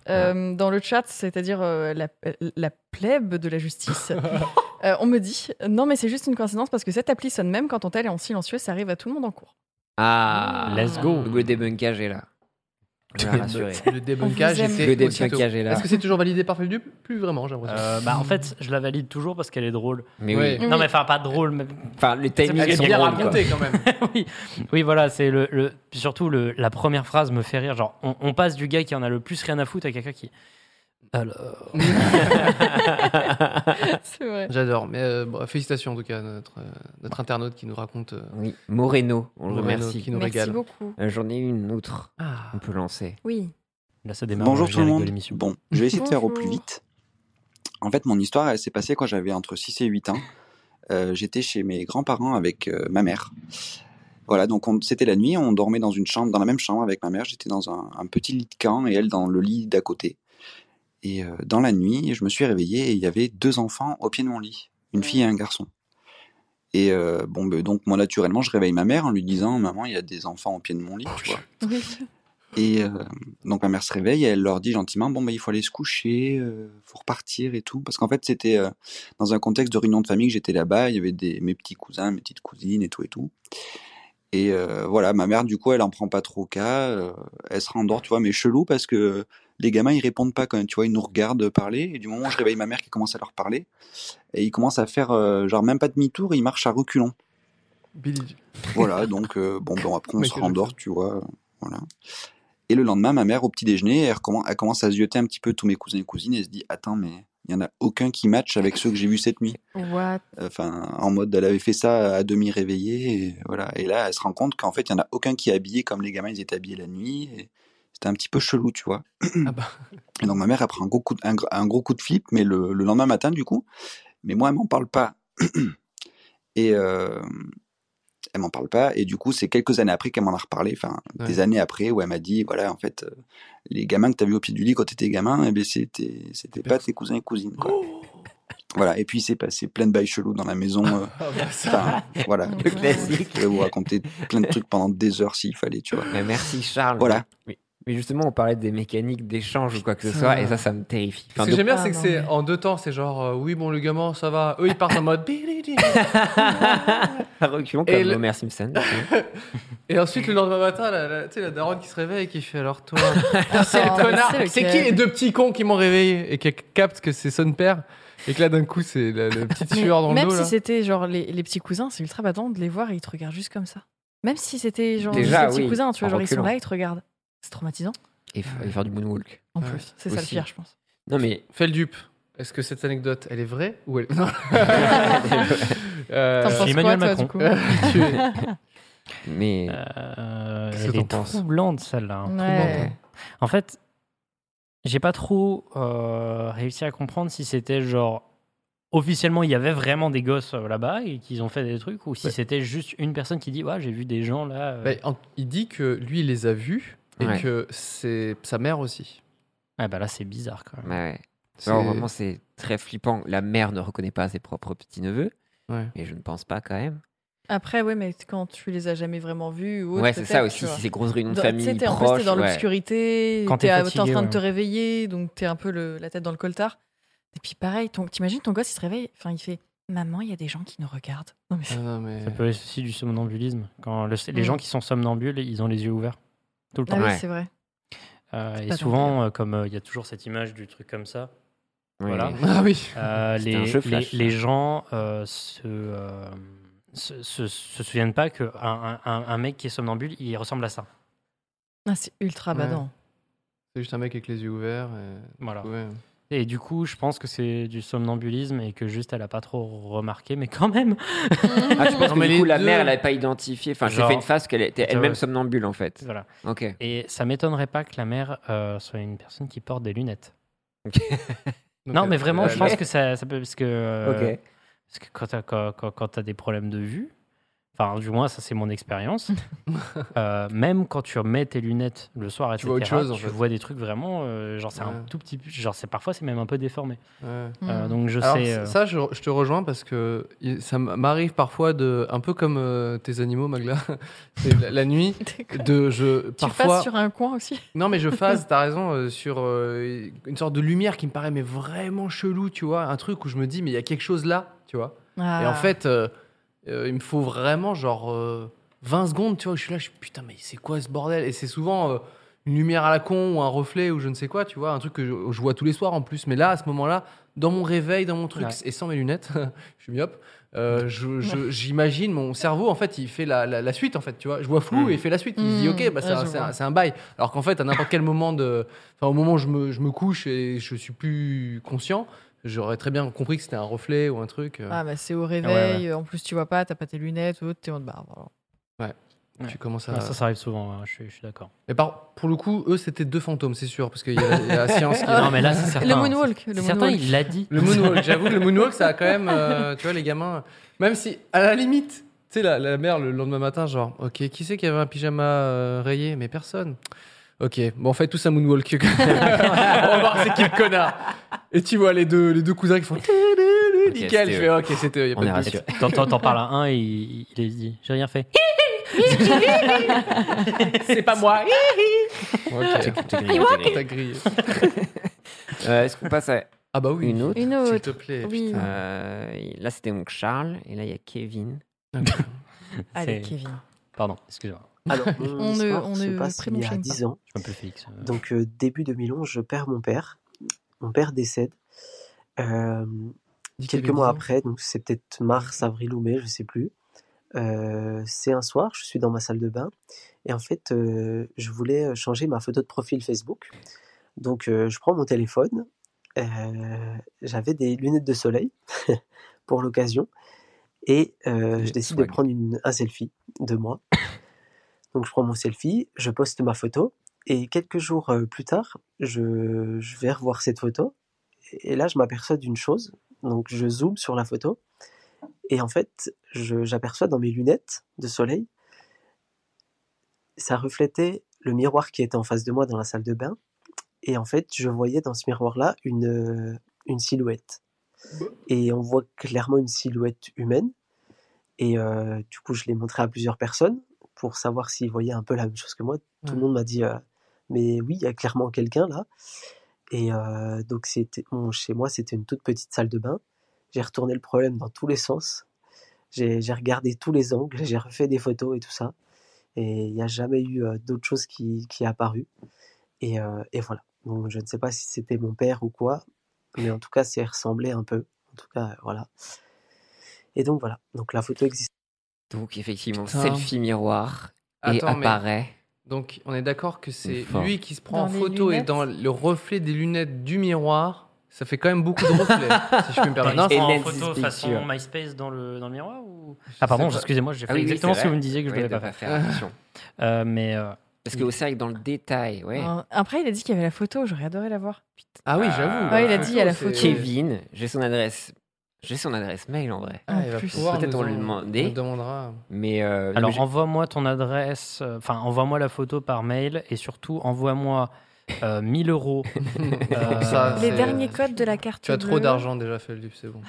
Euh, Dans le chat, c'est-à-dire euh, la, la plèbe de la justice, euh, on me dit non, mais c'est juste une coïncidence parce que cette appli sonne même quand on tel est en silencieux, ça arrive à tout le monde en cours.
Ah
Let's go.
Le débunkage est là. Je vais rassurer.
Le débunkage
On vous aime.
était
Le
aussitôt.
débunkage est là.
Est-ce que c'est toujours validé par Feldup Plus vraiment, j'ai l'impression.
*laughs*
Euh, bah, en fait, je la valide toujours parce qu'elle est drôle.
Mais oui.
Non, mais enfin, pas drôle. Mais...
Enfin, les timings
Elle est
sont
bien
drôles,
racontée,
quoi. *laughs*
oui. oui, voilà, c'est le, le- puis Surtout, le, la première phrase me fait rire. Genre, on, on passe du gars qui en a le plus rien à foutre à quelqu'un qui. Alors.
*laughs* C'est vrai.
J'adore. Mais euh, bon, félicitations en tout cas à notre, euh, notre internaute qui nous raconte. euh,
Oui, Moreno, on le
Moreno
remercie.
Qui nous régale.
Euh, J'en ai une autre.
Ah.
On peut lancer.
Oui.
Là, ça démarre.
Bonjour
la
tout le
générique
monde.
de l'émission.
Bon, je vais essayer de faire au plus
Bonjour.
vite. En fait, mon histoire, elle s'est passée quand j'avais entre 6 et 8 ans. Euh, J'étais chez mes grands-parents avec euh, ma mère. Voilà, donc on- c'était la nuit, on dormait dans une chambre, dans la même chambre avec ma mère. J'étais dans un, un petit lit de camp et elle dans le lit d'à côté. Et euh, dans la nuit, je me suis réveillé et il y avait deux enfants au pied de mon lit, une fille et un garçon. Et euh, bon, ben, donc moi naturellement, je réveille ma mère en lui disant, maman, il y a des enfants au pied de mon lit, tu vois.
*laughs*
Et euh, donc ma mère se réveille et elle leur dit gentiment bon ben il faut aller se coucher, euh, faut repartir et tout parce qu'en fait c'était euh, dans un contexte de réunion de famille que j'étais là-bas, il y avait des, mes petits cousins, mes petites cousines et tout et tout. Et euh, voilà ma mère du coup elle en prend pas trop cas, euh, elle se rendort tu vois mais chelou parce que les gamins ils répondent pas quand tu vois ils nous regardent parler et du moment où je réveille ma mère qui commence à leur parler et ils commencent à faire euh, genre même pas demi-tour, ils marchent à reculons.
Billy.
Voilà, donc euh, bon, ben, après on se
Michael
rendort, tu vois. euh, Voilà. Et le lendemain, ma mère, au petit déjeuner, elle, recommen- elle commence à zioter un petit peu tous mes cousins et cousines et elle se dit Attends, mais il n'y en a aucun qui match avec ceux que j'ai vus cette nuit.
What
Enfin, en mode, elle avait fait ça à demi réveillée, et voilà. Et là, elle se rend compte qu'en fait, il n'y en a aucun qui est habillé comme les gamins, ils étaient habillés la nuit. et C'était un petit peu chelou, tu vois. Et donc, ma mère, elle prend un gros coup de, un, gr- un gros coup de flip, mais le, le lendemain matin, du coup. Mais moi, elle m'en parle pas. *clears throat* et. euh, elle m'en parle pas. Et du coup, c'est quelques années après qu'elle m'en a reparlé, enfin,
Ouais.
des années après, où elle m'a dit voilà, en fait, euh, les gamins que tu as vus au pied du lit quand tu étais gamin, eh ben, c'était c'était pas tes cousins et cousines. Quoi.
Oh.
Voilà, et puis il s'est passé plein de bails chelous dans la
*laughs*
maison. euh,
Ah,
bah
enfin, voilà,
Le classique.
Je vais vous raconter plein de trucs pendant des heures s'il fallait, tu vois.
Mais merci Charles.
Voilà.
Mais, mais justement, on parlait des mécaniques d'échange ou quoi que ce soit, et ça, ça me terrifie.
Ce
Enfin,
que
donc-
j'aime
Ah,
bien, c'est que c'est en deux temps, c'est genre, euh, oui, bon, le gamin, ça va. Eux, ils partent en mode. Billy
*laughs*
Jean.
Reculons
Et
comme
le-
Homer Simpson.
Et ensuite, le lendemain matin, la, la- tu sais, la daronne qui se réveille et qui fait alors
*laughs*
toi. oh, c'est
Oh,
le connard.
c'est lequel
C'est qui les deux petits cons qui m'ont réveillé et qui capte que c'est son père et que là, d'un coup, c'est la- le petit sueur dans le
Même
dos.
si
là.
c'était genre les, les petits cousins, c'est ultra badant de les voir et ils te regardent juste comme ça. Même si c'était genre
Déjà,
les petits
oui,
cousins, tu vois,
en
genre ils sont
reculant.
là, ils te regardent. C'est traumatisant.
Et, f- et faire du moonwalk.
En plus, c'est ça le
Aussi.
pire, je pense.
Non, mais.
Fais le dupe. Est-ce que cette anecdote, elle est *laughs* vraie ou elle. Non.
T'en
euh,
penses C'est Emmanuel quoi, toi, Macron. *laughs*
*laughs*
du coup
Tu es-
Mais.
Euh,
Qu'est-ce que
elle
t'en
est
penses
troublante celle-là. hein.
Ouais.
Troublante. En fait, j'ai pas trop euh, réussi à comprendre si c'était genre officiellement il y avait vraiment des gosses euh, là-bas et qu'ils ont fait des trucs ou si c'était juste une personne qui dit ouais j'ai vu des gens là. euh.
Bah, en- il dit que lui, il les a vus et
Ouais.
que c'est sa mère aussi.
Ah bah là c'est bizarre quand même.
Ouais.
C'est-
Alors, vraiment, c'est très flippant. La mère ne reconnaît pas ses propres petits-neveux.
Ouais.
Et je ne pense pas quand même.
Après, ouais, mais quand tu les as jamais vraiment vus ou autre,
Ouais, c'est ça
peut-être,
aussi,
tu vois.
si c'est grosse réunion de
Dans-
famille
tu sais, t'es- En plus, t'es
proche,
dans
ouais.
l'obscurité,
Quand
t'es
t'es
à- t'es
fatigué,
en train de
ouais.
te réveiller, donc t'es un peu le- la tête dans le coltard. Et puis pareil, ton- t'imagines ton gosse, il se réveille, enfin il fait « Maman, il y a des gens qui nous regardent ». Non mais c'est-
Euh,
Ça peut être aussi du somnambulisme. Quand le- les
Mm.
gens qui sont somnambules, ils ont les yeux ouverts tout le
Ah
temps.
oui, c'est vrai.
Euh,
C'est
et
pas
souvent, euh, comme euh, il y a toujours cette image du truc comme ça,
Oui. *laughs*
voilà.
Ah oui.
Euh,
C'était un
les,
jeu
les-
flash.
les gens euh, se, euh, se, se- se souviennent pas qu'un un, un- un mec qui est somnambule, il ressemble à ça.
Ah, c'est ultra
Ouais.
badant.
C'est juste un mec avec les yeux ouverts. et-
Voilà.
Ouais.
Et du coup, je pense que c'est du somnambulisme et que juste elle a pas trop remarqué, mais quand même. *laughs*
Ah, tu penses
Non,
que
mais
du
les
coup, la
deux-
mère, elle n'avait pas identifié. Enfin, j'ai
Genre-
fait une face qu'elle était
Ça,
elle-même
ouais.
somnambule, en fait.
Voilà.
Ok.
Et ça m'étonnerait pas que la mère euh, soit une personne qui porte des lunettes.
Donc,
*laughs* non,
euh,
mais vraiment,
la-
je
la-
pense que ça, ça peut. Parce que, euh,
Ok.
parce que quand t'as quand, quand- quand t'as des problèmes de vue, enfin, du moins, ça, c'est mon
*laughs*
expérience. euh, même quand tu remets tes lunettes le soir, etc.,
Tu vois autre chose, en
tu
fait.
vois des trucs vraiment. euh, genre, c'est
Ouais.
un tout petit. peu- Genre, c'est parfois, c'est même un peu déformé.
Ouais.
Hmm.
Euh, donc, je
Alors,
sais.
ça-
euh,
Ça, je, je te rejoins parce que il- ça m- m'arrive parfois de, un peu comme euh, tes animaux, Magla, *laughs* c'est la,
*laughs*
la nuit, de je
Tu
parfois.
passes sur un coin aussi
Non, mais je phase, t'as raison, euh, sur euh, une sorte de lumière qui me paraît mais vraiment chelou, tu vois, un truc où je me dis mais il y a quelque chose là, tu vois.
Ah.
Et en fait, euh, euh, il me faut vraiment genre euh, 20 secondes, tu vois, où je suis là, je suis putain mais c'est quoi ce bordel Et c'est souvent euh, une lumière à la con ou un reflet ou je ne sais quoi, tu vois, un truc que je, je vois tous les soirs en plus. Mais là, à ce moment-là, dans mon réveil, dans mon truc,
Ouais.
et sans mes lunettes, *laughs* je suis myope, euh, je- je- j'imagine mon cerveau, en fait, il fait la, la- la suite, en fait, tu vois. Je vois flou et il fait la suite. Il se dit,
Mm.
ok, bah, c'est
Ouais, je
un- c'est
vois.
un, c'est un bail. Alors qu'en fait, à n'importe quel moment de. Enfin, au moment où je me, je me couche et je suis plus conscient, j'aurais très bien compris que c'était un reflet ou un truc. euh.
Ah, bah c'est au
Ouais,
réveil,
ouais.
euh, en plus tu vois pas, t'as pas tes lunettes ou autre, t'es en barre. voilà.
Ouais. Tu commences à.
Ouais, ça, ça arrive souvent, ouais, je suis, je suis d'accord.
Mais par, pour le coup, eux, c'était deux fantômes, c'est sûr, parce qu'il y a il y a
*laughs*
la science. qui-
Non, mais là, c'est certain.
Le moonwalk, le
C'est certain,
moonwalk.
il l'a dit.
Le moonwalk, j'avoue que le moonwalk, ça a quand même. euh, tu vois, les gamins. Même si, à la limite, tu sais, la, la mère, le lendemain matin, genre, ok, qui c'est qui avait un pyjama euh, rayé Mais personne. Ok, bon, en fait, tous un moonwalk. On
*laughs*
va voir c'est qui le connard. Et tu vois les deux, les deux cousins qui font. Nickel,
c'était
je
eux.
fais, ok, c'était eux, y a
On
pas de
est
doute.
rassurés. T'en- T'en t'en parles à un et il, il il se dit J'ai rien fait.
C'est pas moi.
T'as-
*laughs* ok,
*laughs* t'as grillé, t'as grillé.
T'as grillé.
Euh, Est-ce qu'on passe à
Ah bah oui.
une autre
Une autre.
S'il te plaît,
Oui.
putain.
Euh, Là, c'était donc Charles, et là, il y a Kevin.
Allez,
C'est-
Kevin.
Pardon, excuse-moi.
*laughs*
Alors, mon
On ne-
histoire
on
se
ne
passe il y a
prémentionne pas.
10 ans.
Je m'appelle Félix. euh,
Donc, euh, début 2011, je perds mon père. Mon père décède. Euh,
Dis qu'il
quelques
avait 10
mois
ans.
après, donc c'est peut-être mars, avril ou mai, je sais plus. Euh, c'est un soir, je suis dans ma salle de bain et en fait, euh, je voulais changer ma photo de profil Facebook. Donc, euh, je prends mon téléphone. Euh, J'avais des lunettes de soleil *laughs* pour l'occasion et euh, je décide de prendre une, un selfie de moi. Donc je prends mon selfie, je poste ma photo, et quelques jours euh, plus tard, je, je vais revoir cette photo, et là je m'aperçois d'une chose, donc je zoome sur la photo, et en fait je- j'aperçois dans mes lunettes de soleil, ça reflétait le miroir qui était en face de moi dans la salle de bain, et en fait je voyais dans ce miroir-là une, euh, une silhouette. Et on voit clairement une silhouette humaine, et euh, du coup, je l'ai montré à plusieurs personnes pour savoir s'ils voyaient un peu la même chose que moi. Tout le
Ouais.
monde m'a dit, euh, mais oui, il y a clairement quelqu'un là. Et euh, donc, c'était bon, chez moi, c'était une toute petite salle de bain. J'ai retourné le problème dans tous les sens. J'ai j'ai regardé tous les angles, j'ai refait des photos et tout ça. Et il n'y a jamais eu euh, d'autre chose qui, qui est apparue. Et, euh, et voilà. Donc, je ne sais pas si c'était mon père ou quoi, mais en tout cas, c'est ressemblé un peu. En tout cas, euh, voilà. Et donc, voilà. Donc, la photo existe.
Donc, effectivement,
Putain.
selfie miroir, et
Attends, mais-
apparaît.
Donc, on est d'accord que c'est
Enfin.
lui qui se prend en
Dans les
photo et
lunettes.
dans le reflet des lunettes du miroir. Ça fait quand même beaucoup de reflets, si je peux me permettre.
Attends, il se prend en
Ellen's
photo
picture.
façon MySpace dans le, dans le miroir ou...
Je
Ah, pardon,
sais pas.
excusez-moi, j'ai
Ah
fait
oui, oui,
exactement
c'est
ce que
vrai.
vous me disiez que je
Oui,
devais
de
pas
pas
faire.
faire attention.
*laughs* Euh, mais. euh,
Parce que c'est vrai que dans le détail, ouais.
Euh, Après, il a dit qu'il y avait la photo, j'aurais adoré la voir.
Ah oui, j'avoue.
Ouais, il a dit, il y a la
c'est-
photo.
Ah, Oh, Kevin, j'ai son adresse. J'ai son adresse mail en vrai.
Ah, il va
En plus.
pouvoir
Peut-être
nous
on lui
en-
demander.
on le demandera.
Mais euh, non, mais
Alors
j'ai-
envoie-moi ton adresse, euh, enfin envoie-moi la photo par mail et surtout envoie-moi euh, 1000 *laughs* euros. euh,
Ah, Ça,
Les
c'est-
derniers codes de la carte
Tu as trop
bleue.
d'argent déjà fait, Lup,
*laughs*
c'est bon.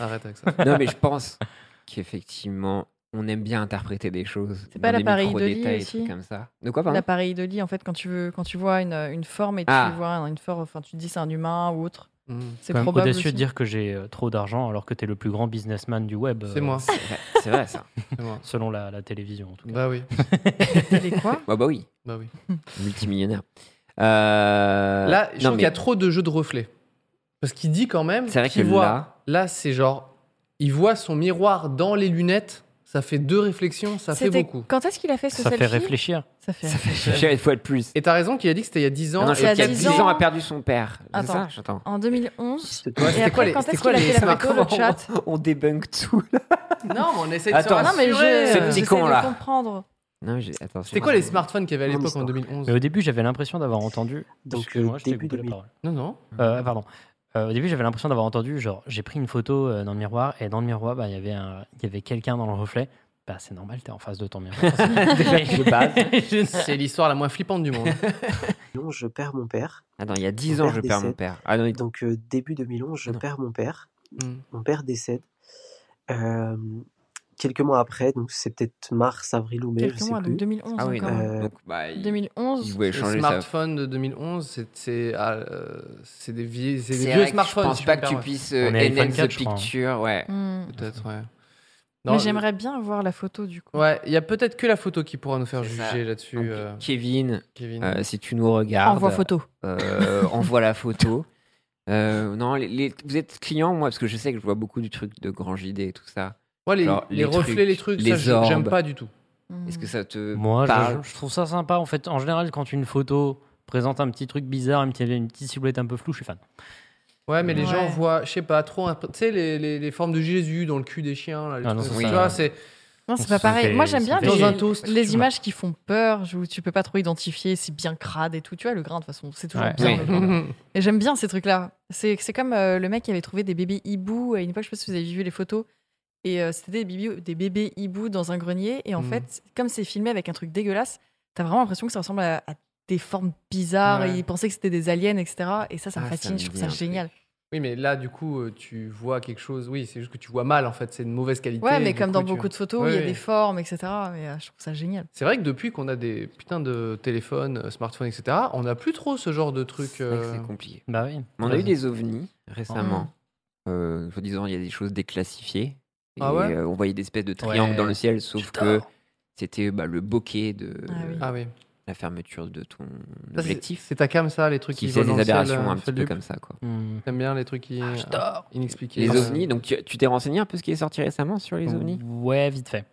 Arrête avec ça.
non, mais je pense qu'effectivement, on aime bien interpréter des choses.
C'est
dans
pas
des
l'appareil
micro-détails,
Dolly
des
aussi
trucs comme ça. De quoi, pardon
L'appareil de lit, en fait, quand tu, veux, quand tu vois une, une forme et
Ah.
tu vois une forme, enfin, tu te dis c'est un humain ou autre.
Mm.
C'est
quand même
probable.
audacieux
aussi.
de dire que j'ai euh, trop d'argent alors que t'es le plus grand businessman du web. euh,
C'est moi.
C'est vrai- C'est vrai, ça.
C'est moi.
Selon la, la télévision en tout cas.
*laughs*
Bah oui.
Il est
*laughs*
quoi
Bah, bah oui,
Bah oui.
multimillionnaire. Euh,
Là, je
non,
trouve
mais
qu'il y a trop de jeux de reflets. Parce qu'il dit quand même.
C'est vrai
qu'il
que
voit.
là-
c'est genre. Il voit son miroir dans les lunettes. Ça fait deux réflexions, ça fait
C'était-
beaucoup.
Quand est-ce qu'il a fait ce
Ça fait
selfie
réfléchir.
Ça fait
Ça fait chier une fois de plus.
Et t'as raison qu'il a dit que c'était il y a 10 ans. euh,
Ah non,
et
je crois
il y
qu'il
a
y a 10
dix
ans
ans.
a perdu son père. C'est
Attends.
ça, j'entends.
En
Ouais,
2011. Et
c'était quoi
après,
les-
quand
c'était
est-ce
quoi
qu'il a
les-
fait la
ça
photo, le
comment-
chat
On débunk tout là.
Non, mais on essaie de
Attends,
se
Ah non, mais je.
rassurer.
Ce petit
j'essaie
con,
de
là.
comprendre.
Non, mais j'ai- attends,
C'était
j'ai-
quoi les smartphones qu'il y avait à
Mon
l'époque en
histoire.
2011
Mais Euh, au début j'avais l'impression d'avoir entendu.
Donc,
Excuse-moi,
euh,
je t'ai
début
coupé la
2000.
parole.
Non, non.
Euh, pardon. Euh, au début, j'avais l'impression d'avoir entendu, genre, j'ai pris une photo euh, dans le miroir et dans le miroir, bah, il y avait un- il y avait quelqu'un dans le reflet. Bah, c'est normal, t'es en face de ton miroir. *laughs*
Déjà, *laughs* de
Ah,
base.
C'est l'histoire la moins flippante du
*laughs*
monde.
Non, je perds mon père.
Attends, il y a 10
Mon
ans,
père
je perds mon
décède.
père. Ah non, il- Ah
Donc euh, début 2011, je
Non. Mmh.
perds mon père.
Mm.
Mon père décède. Euh, quelques mois après, donc c'est peut-être mars, avril ou mai,
Quelques
je sais
mois, donc
plus.
2011
Ah oui,
encore.
non.
Euh,
Donc, bah, il, il
2011.
voulait
Le
changer sa
smartphone de 2011, c'est- c'est ah, euh, c'est des vieilles- c'est des
C'est
vieux
vrai que
smartphones.
Je pense
si je
pas
peux
que tu
me permettre.
puisses euh,
On est iPhone
enhance the
4, je crois, hein.
picture, ouais.
Hmm.
Peut-être, ouais.
mais j'aimerais bien voir la photo du coup.
Ouais, il y a peut-être que la photo qui pourra nous faire
ça.
juger là-dessus. euh,
Kevin,
Kevin.
euh, si tu nous regardes,
Envoie photo.
euh, envoie la photo. Euh, non, les- les- vous êtes client, moi, parce que je sais que je vois beaucoup du truc de grand JD et tout ça.
Ouais, les-
Genre,
les reflets, les trucs, ça, je-
orbes.
j'aime pas du tout.
Hmm.
Est-ce que ça te
Moi, je-
parle
je, trouve ça sympa. En fait, en général, quand une photo présente un petit truc bizarre, une petite, une petite silhouette un peu floue, je suis fan.
Ouais, mais les
Ouais.
gens voient, je sais pas, trop. imp- Tu sais, les, les, les formes de Jésus dans le cul des chiens. Là, les
Ah
trucs
non, ça,
comme ça.
ça-
tu vois, c'est.
Non, c'est pas pareil. Moi, j'aime bien
Dans
les,
un toast.
les
tu vois.
images qui font peur, je- où tu peux pas trop identifier, c'est bien crade et tout. Tu vois, le grain, de toute façon, c'est toujours
Ouais.
bien. le
Oui. *laughs*
grain. Et j'aime bien ces trucs-là. C'est c'est comme euh, le mec qui avait trouvé des bébés hiboux à une époque, je sais pas si vous avez vu les photos. Et euh, c'était des bébés, des bébés hiboux dans un grenier. Et en
Mm.
fait, comme c'est filmé avec un truc dégueulasse, t'as vraiment l'impression que ça ressemble à, à des formes bizarres.
Ouais.
Et ils pensaient que c'était des aliens, etc. Et ça, ça me
Ah, ça
fascine.
me
je trouve
dit
ça
un truc.
génial.
Oui, mais là, du coup, euh, tu vois quelque chose. Oui, c'est juste que tu vois mal, en fait. C'est de mauvaise qualité.
Ouais,
et
mais
du
comme
coup,
dans
tu-
beaucoup de photos,
Ouais,
il y a
ouais.
des formes, etc. Mais euh, je trouve ça génial.
C'est vrai que depuis qu'on a des putains de téléphones, euh, smartphones, etc., on n'a plus trop ce genre de trucs. euh,
C'est compliqué.
Bah oui.
Mais On a
Ouais.
eu des ovnis récemment.
Mmh.
Euh, disant, il y a des choses déclassifiées. Et,
Ah ouais
euh, on voyait des espèces de triangles
Ouais.
dans le ciel, sauf que c'était bah, le bokeh de
Ah oui. Ah oui.
la fermeture de ton
Ça, c'est-
objectif.
C'est ta cam, ça, les trucs qui,
qui,
volent
fait
dans
des
le ciel,
aberrations
euh, Hmm.
un petit
Feldup
peu comme ça. Quoi.
T'aimes bien les trucs qui.
j'adore.
inexpliqués.
Les
euh,
ovnis, donc tu tu t'es renseigné un peu ce qui est sorti récemment sur les ovnis
Ouais, vite fait.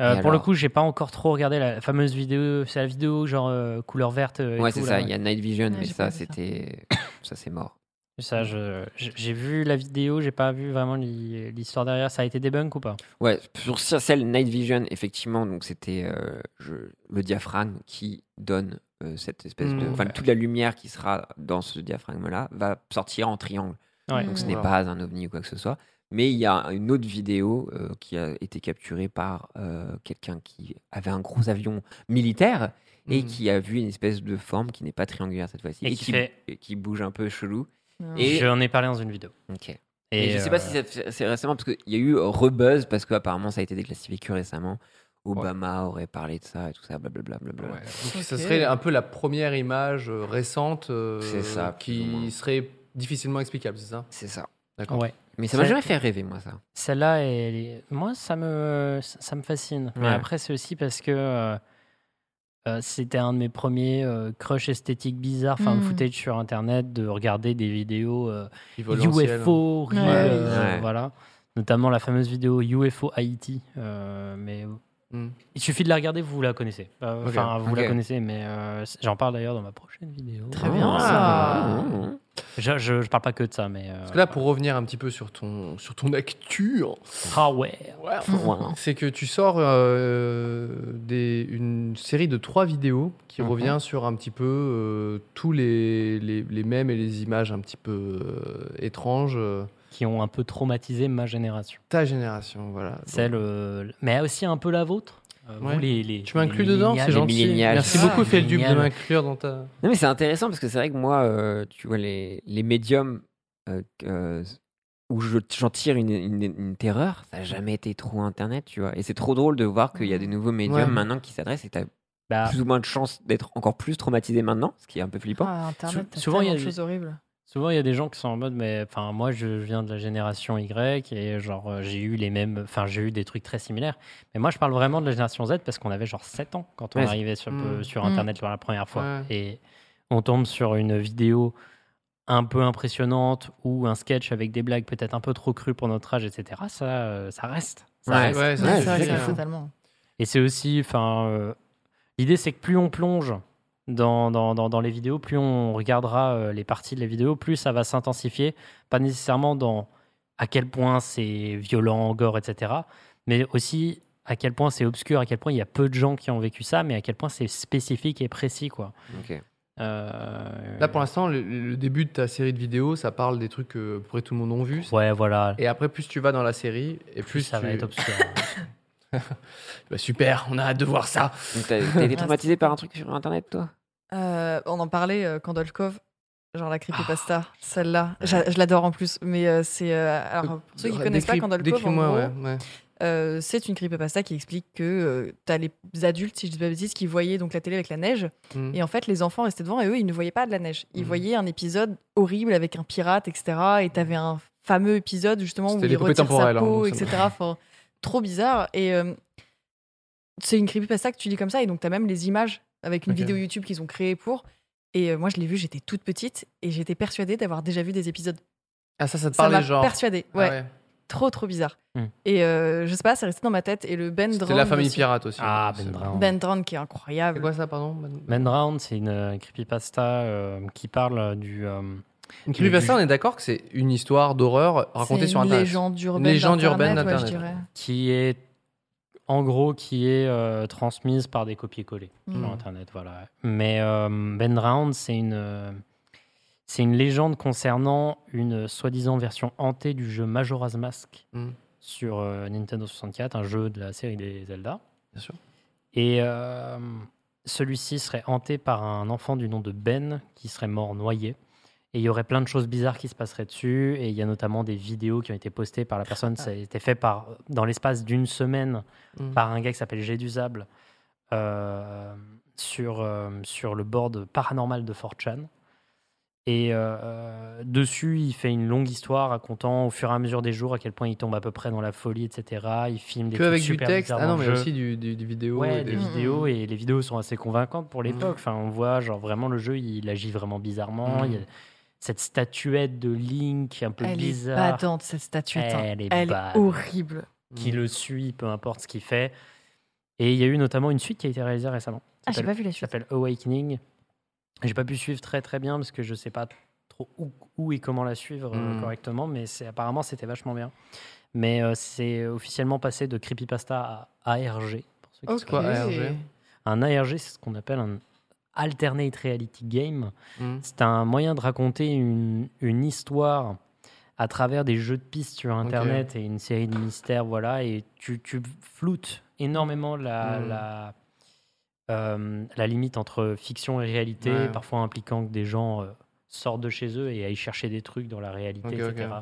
Euh,
Et
pour le
alors
coup, j'ai pas encore trop regardé la fameuse vidéo. C'est la vidéo genre euh, couleur verte. euh, et
Ouais,
tout,
c'est
là,
ça, il y a Night Vision,
Ouais,
mais
j'ai
ça,
pas vu ça.
c'était. Ça, c'est mort.
Ça, je- je- j'ai vu la vidéo, j'ai pas vu vraiment l'hi- l'histoire derrière. Ça a été debunk ou pas
Ouais, sur ce- celle Night Vision, effectivement, donc c'était euh, je- le diaphragme qui donne euh, cette espèce de.
Mm.
Enfin, toute la lumière qui sera dans ce diaphragme-là va sortir en triangle.
Ouais.
Donc ce
Mm.
n'est
Wow.
pas un ovni ou quoi que ce soit. Mais il y a une autre vidéo euh, qui a été capturée par euh, quelqu'un qui avait un gros avion militaire et
Mm.
qui a vu une espèce de forme qui n'est pas triangulaire cette fois-ci
Et qui fait-
et qui bouge un peu chelou.
Et j'en ai parlé dans une vidéo.
Ok.
Et
Et je sais pas
euh,
si c'est- c'est récemment, parce qu'il y a eu rebuzz, parce qu'apparemment ça a été déclassifié que récemment. Obama aurait parlé de ça et tout ça, blablabla. blablabla.
Donc, Ça serait un peu la première image euh, récente euh,
C'est ça, plus ou moins.
qui serait difficilement explicable, c'est ça
C'est ça.
D'accord.
Ouais.
Mais ça m'a jamais fait rêver, moi, ça.
Celle-là, elle est- moi, ça me, ça ça me fascine. Mais
Ouais.
après, c'est aussi parce que euh, euh, c'était un de mes premiers euh, crushs esthétiques bizarres, enfin,
Mm.
footage sur Internet, de regarder des vidéos euh,
Qui volent dans le ciel.
UFO,
Ouais.
real, euh,
Ouais.
voilà. Notamment la fameuse vidéo UFO Haïti. euh, mais
Mm.
il suffit de la regarder, vous la connaissez. Euh,
Ok.
Enfin, vous la
Ok.
connaissez, mais euh, c- j'en parle d'ailleurs dans ma prochaine vidéo.
Très bien,
Ah.
ça.
Je, je, je parle pas que de ça, mais. euh,
Parce que là, pour revenir un petit peu sur ton, sur ton actu, hein,
Ah ouais.
*laughs*
c'est que tu sors euh, des, une série de trois vidéos qui
Mhm.
revient sur un petit peu euh, tous les, les, les mèmes et les images un petit peu euh, étranges. euh,
Qui ont un peu traumatisé ma génération.
ta génération, voilà. Donc-
Celle, euh, mais aussi un peu la vôtre. Euh, vous,
Ouais.
les- les-
tu m''inclus
les
dedans,
millénials,
c'est
les
gentil.
millénials.
Merci
Ah,
beaucoup, Feldup, de
millénial.
m'inclure dans ta.
Non, mais c'est intéressant parce que c'est vrai que moi, euh, tu vois, les, les médiums euh, que- euh, où je- j'en tire une, une- une terreur, ça n'a jamais été trop Internet, tu vois. Et c'est trop drôle de voir qu'il y a des nouveaux médiums
Ouais.
maintenant qui s'adressent et tu as
Bah.
plus ou moins de chances d'être encore plus traumatisé maintenant, ce qui est un peu flippant.
Ah,
Sou-
Internet, t'as
souvent, il y a
tellement de
des-
choses horribles.
Souvent, il y a des gens qui sont en mode, mais enfin, moi, je viens de la génération Y et genre, euh, j'ai eu les mêmes, enfin, j'ai eu des trucs très similaires. Mais moi, je parle vraiment de la génération Z parce qu'on avait genre 7 ans quand on
Ouais, c'est-
arrivait sur,
Hmm.
Mm.
sur
Mm.
Internet pour la première fois.
Ouais.
Et on tombe sur une vidéo un peu impressionnante ou un sketch avec des blagues peut-être un peu trop crues pour notre âge, etc. Ça, euh, ça reste. Ça
Ouais,
reste.
ouais, ça, Ouais, c'est ça vrai, reste, c'est
totalement.
Et c'est aussi, enfin, euh, l'idée c'est que plus on plonge dans, dans, dans, dans les vidéos, plus on regardera euh, les parties de la vidéo, plus ça va s'intensifier, pas nécessairement dans à quel point c'est violent, gore, etc., mais aussi à quel point c'est obscur, à quel point il y a peu de gens qui ont vécu ça, mais à quel point c'est spécifique et précis, quoi.
Ok.
Euh,
Là, pour l'instant, le, le début de ta série de vidéos, ça parle des trucs que à peu près tout le monde a vu.
Ouais, voilà.
Et après, plus tu vas dans la série, et plus,
ça
tu-
va être obscur.
*laughs* Bah, super, on a hâte de voir ça.
Donc, t'as t'as été traumatisé par un truc sur Internet, toi
Euh, on en parlait euh, quand Dolkov, genre la creepypasta,
Ah.
celle-là, j'a- je l'adore en plus, mais euh, c'est euh, alors pour ceux qui
Décri-
connaissent pas Kandolkov, en
décris-moi,
gros,
ouais, ouais.
euh, c'est une creepypasta qui explique que tu as les adultes, si je dis pas de bêtises, qui voyaient donc la télé avec la neige,
Mm.
et en fait les enfants restaient devant et eux ils ne voyaient pas de la neige, ils
Mm.
voyaient un épisode horrible avec un pirate, etc. Et t'avais un fameux épisode justement où
Mmh. C'était
il
l'épopée
retire sa
temporelle, hein,
peau,
donc ça
etc.
me-
Enfin, trop bizarre. Et euh, c'est une creepypasta que tu dis comme ça. Et donc, tu as même les images avec une
Ok.
vidéo YouTube qu'ils ont créée pour. Et euh, moi, je l'ai vue, j'étais toute petite et j'étais persuadée d'avoir déjà vu des épisodes.
Ah, ça, ça te
Ça
parlait,
m'a
genre.
persuadée,
Ah
ouais. Trop, trop bizarre.
Hmm.
Et euh, je sais pas, c'est resté dans ma tête. Et le Ben
C'était
Drown
la famille
aussi.
pirate aussi.
Ah, Ben Brown.
Ben Drown qui est incroyable. C'est
quoi ça, pardon Ben,
Man Round, c'est une euh, creepypasta euh, qui parle euh, du. euh,
Une
du-
creepypasta, on est d'accord que c'est une histoire d'horreur racontée sur Internet. Une légende urbaine d'Internet.
Qui est, en gros, qui est euh, transmise par des copier-coller
Mm.
sur Internet. Voilà. Mais euh, Ben Round, c'est une, euh, c'est une légende concernant une euh, soi-disant version hantée du jeu Majora's Mask
Mm.
sur euh, Nintendo 64, un jeu de la série des Zelda.
Bien sûr.
Et euh, celui-ci serait hanté par un enfant du nom de Ben qui serait mort noyé. Et il y aurait plein de choses bizarres qui se passeraient dessus. Et il y a notamment des vidéos qui ont été postées par la personne.
Ah.
Ça a été fait par, dans l'espace d'une semaine
Mhm.
par un gars qui s'appelle Gédusable euh, sur, euh, sur le board paranormal de 4chan. Et euh, dessus, il fait une longue histoire racontant au fur et à mesure des jours à quel point il tombe à peu près dans la folie, etc. Il filme des
Que
trucs
avec du
super
texte.
bizarres
Ah
dans
non,
le
mais
jeu.
aussi du, du, du vidéo.
Ouais,
et
des
Mm,
des-
vidéos et les vidéos sont assez convaincantes pour l'époque. Enfin, on voit genre vraiment le jeu, il agit vraiment bizarrement.
Mm.
Il y a cette statuette de Link un peu
Elle est
bizarre.
badante, cette statuette. hein.
Elle est, bad.
horrible.
Qui le suit, peu importe ce qu'il fait. Et il y a eu notamment une suite qui a été réalisée récemment.
Ah, j'ai
S'appelle-
pas vu la suite.
S'appelle Awakening. J'ai pas pu suivre très très bien parce que je sais pas trop où, où et comment la suivre euh,
Mm.
correctement, mais c'est apparemment c'était vachement bien. Mais euh, c'est officiellement passé de creepypasta à ARG. Pour ceux qui
Ok.
se
Quoi,
connaissent.
ARG?
Un ARG, c'est ce qu'on appelle un alternate reality game.
Mm.
C'est un moyen de raconter une, une histoire à travers des jeux de pistes sur Internet et une série de mystères, voilà. Et tu, tu floutes énormément la,
Mm.
la, euh, la limite entre fiction et réalité,
Ouais.
parfois impliquant que des gens euh, sortent de chez eux et aillent chercher des trucs dans la réalité,
Ok,
etc.
ok.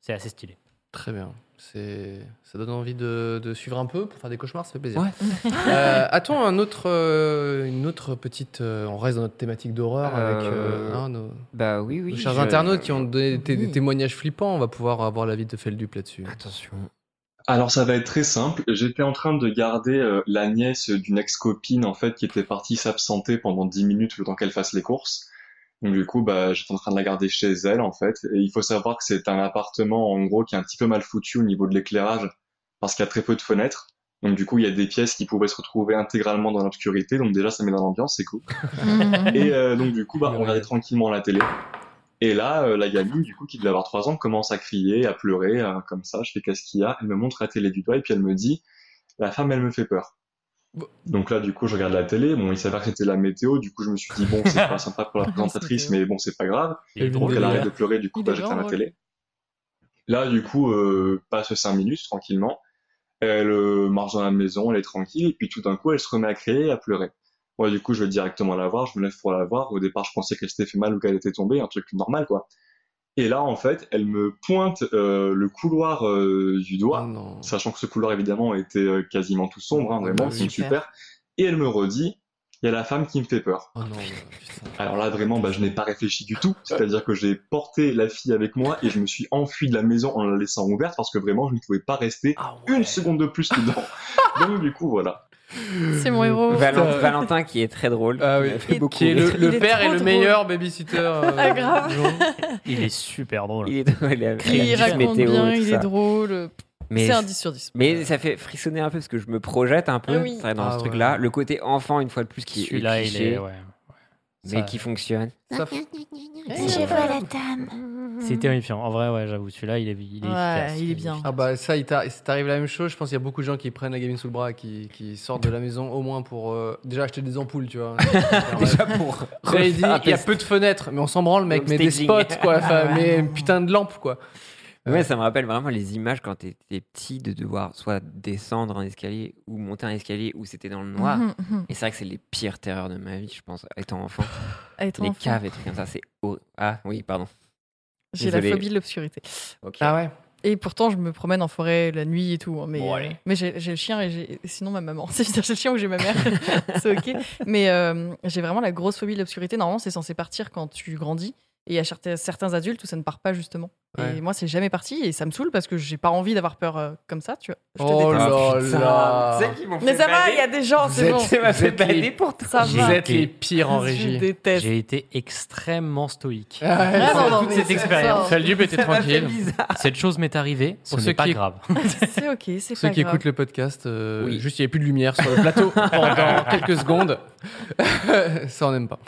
C'est assez stylé.
Très bien. C'est... Ça donne envie de, de suivre un peu pour faire des cauchemars, ça fait plaisir.
Ouais.
*laughs* Euh, a-t-on un autre, euh, une autre petite. euh, on reste dans notre thématique d'horreur avec euh,
Euh,
hein, nos,
bah oui, oui,
nos chers
je-
internautes qui ont donné des, des
Oui.
témoignages flippants. On va pouvoir avoir l'avis de Feldup là-dessus.
Attention.
Alors ça va être très simple. J'étais en train de garder euh, la nièce d'une ex-copine en fait qui était partie s'absenter pendant 10 minutes le temps qu'elle fasse les courses. Donc du coup bah j'étais en train de la garder chez elle en fait. Et il faut savoir que c'est un appartement en gros qui est un petit peu mal foutu au niveau de l'éclairage parce qu'il y a très peu de fenêtres. Donc du coup il y a des pièces qui pouvaient se retrouver intégralement dans l'obscurité. Donc déjà ça met dans l'ambiance, c'est cool.
Mm.
Et euh, donc du coup, bah, on regardait tranquillement la télé. Et là, euh, la gamine, du coup, qui devait avoir trois ans, commence à crier, à pleurer, euh, comme ça. Je fais qu'est-ce qu'il y a Elle me montre la télé du doigt et puis elle me dit, la femme, elle me fait peur. Donc là, du coup, je regarde la télé. Bon, il s'avère que c'était la météo. Du coup, je me suis dit, bon,
*laughs*
c'est pas sympa pour la présentatrice, mais bon, c'est pas grave.
Il est
Et donc,
drôle,
elle
le
arrête
gars.
de pleurer. Du coup,
Il
bah,
est
j'éteins la
drôle.
télé. Là, du coup, euh, passe cinq minutes tranquillement. Elle euh, marche dans la maison, elle est tranquille, et puis tout d'un coup, elle se remet à crier et à pleurer. Moi, du coup, je vais directement la voir, je me lève pour la voir. Au départ, je pensais qu'elle s'était fait mal ou qu'elle était tombée, un truc normal, quoi. Et là, en fait, elle me pointe euh, le couloir euh, du doigt, sachant que ce couloir, évidemment, était euh, quasiment tout sombre, hein, vraiment,
bah,
c'est
super.
super. Et elle me redit, il y a la femme qui me fait peur. Alors là, vraiment, bah, je n'ai pas réfléchi du tout. C'est-à-dire que j'ai porté la fille avec moi et je me suis enfui de la maison en la laissant ouverte parce que vraiment, je ne pouvais pas rester une seconde de plus dedans. Donc, du coup, voilà.
C'est mon héros.
Valent-
Putain.
Euh, Valentin qui est très drôle. qui m'a fait beaucoup
Qui est le,
rire.
Ah le père est, le meilleur babysitter. euh,
Ah, grave.
du monde.
*laughs* Il est super drôle.
Il est drôle. Il, a-
Il,
a dit
raconte
météo et
bien,
tout
il
ça.
est drôle.
Mais
C'est
je-
un 10 sur 10.
Mais ça fait frissonner un peu parce que je me projette un peu
Ah oui.
dans
Ah
ce
ouais.
truc-là. Le côté enfant, une fois de plus, qui est
Celui-là, il
cliché,
est- ouais, ouais.
Mais
Ça-
qui fonctionne.
Ça f-
Je vois la dame.
Mhm.
C'est terrifiant. En vrai, ouais, j'avoue, celui-là, il est, il est efficace.
Ah bah ça, il t'a- ça t'arrive la même chose. Je pense qu'il y a beaucoup de gens qui prennent la gamine sous le bras, qui, qui sortent de la maison au moins pour euh, déjà acheter des ampoules, tu vois.
Déjà pour
Quand il dit,
refaire un
il y a
test.
peu de fenêtres, mais on s'en branle, mec,
Home
mais des
staging.
spots, quoi. Enfin,
Ah ouais.
mais une putain de lampe, quoi.
Ouais, ça me rappelle vraiment les images quand t'étais petit de devoir soit descendre un escalier ou monter un escalier où c'était dans le noir.
Mhm, mhm.
Et c'est vrai que c'est les pires terreurs de ma vie, je pense, étant enfant.
*sighs* Étant
les
enfant.
caves et trucs comme ça, c'est. hor- Ah oui, pardon.
J'ai la
Désolé.
phobie de l'obscurité.
Ok.
Ah
Et pourtant, je me promène en forêt la nuit et tout. hein, Mais,
Bon,
euh,
allez.
mais j'ai j'ai le chien et j'ai- sinon ma maman. *laughs* C'est bizarre, j'ai le chien ou j'ai ma mère. *laughs* c'est ok. Mais euh, j'ai vraiment la grosse phobie de l'obscurité. Normalement, c'est censé partir quand tu grandis. Et à cer- certains adultes où ça ne part pas, justement.
Ouais.
Et moi, c'est jamais parti et ça me saoule parce que j'ai pas envie d'avoir peur euh, comme ça, tu vois. Je te
Oh
déteste.
là là.
Putain. Mais ça va, il y a des
*laughs*
gens, c'est bon. Ça
J'ai
va.
été-
Je déteste.
J'ai été extrêmement stoïque.
Ah ouais, Ah non, non,
toute
mais
cette
ça-
expérience.
ça- Seul
du
Dieu peut être tranquille.
Cette chose m'est arrivée. Ce
Pour
n'est
ceux
pas
qui-
grave.
C'est ok, c'est
Ceux
pas
qui
grave.
écoutent le podcast, euh, juste il n'y avait plus de lumière sur le
*laughs*
plateau pendant quelques secondes. *laughs* ça, on n'aime pas.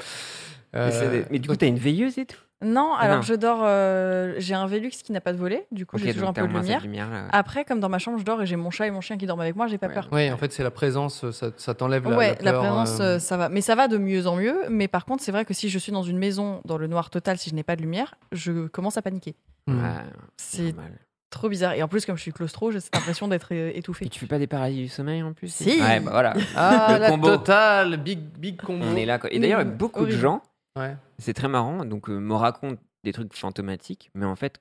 Euh,
Mais c'est des- mais du coup, t'as une veilleuse et tout
Non,
Euh, Ah
alors
non.
je dors. euh, j'ai un Velux qui n'a pas de volet, du coup
Ok,
j'ai toujours
donc
un
t'as
peu
au
de
moins
lumière.
cette lumière, euh. là, ouais.
Après, comme dans ma chambre, je dors et j'ai mon chat et mon chien qui dorment avec moi, j'ai pas peur.
Oui, en fait, c'est la présence, ça, ça t'enlève la,
ouais,
la peur.
présence,
euh,
euh, ça va. Mais ça va de mieux en mieux. Mais par contre, c'est vrai que si je suis dans une maison dans le noir total, si je n'ai pas de lumière, je commence à paniquer.
Hmm.
Ouais,
C'est trop bizarre. Et en plus, comme je suis claustro, j'ai cette impression d'être euh, étouffée. Et
tu fais pas des paralysies du sommeil en plus
Si
Ouais,
*laughs*
bah voilà.
Ah,
le
la
combo.
totale, big, big combo.
On est là. Quoi. Et d'ailleurs, il y a
Mmh,
Mm,
beaucoup de
horrible.
gens,
Ouais.
c'est très marrant, donc euh, me racontent des trucs fantomatiques, mais en fait,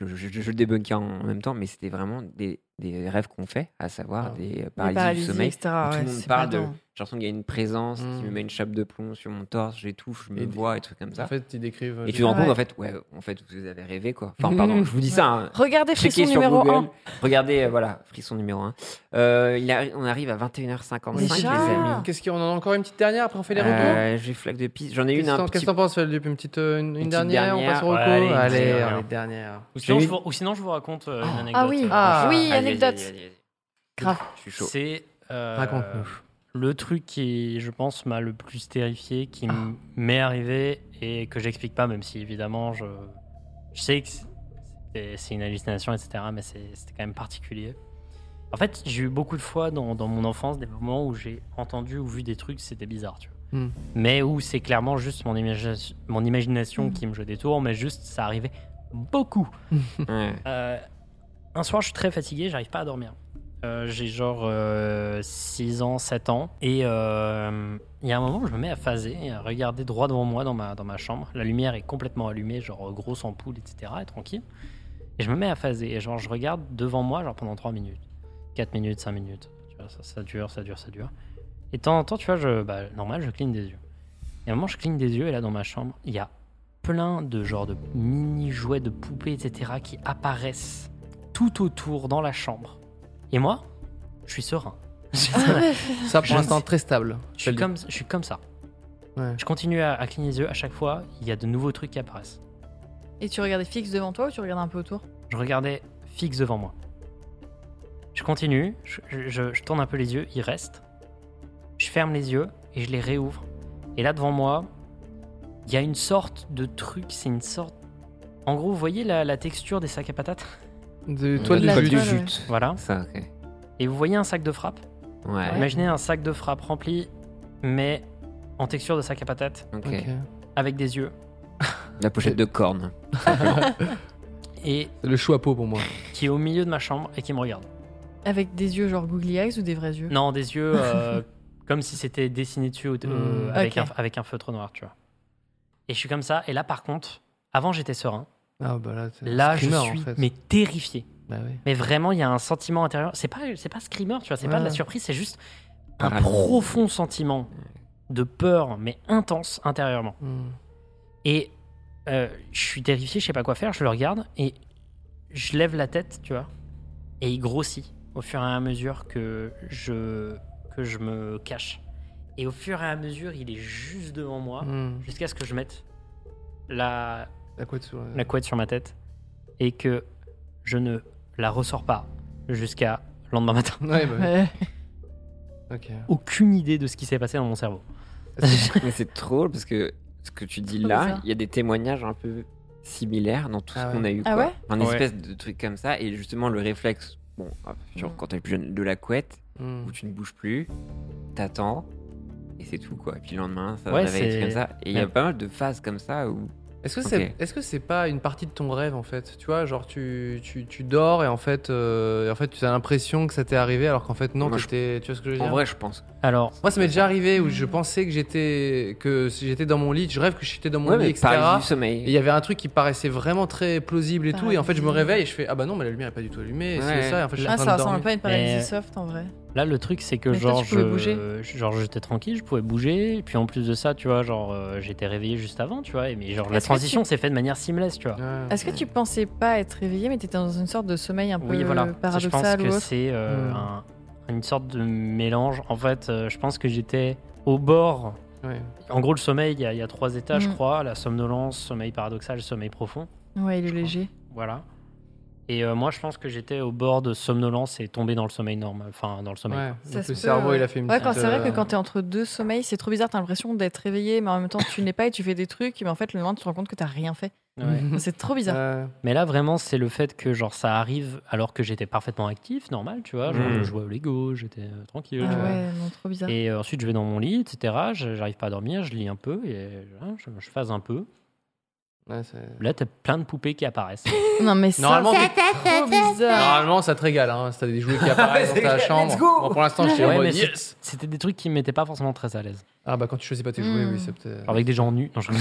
je, je, je- je le débunker en, en même temps, mais c'était vraiment des, des rêves qu'on fait, à savoir des euh, paralysies,
paralysies,
du sommeil.
etc.,
où tout
ouais,
le monde
c'est
parle de.
pas
J'ai
dingue.
l'impression qu'il y a une présence qui me met une chape de plomb sur mon torse, j'étouffe, je me
Hmm. Et-
vois et trucs comme ça.
en fait, ils décrivent, euh,
Et tu te rends
Ah
compte,
ouais.
en fait, ouais, en fait, vous avez rêvé, quoi. Enfin, pardon, je vous dis ça. hein.
Regardez
Checkez
Frisson
sur
numéro
Google.
un.
Regardez, euh, voilà, frisson numéro 1. on arrive à 21h55, les amis.
Qu'est-ce qu'on en a encore une petite dernière Après, on fait les retours.
Euh, J'ai flaque de piste. J'en ai une
Qu'est-ce
un
t'en-
petit
Qu'est-ce que t'en penses, Feldup Une petite euh, une- une
petite
dernière, on passe au
dernière.
reco
Ouais, allez, une
Allez,
petite dernière.
allez, dernière.
Ou sinon,
J'ai
je
une-
vous, ou sinon, je vous raconte euh, une anecdote.
Ah
hein.
oui.
euh,
Ah.
prochaine.
Oui,
Allez,
anecdote.
allez, allez, allez, allez.
Grave. Je suis chaud.
C'est euh,
Raconte-nous.
le truc qui, je pense, m'a le plus terrifié,
Ah.
qui m- m'est arrivé et que j'explique pas, même si évidemment, je, je sais que c'est- c'est une hallucination, etc. Mais c'est- c'était quand même particulier. En fait, j'ai eu beaucoup de fois dans, dans mon enfance des moments où j'ai entendu ou vu des trucs, c'était bizarre, tu vois
Hmm.
mais où c'est clairement juste mon, imagi- mon
Hmm.
imagination qui me jeu des tours, mais juste ça arrivait
*laughs*
beaucoup.
Ouais.
Euh, un soir, je suis très fatigué, j'arrive pas à dormir. Euh, J'ai genre 6 ans, 7 ans, et euh, il y a un moment où je me mets à phaser, et à regarder droit devant moi dans ma, dans ma chambre. La lumière est complètement allumée, genre euh, grosse ampoule, etc., et tranquille. Et je me mets à phaser, et genre je regarde devant moi genre pendant 3 minutes, 4 minutes, 5 minutes. Tu vois, ça, ça dure, ça dure, ça dure. Et de temps en temps, tu vois, je, bah, normal, je cligne des yeux. Et à un moment, je cligne des yeux, et là, dans ma chambre, il y a plein de genres de mini-jouets, de poupées, etc., qui apparaissent tout autour dans la chambre. Et moi, je suis serein.
*laughs* Ça, pour
Je
l'instant,
ne-
très stable.
Je suis, comme, je suis comme ça. Je continue à, à cligner les yeux. À chaque fois, il y a de nouveaux trucs qui apparaissent.
Et tu regardais fixe devant toi ou tu regardais un peu autour
Je regardais fixe devant moi. Je continue, je, je- je- je tourne un peu les yeux, il reste. Je ferme les yeux et je les réouvre. Et là devant moi, il y a une sorte de truc, c'est une sorte... En gros, vous voyez la, la texture des sacs à patates
De toile de jute.
Voilà.
Ça, ok.
Et vous voyez un sac de frappe
Ouais.
Imaginez un sac de frappe rempli, mais en texture de sac à patates.
Ok. Ok.
Avec des yeux.
La pochette de
*laughs*
corne.
*laughs* et
le chou à peau pour moi.
Qui est au milieu de ma chambre et qui me regarde.
Avec des yeux genre googly eyes ou des vrais yeux
Non, des yeux
*laughs*
euh, comme si c'était dessiné dessus euh,
Hmm.
avec,
Ok.
un, avec un feutre noir, tu vois. Et je suis comme ça. Et là, par contre, avant, j'étais serein.
Ah, bah là, c'est-
Là, je
screamer, en
suis
fait.
mais terrifié.
Bah oui.
Mais vraiment, il y a un sentiment intérieur. C'est pas, c'est pas screamer, tu vois. C'est pas de la
Ouais.
surprise. C'est juste un
Paranoïa.
profond sentiment de peur, mais intense intérieurement.
Hmm.
Et euh, je suis terrifié, je sais pas quoi faire, je le regarde et je lève la tête, tu vois. Et il grossit au fur et à mesure que je, que je me cache. Et au fur et à mesure, il est juste devant moi
Hmm.
jusqu'à ce que je mette la,
La couette sur euh, la-
la couette sur ma tête et que je ne la ressors pas jusqu'à le lendemain matin.
Ouais, bah oui. Ouais. Ok.
Aucune idée de ce qui s'est passé dans mon cerveau.
Mais c'est trop drôle parce que ce que tu dis
Trop
là,
bizarre.
il y a des témoignages un peu similaires dans tout
Ah
ce qu'on
ouais.
a eu.
Ah
quoi.
ouais
Un
Ouais.
espèce de truc comme ça. Et justement, le réflexe, bon, ah, genre, quand t'es plus jeune, de la couette,
Mm.
où tu ne bouges plus, t'attends, et c'est tout, quoi. Et puis le lendemain, ça
Ouais,
réveille, des
c'est-
trucs comme ça. Et il y a
Ouais.
pas mal de phases comme ça où.
Est-ce que
Ok.
c'est est-ce que c'est pas une partie de ton rêve en fait Tu vois, genre tu, tu, tu dors et en fait euh, et en fait tu as l'impression que ça t'est arrivé alors qu'en fait non,
Moi, je-
t'étais- tu vois ce que je veux
en
dire
vrai, je pense.
Alors
moi ça m'est déjà arrivé où je pensais que j'étais que si j'étais dans mon lit, je rêve que j'étais dans mon
Ouais,
lit
mais
etc.
paralysie du sommeil.
Et il y avait un truc qui paraissait vraiment très plausible et tout et en fait je me
Paralysie.
réveille et je fais ah bah non mais la lumière est pas du tout allumée, et
Ouais.
c'est ça et en fait je suis en
Ah,
train
ça
*laughs*
de dormir.
ressemble pas à une paralysie soft en vrai.
Là, le truc, c'est que
Mais toi,
genre,
tu pouvais
je,
bouger.
genre, j'étais tranquille, je pouvais bouger. Et puis en plus de ça, tu vois, genre, euh, j'étais réveillé juste avant, tu vois. et- Mais genre, la
Est-ce que
transition
tu-
s'est faite de manière seamless, tu vois.
Est-ce que tu pensais pas être réveillé, mais t'étais dans une sorte de sommeil un peu
Oui, voilà. Ça, je pense
paradoxal
que
ou autre
c'est euh,
Hmm.
un- une sorte de mélange. En fait, euh, je pense que j'étais au bord.
Ouais.
En gros, le sommeil, il y, a- il y a trois états, je
Hmm.
crois la somnolence, sommeil paradoxal, sommeil profond.
Ouais, il est léger.
Voilà. Et euh, moi, je pense que j'étais au bord de somnolence et tombé dans le sommeil normal. Enfin, dans le sommeil.
Ouais,
quoi.
Ça donc se le peut, cerveau, ouais. il a fait une
Ouais, quand
petite,
c'est vrai
euh,
que
*laughs*
quand t'es entre deux sommeils, c'est trop bizarre. T'as l'impression d'être réveillé, mais en même temps, tu n'es pas et tu fais des trucs, mais en fait, le lendemain, tu te rends compte que t'as rien fait.
Ouais.
*laughs* C'est trop bizarre.
Euh,
Mais là, vraiment, c'est le fait que genre ça arrive alors que j'étais parfaitement actif, normal, tu vois. Genre,
Hmm.
Mm.
Je jouais au Lego, j'étais euh, tranquille.
Ah
tu vois.
ouais, non, trop bizarre.
Et euh, ensuite, je vais dans mon lit, etc. Je- J'arrive pas à dormir, je lis un peu et euh, je, je phase un peu. Là, t'as plein de poupées qui apparaissent.
*laughs* Non, mais ça,
Normalement,
c'est
t'es-
trop
uh,
bizarre.
Normalement, ça te régale, hein, si t'as
*laughs*
des
Ah,
jouets qui apparaissent dans
C'est
ta
clair,
chambre.
let's go.
Bon, pour l'instant, je suis en
Ouais,
mode
mais c'est-
yes.
C'était des trucs qui me mettaient pas forcément très à l'aise.
Ah bah quand tu choisis pas tes jouets,
Hmm.
oui, c'est peut-être.
Avec des gens nus. Non, je-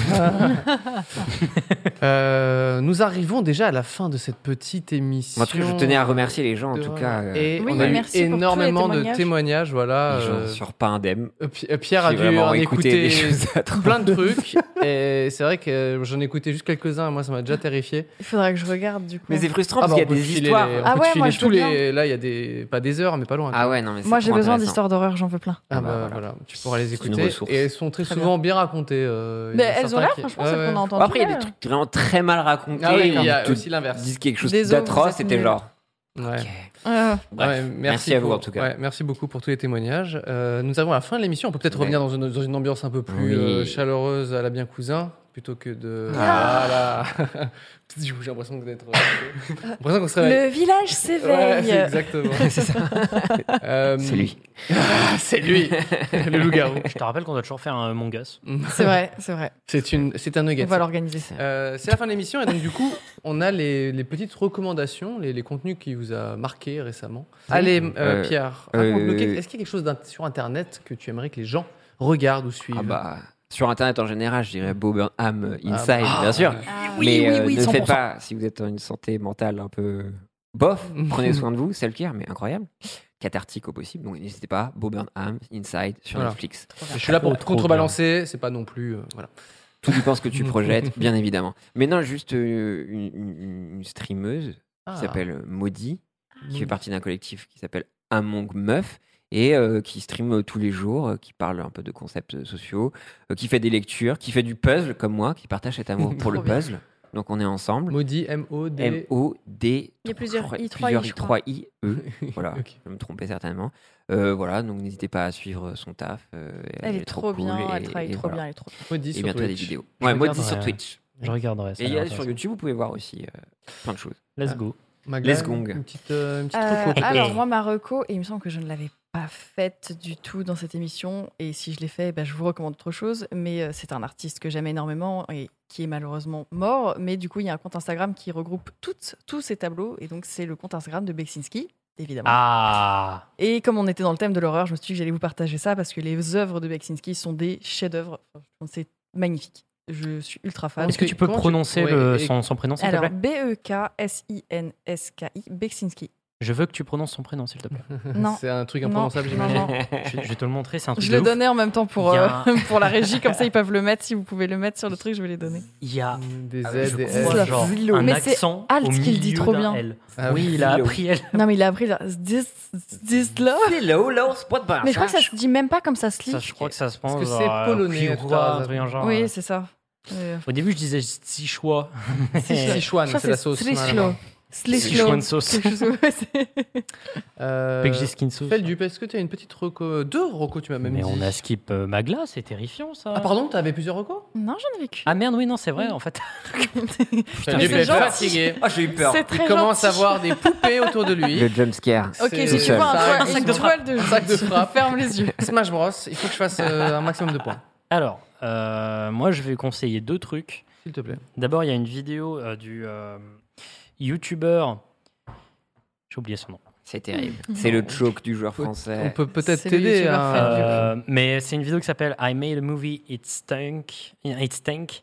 Euh, nous arrivons déjà à la fin de cette petite émission.
En tout cas, je tenais à remercier les gens, en tout cas, euh.
Et
Oui,
on a eu
merci pour tous les
énormément de
témoignages.
témoignages, voilà.
Les gens sortent pas indemnes.
Euh, Pi- euh, Pierre a
J'ai
dû
vraiment
en
écouté
écouter
des choses atroces.
plein de trucs.
*laughs*
et c'est vrai que euh, j'en ai écouté juste quelques-uns. et Moi, ça m'a déjà terrifié.
Il faudrait que je regarde du coup.
Mais c'est frustrant
Ah
parce
bah,
qu'il y a
on peut
des
te filer
histoires.
les- on
Ah
peut te
ouais,
filer
moi, je
tous
veux
les. Là, il y a des pas des heures, mais pas loin.
Ah ouais, non mais
Moi, j'ai besoin d'histoires d'horreur, j'en veux plein.
Ah bah, voilà. tu pourras les
une
écouter.
ressource.
Et elles sont très,
Très
souvent bien, racontées. euh, il y
Mais
a
elles ont
certains
l'air,
qui-
franchement,
Ouais,
celles
ouais.
qu'on a entendues. euh.
Après, il y a des trucs vraiment très mal racontés.
Ah oui, il y a
où ils te
aussi l'inverse.
Disent quelque chose
Désolé,
d'atroce,
vous êtes
c'était
nuls.
genre.
Ouais.
Euh.
Bref,
Ouais,
merci à vous,
pour-
en tout cas.
ouais, merci beaucoup pour tous les témoignages. Euh, nous avons la fin de l'émission. On peut peut-être revenir dans une, dans une ambiance un peu
Oui.
plus euh, chaleureuse à la bien cousin plutôt que de.
Ah.
euh, Voilà. *laughs* Du coup, J'ai l'impression que
*laughs*
d'être. J'ai l'impression qu'on se réveille.
Le village
Ouais,
s'éveille.
*laughs*
c'est *laughs* exactement. Euh,
C'est lui.
*laughs*
*laughs*
c'est lui, le loup-garou.
Je te rappelle qu'on doit toujours faire un Among Us.
C'est vrai, c'est vrai.
*laughs* C'est une, c'est un nugget.
On va l'organiser.
Euh, c'est la fin de l'émission et donc du coup, on a les, les petites recommandations, les, les contenus qui vous a marqué récemment.
Oui.
Allez, euh,
Euh,
Pierre, raconte-nous
euh,
quel- est-ce qu'il y a quelque chose d'int- sur Internet que tu aimerais que les gens regardent
Ah
ou suivent
bah, Sur Internet en général, je dirais Bob Ham Inside,
Ah,
bien sûr.
ah,
Mais
oui, oui,
euh,
oui,
ne faites
100%.
pas, si vous êtes en une santé mentale un peu
*laughs*
bof, prenez soin de vous, self-care, mais incroyable. Cathartique au possible. Donc n'hésitez pas, Bob Ham Inside sur
Voilà.
Netflix.
Je suis là pour
Trop, trop
contrebalancer, c'est pas non plus. euh, voilà.
Tout dépend ce
*laughs*
que tu projettes, bien évidemment. Mais non, juste euh, une, une- une streameuse
Ah.
qui s'appelle euh, Maudie, qui
Maudie.
fait partie d'un collectif qui s'appelle Among Meuf et euh, qui stream euh, tous les jours, euh, qui parle un peu de concepts euh, sociaux, euh, qui fait des lectures, qui fait du puzzle comme moi, qui partage cet
*laughs*
amour pour
Trop
le
bien.
puzzle. Donc on est ensemble.
Maudie, M-O-D.
M-O-D.
Il y a plusieurs I, trois
plusieurs
I, je
I,
crois.
trois I,
*laughs*
E. Voilà, je vais me tromper certainement. Euh, voilà, donc n'hésitez pas à suivre son taf. euh,
Elle est trop
cool
bien, elle
et-
travaille
et
trop bien, elle est trop bien.
Maudit
et
sur
bientôt
Twitch.
des vidéos.
Je
Ouais, Maudit
regarderai,
sur
euh,
Twitch.
je regarderai, ça a
Et il y
l'air
a sur
intéressant.
YouTube, vous pouvez voir aussi euh, plein de choses. Ah.
Let's go.
Magla,
Let's gong.
Une petite, euh, une petite
Euh,
reco.
alors moi, ma reco, et il me semble que je ne l'avais pas faite du tout dans cette émission, et si je l'ai fait, bah, je vous recommande autre chose, mais euh, c'est un artiste que j'aime énormément et qui est malheureusement mort, mais du coup, il y a un compte Instagram qui regroupe toutes, tous ces tableaux, et donc c'est le compte Instagram de Beksinski, évidemment.
Ah
Et comme on était dans le thème de l'horreur, je me suis dit que j'allais vous partager ça parce que les œuvres de Beksinski sont des chefs-d'œuvre. Enfin, C'est magnifique. Je suis ultra fan.
Est-ce que tu peux
Comment
prononcer
Ouais,
le-
et-
son, son prénom, s'il te
Alors, E
plaît
B-E-K-S-I-N-S-K-I, Beksinski.
Je veux que tu prononces son prénom, s'il te plaît.
*laughs*
Non. C'est un truc imprononçable, Non, non, j'imagine. non.
*laughs* Je, je vais te le montrer, c'est un truc
Je
de
le
ouf.
donnais en même temps pour,
Il y
euh, *laughs*
a un-
pour la régie, comme ça ils peuvent le mettre. Si vous pouvez le mettre sur le truc, je vais les donner.
Il y a
des
Ah ouais,
Z,
je
des
crois,
S.
genre,
Zillow.
un
Mais
c'est
accent
Alt
au
qui le dit
milieu
trop
d'un
bien.
L.
Ah
oui,
oui,
il a
Zillow.
appris elle.
Non, mais il a appris là, this, this love.
Hello, hello, spot bar.
Mais je crois que ça se dit même pas comme ça se lit.
Ah, Ça, je crois que ça se pense.
Parce que
genre,
c'est
euh,
polonais,
Cuirois,
tout à
un truc en genre. euh.
Oui, c'est ça. Euh,
Au début, je disais Sichuan.
Sichuan, Je crois c'est que la c'est sauce, Szechuan. normalement.
Sichuan *laughs* sauce.
Euh,
Pekjiskin sauce.
Feldup, est-ce que tu as une petite reco Deux reco, tu m'as même
Mais
dit.
on a skip euh, Magla, c'est terrifiant ça.
Ah pardon, t'avais plusieurs recos
Non, j'en avais qu'une.
Ah merde, oui, non, c'est vrai en *laughs* fait.
Putain, j'ai
c'est
fait
gentil.
fatigué.
Ah, j'ai eu peur. C'est très
Il commence
gentil.
à voir des poupées autour de lui.
Le jumpscare.
Ok,
C'est
si tu
seul.
vois un-
un
Ils
sac
sont-
de toile de
Un
*laughs*
sac de
jeu.
frappe.
Ferme les yeux.
Smash Bros, il faut que je fasse euh, un maximum de points.
Alors, euh, moi, je vais conseiller deux trucs.
S'il te plaît.
D'abord, il y a une vidéo euh, du euh, youtubeur. J'ai oublié son nom.
C'est terrible. C'est le choke du joueur français.
on peut peut-être C'est le t'aider, youtubeur hein. fan du
Euh, mais c'est une vidéo qui s'appelle I Made a Movie It Stank, It Stank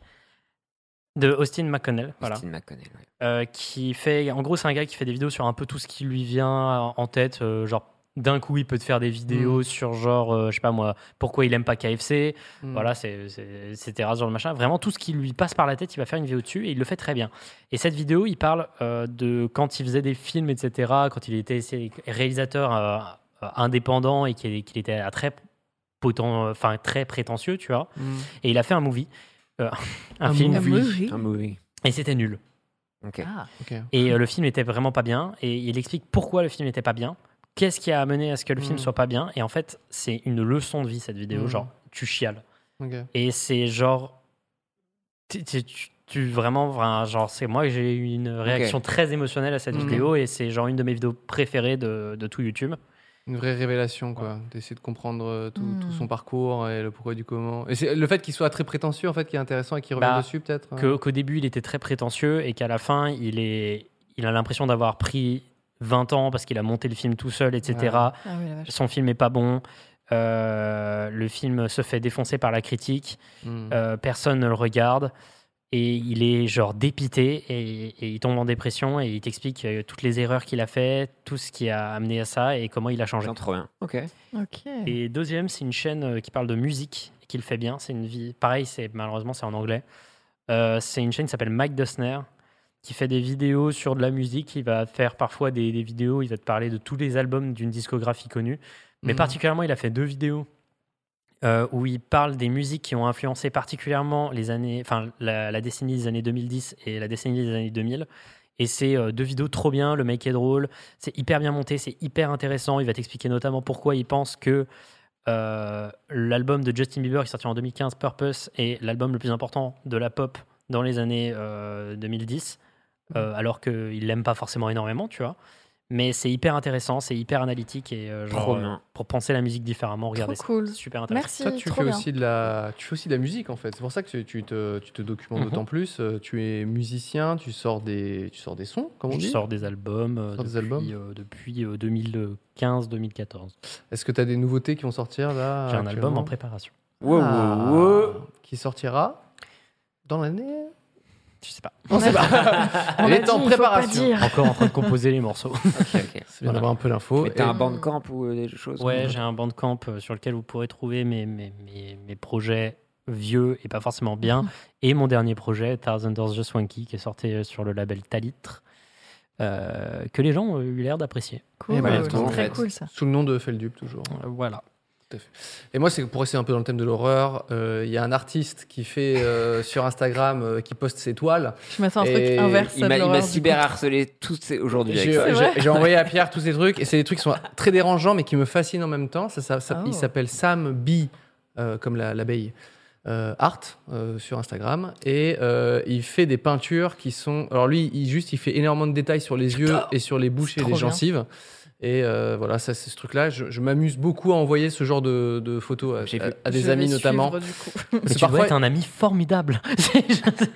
de Austin McConnell. voilà.
Christine McConnell, ouais.
Euh, qui fait. En gros, c'est un gars qui fait des vidéos sur un peu tout ce qui lui vient en tête, euh, genre D'un coup, il peut te faire des vidéos sur genre, euh, je sais pas moi, pourquoi il aime pas KFC,
Mm.
voilà, c'est- c'est- etc. ce genre de machin. Vraiment, tout ce qui lui passe par la tête, il va faire une vidéo dessus et il le fait très bien. Et cette vidéo, il parle euh, de quand il faisait des films, etc., quand il était réalisateur euh, euh, indépendant et qu'il qu'il était à très, poten- enfin, très prétentieux, tu vois.
Mm.
Et il a fait un movie, euh, *laughs* un,
Un
film.
movie. Un movie. Un movie.
Et c'était nul.
Ah.
Ok.
Et euh, le film était vraiment pas bien. Et il explique pourquoi le film n'était pas bien. Qu'est-ce qui a amené à ce que le
Mm.
film soit pas bien. Et en fait, c'est une leçon de vie cette vidéo.
Mm.
Genre, tu chiales.
Ok.
Et c'est genre. Tu, tu- tu- tu- vraiment. vra- Genre, c'est moi que j'ai eu une réaction très émotionnelle à cette
Mm.
vidéo. Et c'est genre une de mes vidéos préférées de, de tout YouTube.
*laughs* Une vraie révélation, quoi. D'essayer de comprendre euh, tout,
Hmm.
tout son parcours et le pourquoi du comment. Et c'est le fait qu'il soit très prétentieux, en fait, qui est intéressant et qui revient
Bah,
dessus, peut-être. euh hein.
que- Qu'au début, il était très prétentieux et qu'à la fin, il, est, il a l'impression d'avoir pris 20 ans parce qu'il a monté le film tout seul, etc.
Ouais. Ah oui, la vache.
Son film est pas bon. Euh, le film se fait défoncer par la critique.
Mm.
Euh, personne ne le regarde. Et il est genre dépité et, et il tombe en dépression et il t'explique euh, toutes les erreurs qu'il a fait, tout ce qui a amené à ça et comment il a changé.
Trop bien. Ok.
Ok.
Et deuxième, c'est une chaîne euh, qui parle de musique et qui le fait bien. C'est une vie. Pareil, c'est malheureusement c'est en anglais. Euh, c'est une chaîne qui s'appelle Mike Dosner qui fait des vidéos sur de la musique. Il va faire parfois des, des vidéos. Il va te parler de tous les albums d'une discographie connue. Mais
Mhm.
particulièrement, il a fait deux vidéos euh, où il parle des musiques qui ont influencé particulièrement les années, enfin la, la décennie des années 2010 et la décennie des années 2000. Et c'est euh, deux vidéos trop bien. Le mec est drôle, c'est hyper bien monté, c'est hyper intéressant. Il va t'expliquer notamment pourquoi il pense que euh, l'album de Justin Bieber qui est sorti en 2015, Purpose, est l'album le plus important de la pop dans les années euh, 2010, euh, alors qu'il l'aime pas forcément énormément, tu vois. Mais c'est hyper intéressant, c'est hyper analytique et euh, genre,
Trop
euh,
bien.
pour penser la musique différemment, regardez ça.
cool.
C'est Super intéressant.
Ah Toi, tu fais, aussi de la, tu fais aussi de la musique, en fait. C'est pour ça que tu- tu te, tu te documentes
Mhm.
d'autant plus. Euh, Tu es musicien, tu sors des, tu sors des sons, comme on
Je
dit.
sors des albums euh,
Sors des
depuis, euh, depuis 2015-2014.
Est-ce que tu as des nouveautés qui vont sortir, là
J'ai un
actuellement
album en préparation.
Wow,
Ah.
wow, wow. Ah, Qui sortira dans l'année
Je sais pas.
On sait pas.
*laughs* On
Elle
a
est
dit,
en
il faut
préparation.
pas dire. Encore en train de composer
*laughs*
les morceaux. *laughs*
C'est bien d'avoir un peu l'info.
Mais
Et-
t'as un bandcamp ou euh, des choses comme
Ouais,
ça
j'ai un bandcamp euh, sur lequel vous pourrez trouver mes, mes, mes, mes projets vieux et pas forcément *laughs* bien. Et mon dernier projet, Thousand Doors Just Wanky, qui est sorti euh, sur le label Talitre, euh, que les gens ont eu l'air d'apprécier.
Eh ben,
Voilà.
exactement, en fait. Sous le nom de Feldup, toujours.
Voilà.
Et moi, c'est pour rester un peu dans le thème de l'horreur, euh, il y a un artiste qui fait euh, sur Instagram, euh, qui poste ses toiles.
Je m'attends à un truc
Et
inverse
Il m'a- il m'a cyberharcelé tous ces- aujourd'hui. avec
J'ai
ça. *laughs*
j'ai- j'ai envoyé à Pierre tous ces trucs et c'est des trucs qui sont très dérangeants mais qui me fascinent en même temps. Ça, ça- ça-
Oh.
Il s'appelle Sam B, euh, comme la- l'abeille. euh, art euh, sur Instagram et euh, il fait des peintures qui sont alors lui il juste il fait énormément de détails sur les yeux et sur les bouches et
trop
les
bien.
gencives et euh, voilà ça c'est ce truc là je, je m'amuse beaucoup à envoyer ce genre de, de photos à, à- à des amis notamment
Mais
Parce
tu
que
dois être un ami formidable.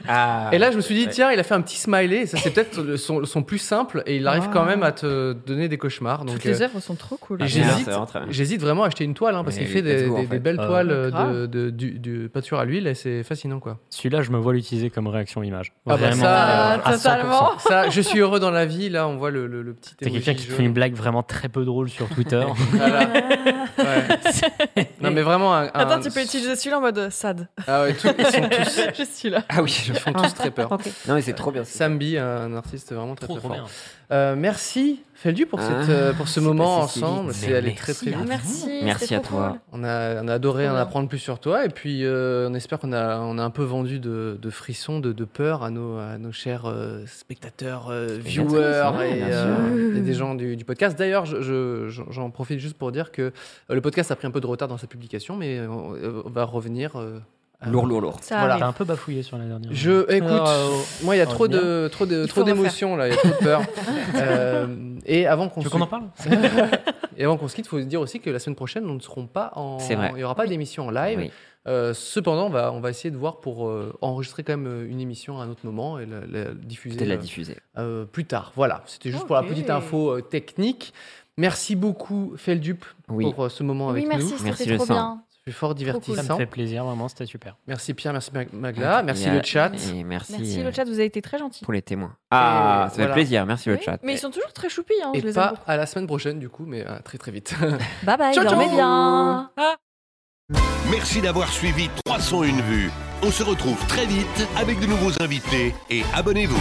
Ah,
et là, je me suis dit,
Ouais.
tiens, il a fait un petit smiley. et Ça, c'est peut-être le- son, son plus simple. Et il arrive
Ah.
quand même à te donner des cauchemars. Donc,
Toutes les œuvres sont trop cool.
et
Ah,
j'hésite-
merde, c'est vraiment très bien.
J'hésite vraiment à acheter une toile hein, parce
Mais
qu'il fait
let's
des,
go, en
des-
fait.
des belles
Ah.
toiles euh,
Grave.
de, de- du, du peinture à l'huile et c'est fascinant quoi.
Celui-là, je me vois l'utiliser comme réaction image.
Ah bah
Vraiment.
ça,
euh, à 100%.
Ça, je suis heureux dans la vie. Là, on voit le, le, le petit.
T'es quelqu'un
emoji
qui te fait
jaune.
une blague vraiment très peu drôle sur *laughs* Twitter.
*laughs*
Voilà. Ouais. Non, mais vraiment un. un-
Attends, tu peux utiliser celui-là en mode euh, sad.
Ah ouais, tous- ils sont tous-
*laughs* Je suis là.
Ah oui, ils font tous très peur.
Non, mais c'est trop bien.
Sambi, un artiste vraiment très
Trop,
très
trop
fort.
bien.
Euh, merci Feldu pour, cette,
Ah,
euh, pour ce
c'est
moment
passé si
ensemble.
vite.
C'est
Mais
allé
merci hein.
très très
à vous.
vite.
Merci, Merci c'était à trop toi. cool.
On a, on a adoré
Trop
en
bien.
apprendre plus sur toi et puis euh, on espère qu'on a, on a un peu vendu de, de frissons, de, de peur à nos, à nos chers euh, spectateurs, euh,
Spectatrices,
viewers
ouais,
et,
bien
euh,
sûr.
et des gens du, du podcast. D'ailleurs, je- je- j'en j'en profite juste pour dire que euh, le podcast a pris un peu de retard dans sa publication, mais euh, on, euh, on va revenir. euh, à-
Lourd, lourd, lourd.
Ça
Voilà.
T'as un peu bafouillé sur la dernière.
Je, écoute,
Alors, euh,
moi, il y a
on
trop
revient.
de, trop de,
Il faut
trop
refaire.
d'émotions là, il y a trop de
*laughs*
peur. Euh, et avant qu'on
Tu veux
se-
qu'on en parle
*laughs* Et avant qu'on se quitte, il faut dire aussi que la semaine prochaine, nous ne serons pas en.
C'est vrai.
Il n'y aura pas d'émission en live.
Oui.
Euh, cependant, on va, on va essayer de voir pour euh, enregistrer quand même euh, une émission à un autre moment et la, la diffuser.
Peut-être la
euh,
diffuser.
euh, plus tard. Voilà, c'était juste pour la
Ok.
petite info euh, technique. Merci beaucoup, Feldup,
Oui.
pour euh, ce moment
Oui,
avec
merci,
nous.
c'était Merci, trop Vincent. bien.
Ce plus fort divertissant.
Ça me fait plaisir, vraiment, c'était super.
Merci Pierre, merci Mag- Magla, merci le chat.
Et merci,
Merci
euh,
le chat, vous avez été très gentil.
pour les témoins. Ah,
Et
ça fait
voilà.
plaisir. Merci le chat.
Mais ils sont toujours très choupis, hein,
Et
je les aime
pas
beaucoup.
à la semaine prochaine, du coup, mais à très très
*laughs*
vite.
Bye bye,
Ciao, ciao.
dormez bien.
Merci d'avoir suivi 301 vues. On se retrouve très vite avec de nouveaux invités et abonnez-vous.